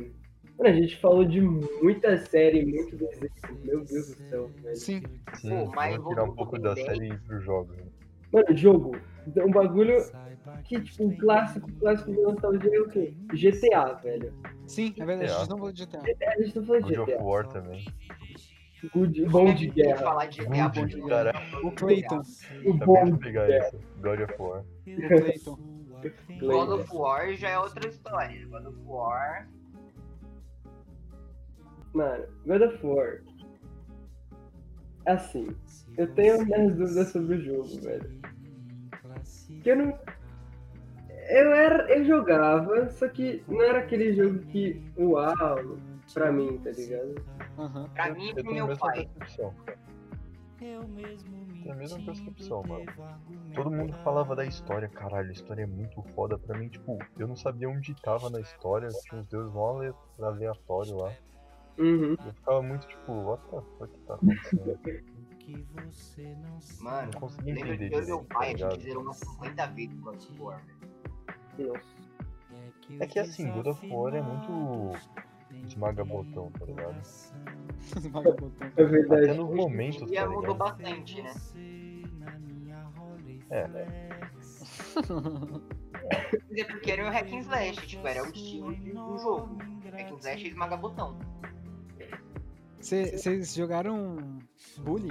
[SPEAKER 2] mano, a gente falou de muita série, muito desenho. Meu Deus do céu, velho.
[SPEAKER 1] Sim.
[SPEAKER 3] sim,
[SPEAKER 4] Pô, mas
[SPEAKER 3] vamos tirar um
[SPEAKER 4] voltando
[SPEAKER 3] pouco
[SPEAKER 4] pro
[SPEAKER 3] da
[SPEAKER 4] Ben
[SPEAKER 3] série e ir pro jogo. né?
[SPEAKER 2] Mano, jogo. Um bagulho que, tipo, um clássico, clássico de nostalgia é o quê? GTA, velho.
[SPEAKER 1] Sim, é verdade. A
[SPEAKER 3] É.
[SPEAKER 1] gente não vou digitar.
[SPEAKER 2] A gente tá falando de
[SPEAKER 3] God of
[SPEAKER 2] GTA.
[SPEAKER 3] War também.
[SPEAKER 2] Good, bom de
[SPEAKER 4] Tem que
[SPEAKER 2] guerra.
[SPEAKER 4] Falar de é GTA, bom
[SPEAKER 3] Good,
[SPEAKER 4] de guerra.
[SPEAKER 3] caralho.
[SPEAKER 1] O Clayton.
[SPEAKER 2] O
[SPEAKER 3] Acabei
[SPEAKER 2] bom
[SPEAKER 3] de pegar isso. God of War.
[SPEAKER 4] É.
[SPEAKER 1] O Clayton.
[SPEAKER 2] de
[SPEAKER 4] God
[SPEAKER 2] guerra.
[SPEAKER 4] of War já é outra história. God of War.
[SPEAKER 2] Mano, God of War. Assim, eu tenho minhas dúvidas sobre o jogo, velho. Que eu não. Eu, era, eu jogava, só que não era aquele jogo que, uau, pra mim, tá ligado?
[SPEAKER 1] Aham.
[SPEAKER 4] Pra mim e
[SPEAKER 3] Eu
[SPEAKER 4] pro
[SPEAKER 3] tenho a
[SPEAKER 4] meu
[SPEAKER 3] mesma
[SPEAKER 4] pai.
[SPEAKER 3] percepção. Tem a mesma percepção, mano. Todo mundo falava da história, caralho, a história é muito foda pra mim, tipo, eu não sabia onde tava na história, tinha uns deuses mó ale- aleatório lá.
[SPEAKER 2] Uhum.
[SPEAKER 3] Eu ficava muito tipo, what the fuck tá acontecendo?
[SPEAKER 4] Mano,
[SPEAKER 3] Não conseguia
[SPEAKER 4] lembro
[SPEAKER 3] entender
[SPEAKER 4] que eu e meu
[SPEAKER 3] direito, tá
[SPEAKER 4] pai, a gente
[SPEAKER 3] ligado?
[SPEAKER 4] zerou umas 50 vezes God of War, velho.
[SPEAKER 2] Nossa.
[SPEAKER 3] É que assim, God of War é muito esmaga-botão, tá ligado?
[SPEAKER 1] Vagabotão.
[SPEAKER 2] É
[SPEAKER 3] Até
[SPEAKER 2] verdade.
[SPEAKER 3] nos
[SPEAKER 4] Hoje em
[SPEAKER 3] momentos,
[SPEAKER 4] dia
[SPEAKER 3] tá
[SPEAKER 4] mudou
[SPEAKER 3] ligado?
[SPEAKER 4] bastante, né?
[SPEAKER 3] É, né?
[SPEAKER 4] Mas é porque era o hack and slash, tipo, era o estilo de um jogo. Hack and slash é esmaga botão.
[SPEAKER 1] Vocês jogaram né? Bully?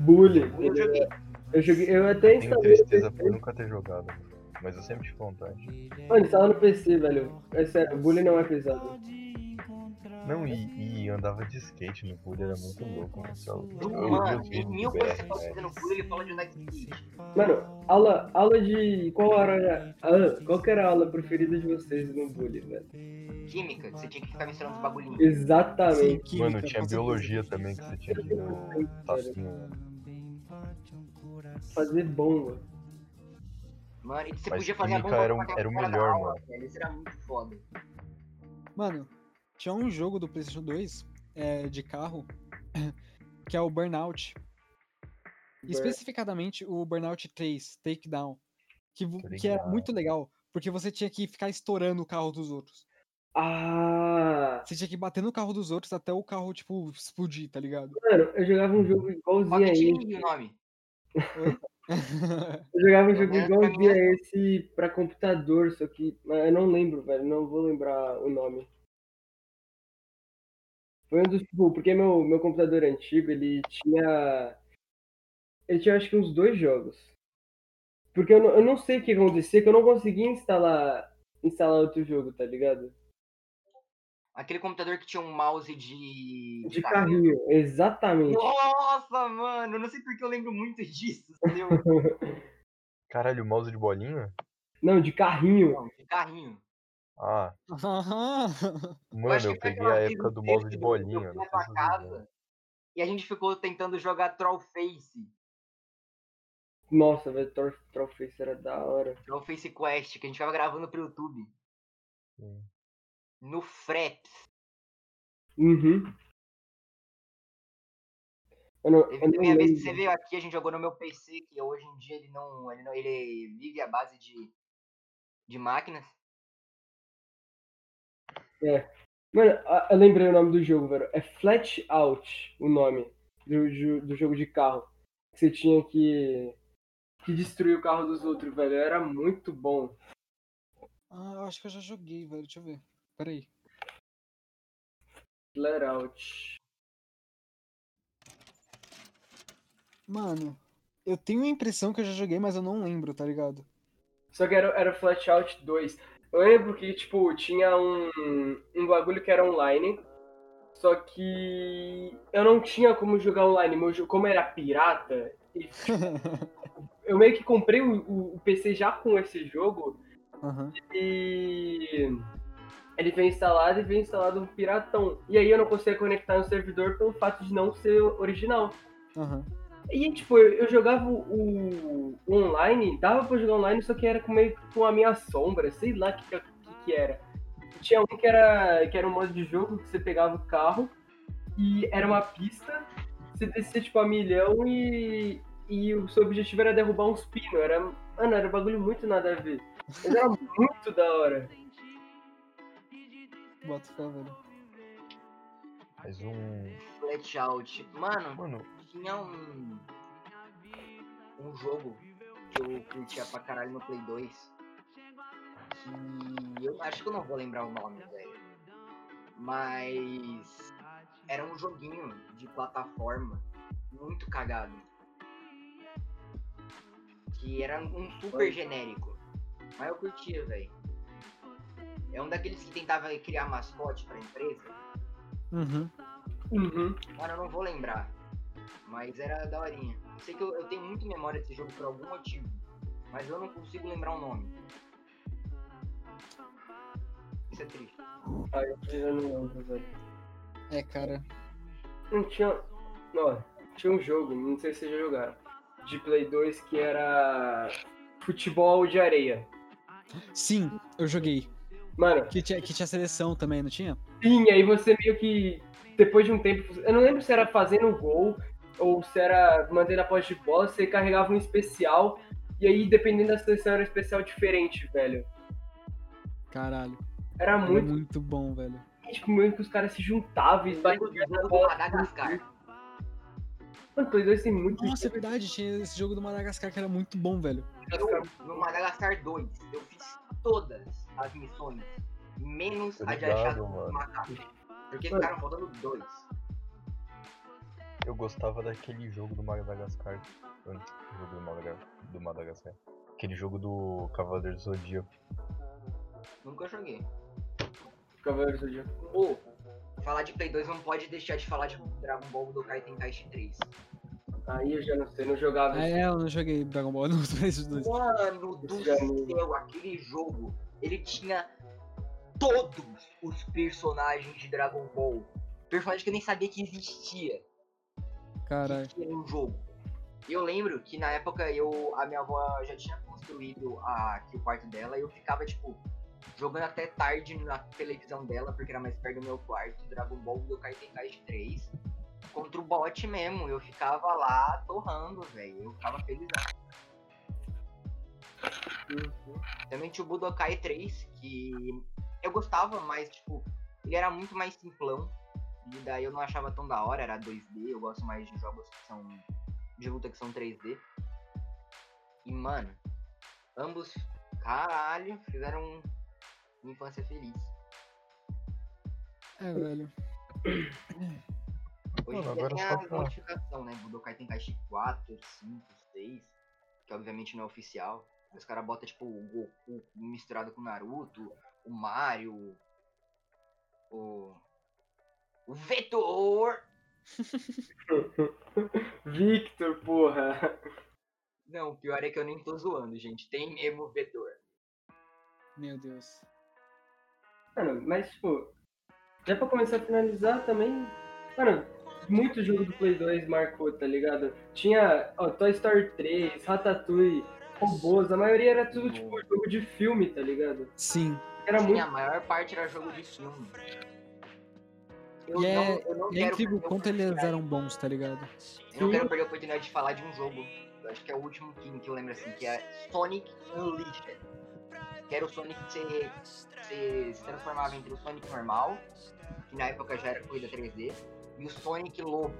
[SPEAKER 2] Bully.
[SPEAKER 4] Eu joguei.
[SPEAKER 2] Eu joguei. Eu até
[SPEAKER 3] Ah, Tenho
[SPEAKER 2] instalei.
[SPEAKER 3] tristeza por nunca ter jogado, mas eu sempre tive vontade.
[SPEAKER 2] Mano, instala no PC, velho. É sério, bullying não é pesado.
[SPEAKER 3] Não, e, e andava de skate no pool, era muito louco, Marcelo. Eu, eu vi
[SPEAKER 4] Mano,
[SPEAKER 3] os
[SPEAKER 4] tem
[SPEAKER 3] vídeos
[SPEAKER 4] mil
[SPEAKER 3] do
[SPEAKER 4] coisas que você
[SPEAKER 3] BR,
[SPEAKER 4] pode
[SPEAKER 3] velho.
[SPEAKER 4] fazer no pulo, ele fala de Night City.
[SPEAKER 2] Mano, aula, aula de. Qual era. Ah, qual que era a aula preferida de vocês no bullying, velho?
[SPEAKER 4] Química, você tinha que ficar misturando os bagulhinhos.
[SPEAKER 1] Sim,
[SPEAKER 2] Exatamente.
[SPEAKER 1] química,
[SPEAKER 3] Mano, tinha
[SPEAKER 1] com certeza.
[SPEAKER 3] biologia também que você tinha que ir no. Tá, assim, no-
[SPEAKER 2] Fazer bomba.
[SPEAKER 4] Mano, e você
[SPEAKER 3] Mas
[SPEAKER 4] podia fazer a
[SPEAKER 3] química
[SPEAKER 4] bomba
[SPEAKER 3] era
[SPEAKER 4] com
[SPEAKER 3] o-
[SPEAKER 4] aquela
[SPEAKER 3] era o
[SPEAKER 4] cara da
[SPEAKER 3] melhor,
[SPEAKER 4] aula,
[SPEAKER 3] mano.
[SPEAKER 4] velho, Isso era muito foda.
[SPEAKER 1] Mano, tinha um jogo do PlayStation 2 é, de carro que é o Burnout. Especificamente o Burnout 3 Takedown. Que, vo-
[SPEAKER 3] Tô
[SPEAKER 1] que era
[SPEAKER 3] ligado.
[SPEAKER 1] muito legal, porque você tinha que ficar estourando o carro dos outros.
[SPEAKER 2] Ah!
[SPEAKER 1] Você tinha que bater no carro dos outros até o carro, tipo, explodir, tá ligado?
[SPEAKER 2] Mano, eu jogava um jogo igualzinho a
[SPEAKER 4] Rocket
[SPEAKER 2] esse.
[SPEAKER 4] League o nome.
[SPEAKER 2] Eu jogava um
[SPEAKER 4] Pelo
[SPEAKER 2] jogo
[SPEAKER 4] menos
[SPEAKER 2] igual
[SPEAKER 4] é pra
[SPEAKER 2] um
[SPEAKER 4] mim
[SPEAKER 2] dia esse pra computador, só que mas eu não lembro, velho. Não vou lembrar o nome. Foi um dos. tipo, Porque meu, meu computador antigo, ele tinha. Ele tinha acho que uns dois jogos. Porque eu não, eu não sei o que acontecia, que eu não conseguia instalar, instalar outro jogo, tá ligado?
[SPEAKER 4] Aquele computador que tinha um mouse de.
[SPEAKER 2] De carrinho, exatamente.
[SPEAKER 4] Nossa, mano, eu não sei porque eu lembro muito disso, entendeu?
[SPEAKER 3] Caralho, mouse de bolinha?
[SPEAKER 2] Não, de carrinho.
[SPEAKER 4] Não, de carrinho.
[SPEAKER 3] Ah,
[SPEAKER 1] Aham.
[SPEAKER 3] mano,
[SPEAKER 4] acho
[SPEAKER 3] eu
[SPEAKER 4] que foi
[SPEAKER 3] peguei
[SPEAKER 4] aquela
[SPEAKER 3] a
[SPEAKER 4] vez
[SPEAKER 3] época do
[SPEAKER 4] dele
[SPEAKER 3] mouse
[SPEAKER 4] que
[SPEAKER 3] de
[SPEAKER 4] eu
[SPEAKER 3] bolinha.
[SPEAKER 4] fui
[SPEAKER 3] não
[SPEAKER 4] na
[SPEAKER 3] sei
[SPEAKER 4] tua
[SPEAKER 3] se vocês lembram.
[SPEAKER 4] casa e a gente ficou tentando jogar Trollface.
[SPEAKER 2] Nossa, velho, Troll- Trollface era da hora.
[SPEAKER 4] Trollface Quest, que a gente tava gravando pro YouTube.
[SPEAKER 3] Sim.
[SPEAKER 4] No Freps.
[SPEAKER 2] Uhum. Eu não,
[SPEAKER 4] Teve
[SPEAKER 2] eu não
[SPEAKER 4] também a vez que
[SPEAKER 2] lembro.
[SPEAKER 4] você veio aqui, a gente jogou no meu PC, que hoje em dia ele não. Ele, não, ele vive à base de. de máquinas.
[SPEAKER 2] Mano, a- eu lembrei o nome do jogo, velho. É Flat Out o nome do, ju- do jogo de carro. Que você tinha que, que destruir o carro dos outros, velho. Era muito bom.
[SPEAKER 1] ah, eu acho que eu já joguei, velho. Deixa eu ver. Peraí.
[SPEAKER 2] Flat Out.
[SPEAKER 1] Mano, eu tenho a impressão que eu já joguei, mas eu não lembro, tá ligado?
[SPEAKER 2] Só que era, era Flat Out 2. Eu lembro que, tipo, tinha um, um bagulho que era online. Só que eu não tinha como jogar online. Meu, jo- como era pirata, e eu meio que comprei o, o- o PC já com esse jogo
[SPEAKER 1] Aham.
[SPEAKER 2] e ele veio instalado e veio instalado um piratão. E aí eu não conseguia conectar no servidor pelo fato de não ser original.
[SPEAKER 1] Aham.
[SPEAKER 2] E tipo, eu, eu jogava o, o online, dava pra jogar online, só que era com meio que com a minha sombra, sei lá o que, que, que era. Tinha um que era, que era um modo de jogo que você pegava o carro e era uma pista, você descia tipo a milhão e, e o seu objetivo era derrubar uns pinos. Era, mano, era um bagulho muito nada a ver. Mas era muito da hora.
[SPEAKER 1] Bota fé, velho.
[SPEAKER 3] Mas um.
[SPEAKER 4] Flat Out. Mano,
[SPEAKER 3] Mano,
[SPEAKER 4] tinha um. Um jogo que eu curtia pra caralho no Play 2. Que eu acho que eu não vou lembrar o nome, velho. Mas. Era um joguinho de plataforma muito cagado. Que era um super genérico. Mas eu curtia, velho. É um daqueles que tentava criar mascote pra empresa.
[SPEAKER 1] Uhum.
[SPEAKER 2] Uhum.
[SPEAKER 4] Mano, eu não vou lembrar. Mas era daorinha. Eu sei que eu, eu tenho muito memória desse jogo por algum motivo. Mas eu não consigo lembrar o nome. Isso é triste.
[SPEAKER 2] Aí eu não lembro, velho.
[SPEAKER 1] É, cara.
[SPEAKER 2] Não tinha. Ó, tinha um jogo, não sei se vocês já jogaram, de Play 2 que era futebol de areia.
[SPEAKER 1] Sim, eu joguei.
[SPEAKER 2] Mano,
[SPEAKER 1] Que tinha, que tinha seleção também, não tinha?
[SPEAKER 2] sim, aí você meio que, depois de um tempo, eu não lembro se era fazendo gol ou se era mantendo a posse de bola, você carregava um especial, e aí dependendo da seleção era um especial diferente, velho.
[SPEAKER 1] Caralho.
[SPEAKER 2] Era
[SPEAKER 1] era
[SPEAKER 2] muito,
[SPEAKER 1] muito bom, velho.
[SPEAKER 2] tipo, meio que os caras se juntavam e batiam
[SPEAKER 4] jogando com
[SPEAKER 2] bola.
[SPEAKER 4] Madagascar.
[SPEAKER 2] Mano, Play 2 tem muito
[SPEAKER 1] Nossa, é verdade, tinha esse jogo do Madagascar que era muito bom, velho.
[SPEAKER 4] Eu, no Madagascar 2, eu fiz todas as missões, menos
[SPEAKER 3] Tô
[SPEAKER 4] a de achar
[SPEAKER 3] Tá ligado,
[SPEAKER 4] o
[SPEAKER 3] mano.
[SPEAKER 4] macaco. Porque ficaram faltando dois.
[SPEAKER 3] Eu gostava daquele jogo do Madagascar. Antes, jogo do, Madaga- do Madagascar. Aquele jogo do Cavaleiro do Zodíaco.
[SPEAKER 4] Nunca joguei.
[SPEAKER 2] Cavaleiros do Zodíaco.
[SPEAKER 4] Ou, falar de Play 2 não pode deixar de falar de Dragon Ball do Kai Tenkaichi 3.
[SPEAKER 2] Aí eu já não sei, não jogava
[SPEAKER 1] Ah, é, eu não joguei Dragon Ball no 2.
[SPEAKER 4] Mano do
[SPEAKER 2] Esse jogo.
[SPEAKER 4] céu, aquele jogo, ele tinha todos os personagens de Dragon Ball. Personagem que eu nem sabia que existia.
[SPEAKER 1] Caralho.
[SPEAKER 4] que tinha um jogo. E eu lembro que na época eu, a minha avó já tinha construído a, aqui o quarto dela e eu ficava, tipo, jogando até tarde na televisão dela, porque era mais perto do meu quarto, Dragon Ball do Kaitenkai 3, contra o bot mesmo. Eu ficava lá torrando, velho. Eu ficava feliz. Uhum. Também tinha o Budokai 3, que eu gostava, mas, tipo, ele era muito mais simplão. E daí eu não achava tão da hora, era 2D, eu gosto mais de jogos que são. de luta que são 3D. E mano, ambos, caralho, fizeram uma infância feliz.
[SPEAKER 1] É, velho.
[SPEAKER 4] Hoje
[SPEAKER 3] Mano,
[SPEAKER 4] em dia
[SPEAKER 3] agora
[SPEAKER 4] tem
[SPEAKER 3] só
[SPEAKER 4] a
[SPEAKER 3] pra-
[SPEAKER 4] modificação, né? Budokai tem caixa 4, 5, 6, que obviamente não é oficial. Os caras botam tipo o Goku misturado com o Naruto, o Mario, o. O Vetor!
[SPEAKER 1] é.
[SPEAKER 2] Victor, porra.
[SPEAKER 4] Não, o pior é que eu nem tô zoando, gente. Tem mesmo o Vetor.
[SPEAKER 1] Meu Deus.
[SPEAKER 2] Mano, mas tipo, já pra começar a finalizar também. Mano, muito jogo do Play 2 marcou, tá ligado? Tinha ó, Toy Story 3, Ratatouille, robôs, a maioria era tudo tipo jogo de filme, tá ligado?
[SPEAKER 1] Sim.
[SPEAKER 2] Era
[SPEAKER 4] Sim,
[SPEAKER 2] muito.
[SPEAKER 4] a maior parte era jogo de filme. Eu
[SPEAKER 1] E é-
[SPEAKER 4] eu um não
[SPEAKER 1] E é incrível
[SPEAKER 4] perder a
[SPEAKER 1] o quanto eles
[SPEAKER 4] oportunidade-
[SPEAKER 1] eram bons, tá ligado?
[SPEAKER 4] Eu não quero perder a oportunidade de falar de um jogo. Eu acho que é o último que, que eu lembro assim, que é Sonic Unleashed. Que era o Sonic que você, você se transformava entre o Sonic normal, que na época já era corrida 3D, e o Sonic Lobo.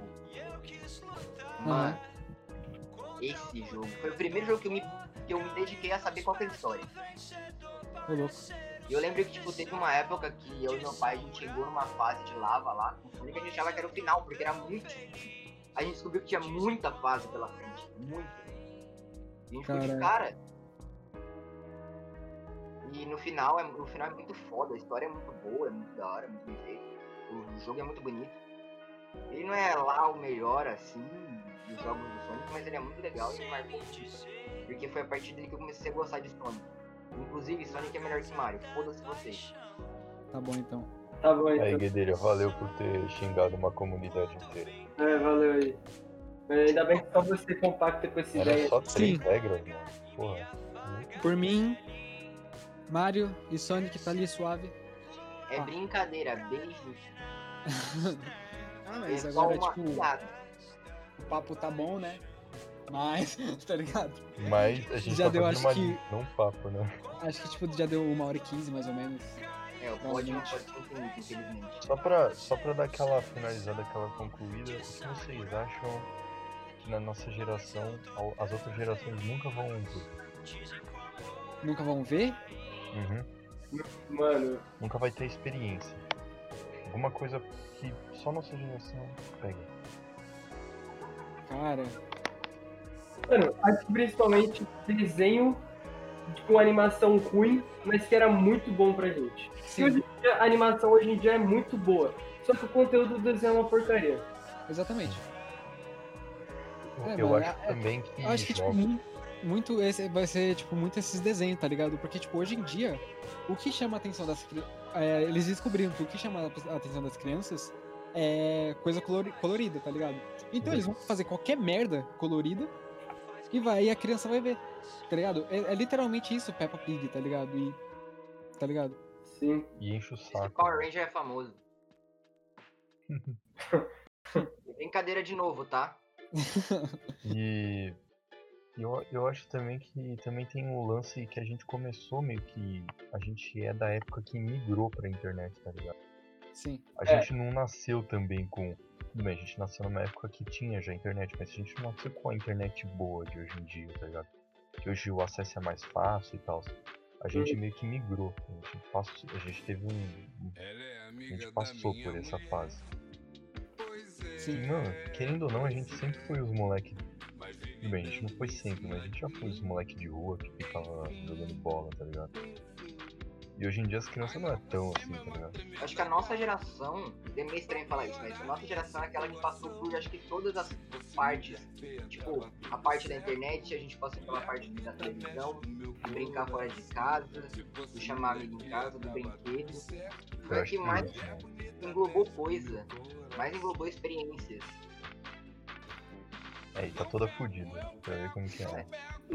[SPEAKER 4] Mano, esse jogo foi o primeiro jogo que eu me, que eu me dediquei a saber qual que era a história.
[SPEAKER 1] Ô, louco.
[SPEAKER 4] E eu lembro que, tipo, teve uma época que eu e meu pai, a gente chegou numa fase de lava lá, com o Sonic, a gente achava que era o final, porque era muito. A gente descobriu que tinha muita fase pela frente, muita. E a gente ficou de
[SPEAKER 1] Caralho.
[SPEAKER 4] cara. E no final, é, o final é muito foda, a história é muito boa, é muito da hora, é muito bem feito. O, o jogo é muito bonito. Ele não é lá o melhor, assim, dos jogos do Sonic, mas ele é muito legal e me marcou muito. Porque foi a partir dele que eu comecei a gostar de Sonic. Inclusive, Sonic é melhor que Mario. Foda-se vocês.
[SPEAKER 1] Tá bom então.
[SPEAKER 2] Tá bom
[SPEAKER 3] Aí,
[SPEAKER 2] então.
[SPEAKER 3] Guedelha, valeu por ter xingado uma comunidade inteira.
[SPEAKER 2] É, valeu aí. É, Ainda bem que só você compacta com essa
[SPEAKER 3] Era
[SPEAKER 2] ideia.
[SPEAKER 3] só três
[SPEAKER 1] Sim.
[SPEAKER 3] regras, mano. Porra.
[SPEAKER 1] Por mim, Mario e Sonic tá ali suave.
[SPEAKER 4] É
[SPEAKER 1] Ah.
[SPEAKER 4] brincadeira, beijos.
[SPEAKER 1] Ah,
[SPEAKER 4] É
[SPEAKER 1] mas
[SPEAKER 4] só
[SPEAKER 1] agora,
[SPEAKER 4] uma
[SPEAKER 1] tipo,
[SPEAKER 4] piada.
[SPEAKER 1] o papo tá bom, né? Mas, tá ligado?
[SPEAKER 3] Mas a gente
[SPEAKER 1] Já
[SPEAKER 3] tá
[SPEAKER 1] deu,
[SPEAKER 3] fazendo
[SPEAKER 1] acho
[SPEAKER 3] uma
[SPEAKER 1] que-
[SPEAKER 3] lista, não um papo, né?
[SPEAKER 1] Acho que, tipo, já deu uma hora e quinze, mais ou menos.
[SPEAKER 4] É, o pódio não
[SPEAKER 1] Realmente.
[SPEAKER 4] pode ser infinito, infelizmente.
[SPEAKER 3] Só pra, só pra dar aquela finalizada, aquela concluída, o que vocês acham que na nossa geração, ao- as outras gerações nunca vão ter?
[SPEAKER 1] Nunca vão ver?
[SPEAKER 3] Uhum.
[SPEAKER 2] Mano,
[SPEAKER 3] Nunca vai ter experiência. Alguma coisa que só nossa geração pega.
[SPEAKER 1] Cara,
[SPEAKER 2] Mano, acho que principalmente desenho com animação ruim, mas que era muito bom pra gente. E hoje
[SPEAKER 1] sim,
[SPEAKER 2] em dia, a animação hoje em dia é muito boa. Só que o conteúdo do desenho é uma porcaria.
[SPEAKER 1] exatamente. É,
[SPEAKER 3] eu
[SPEAKER 1] mano,
[SPEAKER 3] acho
[SPEAKER 1] é-
[SPEAKER 3] também que,
[SPEAKER 1] Eu acho que, tipo,
[SPEAKER 3] jogos-
[SPEAKER 1] mu- muito esse vai ser, tipo, muito esses desenhos, tá ligado? Porque, tipo, hoje em dia, o que chama a atenção das crianças. eles descobriram que o que chama a atenção das crianças é é coisa colori- colorida, tá ligado? Então eles vão fazer qualquer merda colorida e vai e a criança vai ver, tá ligado? É, é literalmente isso, Peppa Pig, tá ligado? E, tá ligado?
[SPEAKER 2] Sim.
[SPEAKER 3] E enche o
[SPEAKER 4] Esse
[SPEAKER 3] saco.
[SPEAKER 4] Power Ranger é famoso. É Brincadeira de novo, tá?
[SPEAKER 3] E eu, eu acho também que também tem um lance que a gente começou meio que. A gente é da época que migrou pra internet, tá ligado?
[SPEAKER 1] Sim.
[SPEAKER 3] A
[SPEAKER 2] É.
[SPEAKER 3] gente não nasceu também com. Tudo bem, a gente nasceu numa época que tinha já internet, mas a gente não nasceu com a internet boa de hoje em dia, tá ligado? Que hoje o acesso é mais fácil e tal. A gente
[SPEAKER 5] Uhum.
[SPEAKER 3] meio que migrou. A gente, passou, a gente teve um. um-
[SPEAKER 5] Ela é
[SPEAKER 3] A
[SPEAKER 5] amiga
[SPEAKER 3] gente passou
[SPEAKER 5] da minha
[SPEAKER 3] por essa
[SPEAKER 5] mulher.
[SPEAKER 3] fase.
[SPEAKER 5] Pois é,
[SPEAKER 1] Sim.
[SPEAKER 3] Mano, querendo ou não, a gente sempre foi os moleque.
[SPEAKER 5] mas
[SPEAKER 3] Tudo
[SPEAKER 5] vive
[SPEAKER 3] bem, a gente não foi
[SPEAKER 5] dando em
[SPEAKER 3] sempre, mas a
[SPEAKER 5] cima
[SPEAKER 3] gente já
[SPEAKER 5] de
[SPEAKER 3] foi os moleque de rua que ficava jogando bola, tá ligado? E hoje em dia as crianças não é tão assim, tá ligado?
[SPEAKER 4] Eu acho que a nossa geração, é meio estranho falar isso, mas a nossa geração é aquela que passou por, acho que todas as partes. Tipo, a parte da internet, a gente passou pela parte da televisão, de brincar fora de casa, do chamar amigo em casa, do brinquedo.
[SPEAKER 3] Eu
[SPEAKER 4] Foi
[SPEAKER 3] acho
[SPEAKER 4] que
[SPEAKER 3] que
[SPEAKER 4] mais
[SPEAKER 3] né,
[SPEAKER 4] englobou coisa, mais englobou experiências.
[SPEAKER 3] é, e tá toda fodida. Pra ver como que é.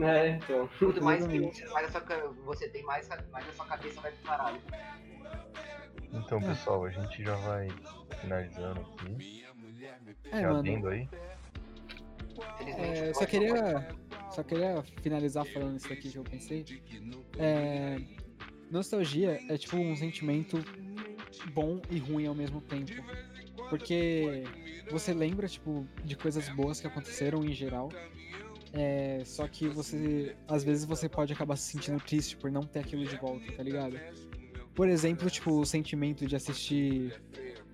[SPEAKER 2] É, então.
[SPEAKER 4] Quanto mais experiências mais a sua ca- você tem, mais, a- mais a sua cabeça vai pro caralho.
[SPEAKER 3] Então, pessoal, a gente já vai finalizando aqui.
[SPEAKER 1] É,
[SPEAKER 3] já
[SPEAKER 1] mano.
[SPEAKER 3] abrindo aí.
[SPEAKER 4] Felizmente,
[SPEAKER 1] É,
[SPEAKER 4] eu
[SPEAKER 1] eu só
[SPEAKER 4] acho que eu
[SPEAKER 1] queria, só queria finalizar falando isso daqui que eu pensei. É, nostalgia é tipo um sentimento bom e ruim ao mesmo tempo. Porque você lembra, tipo, de coisas boas que aconteceram em geral. É, só que você. Às vezes você pode acabar se sentindo triste por não ter aquilo de volta, tá ligado? Por exemplo, tipo, o sentimento de assistir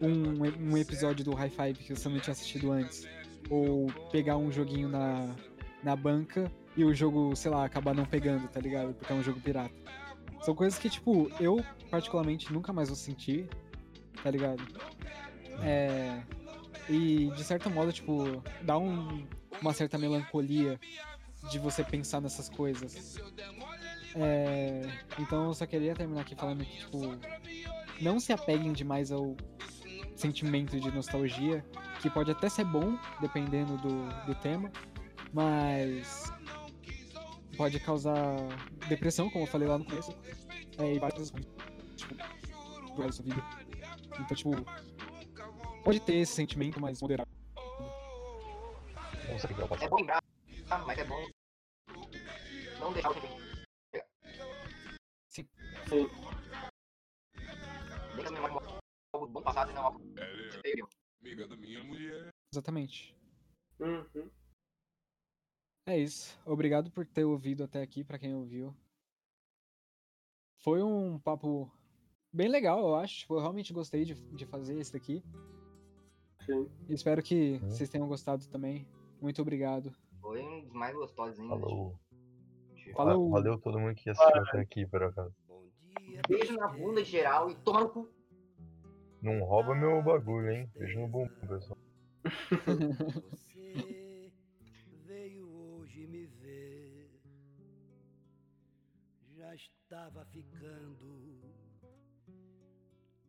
[SPEAKER 1] um, um episódio do High Five que você não tinha assistido antes. Ou pegar um joguinho na, na banca e o jogo, sei lá, acabar não pegando, tá ligado? Porque é um jogo pirata. São coisas que, tipo, eu particularmente nunca mais vou sentir, tá ligado? É. E de certo modo, tipo, dá um- uma certa melancolia de você pensar nessas coisas. É, então eu só queria terminar aqui falando que, tipo, não se apeguem demais ao sentimento de nostalgia, que pode até ser bom, dependendo do, do tema, mas pode causar depressão, como eu falei lá no começo, é, e várias coisas, tipo, pro resto da vida. Então, tipo, pode ter esse sentimento, mas moderado.
[SPEAKER 3] Vamos pegar o
[SPEAKER 4] É
[SPEAKER 3] passado.
[SPEAKER 4] bom lembrar, mas é bom não deixar o tempo.
[SPEAKER 1] Sim.
[SPEAKER 2] Sim.
[SPEAKER 4] Deixa a memória como um algo bom passado e não algo que você perdeu.
[SPEAKER 5] Amiga da minha mulher.
[SPEAKER 1] Exatamente.
[SPEAKER 2] Uhum.
[SPEAKER 1] É isso. Obrigado por ter ouvido até aqui, pra quem ouviu. Foi um papo bem legal, eu acho. Tipo, eu realmente gostei de, de fazer esse daqui.
[SPEAKER 2] Sim.
[SPEAKER 1] Espero que
[SPEAKER 3] Hum.
[SPEAKER 1] vocês tenham gostado também. Muito obrigado.
[SPEAKER 4] Foi um dos mais gostosos ainda.
[SPEAKER 3] Falou.
[SPEAKER 4] gente.
[SPEAKER 1] Falou.
[SPEAKER 3] Va- Valeu todo mundo que assistiu até aqui, por acaso.
[SPEAKER 4] Beijo na bunda de geral e toma no cu.
[SPEAKER 3] Não rouba meu bagulho, hein? Beijo no bumbum, pessoal.
[SPEAKER 6] Você veio hoje me ver. Já estava ficando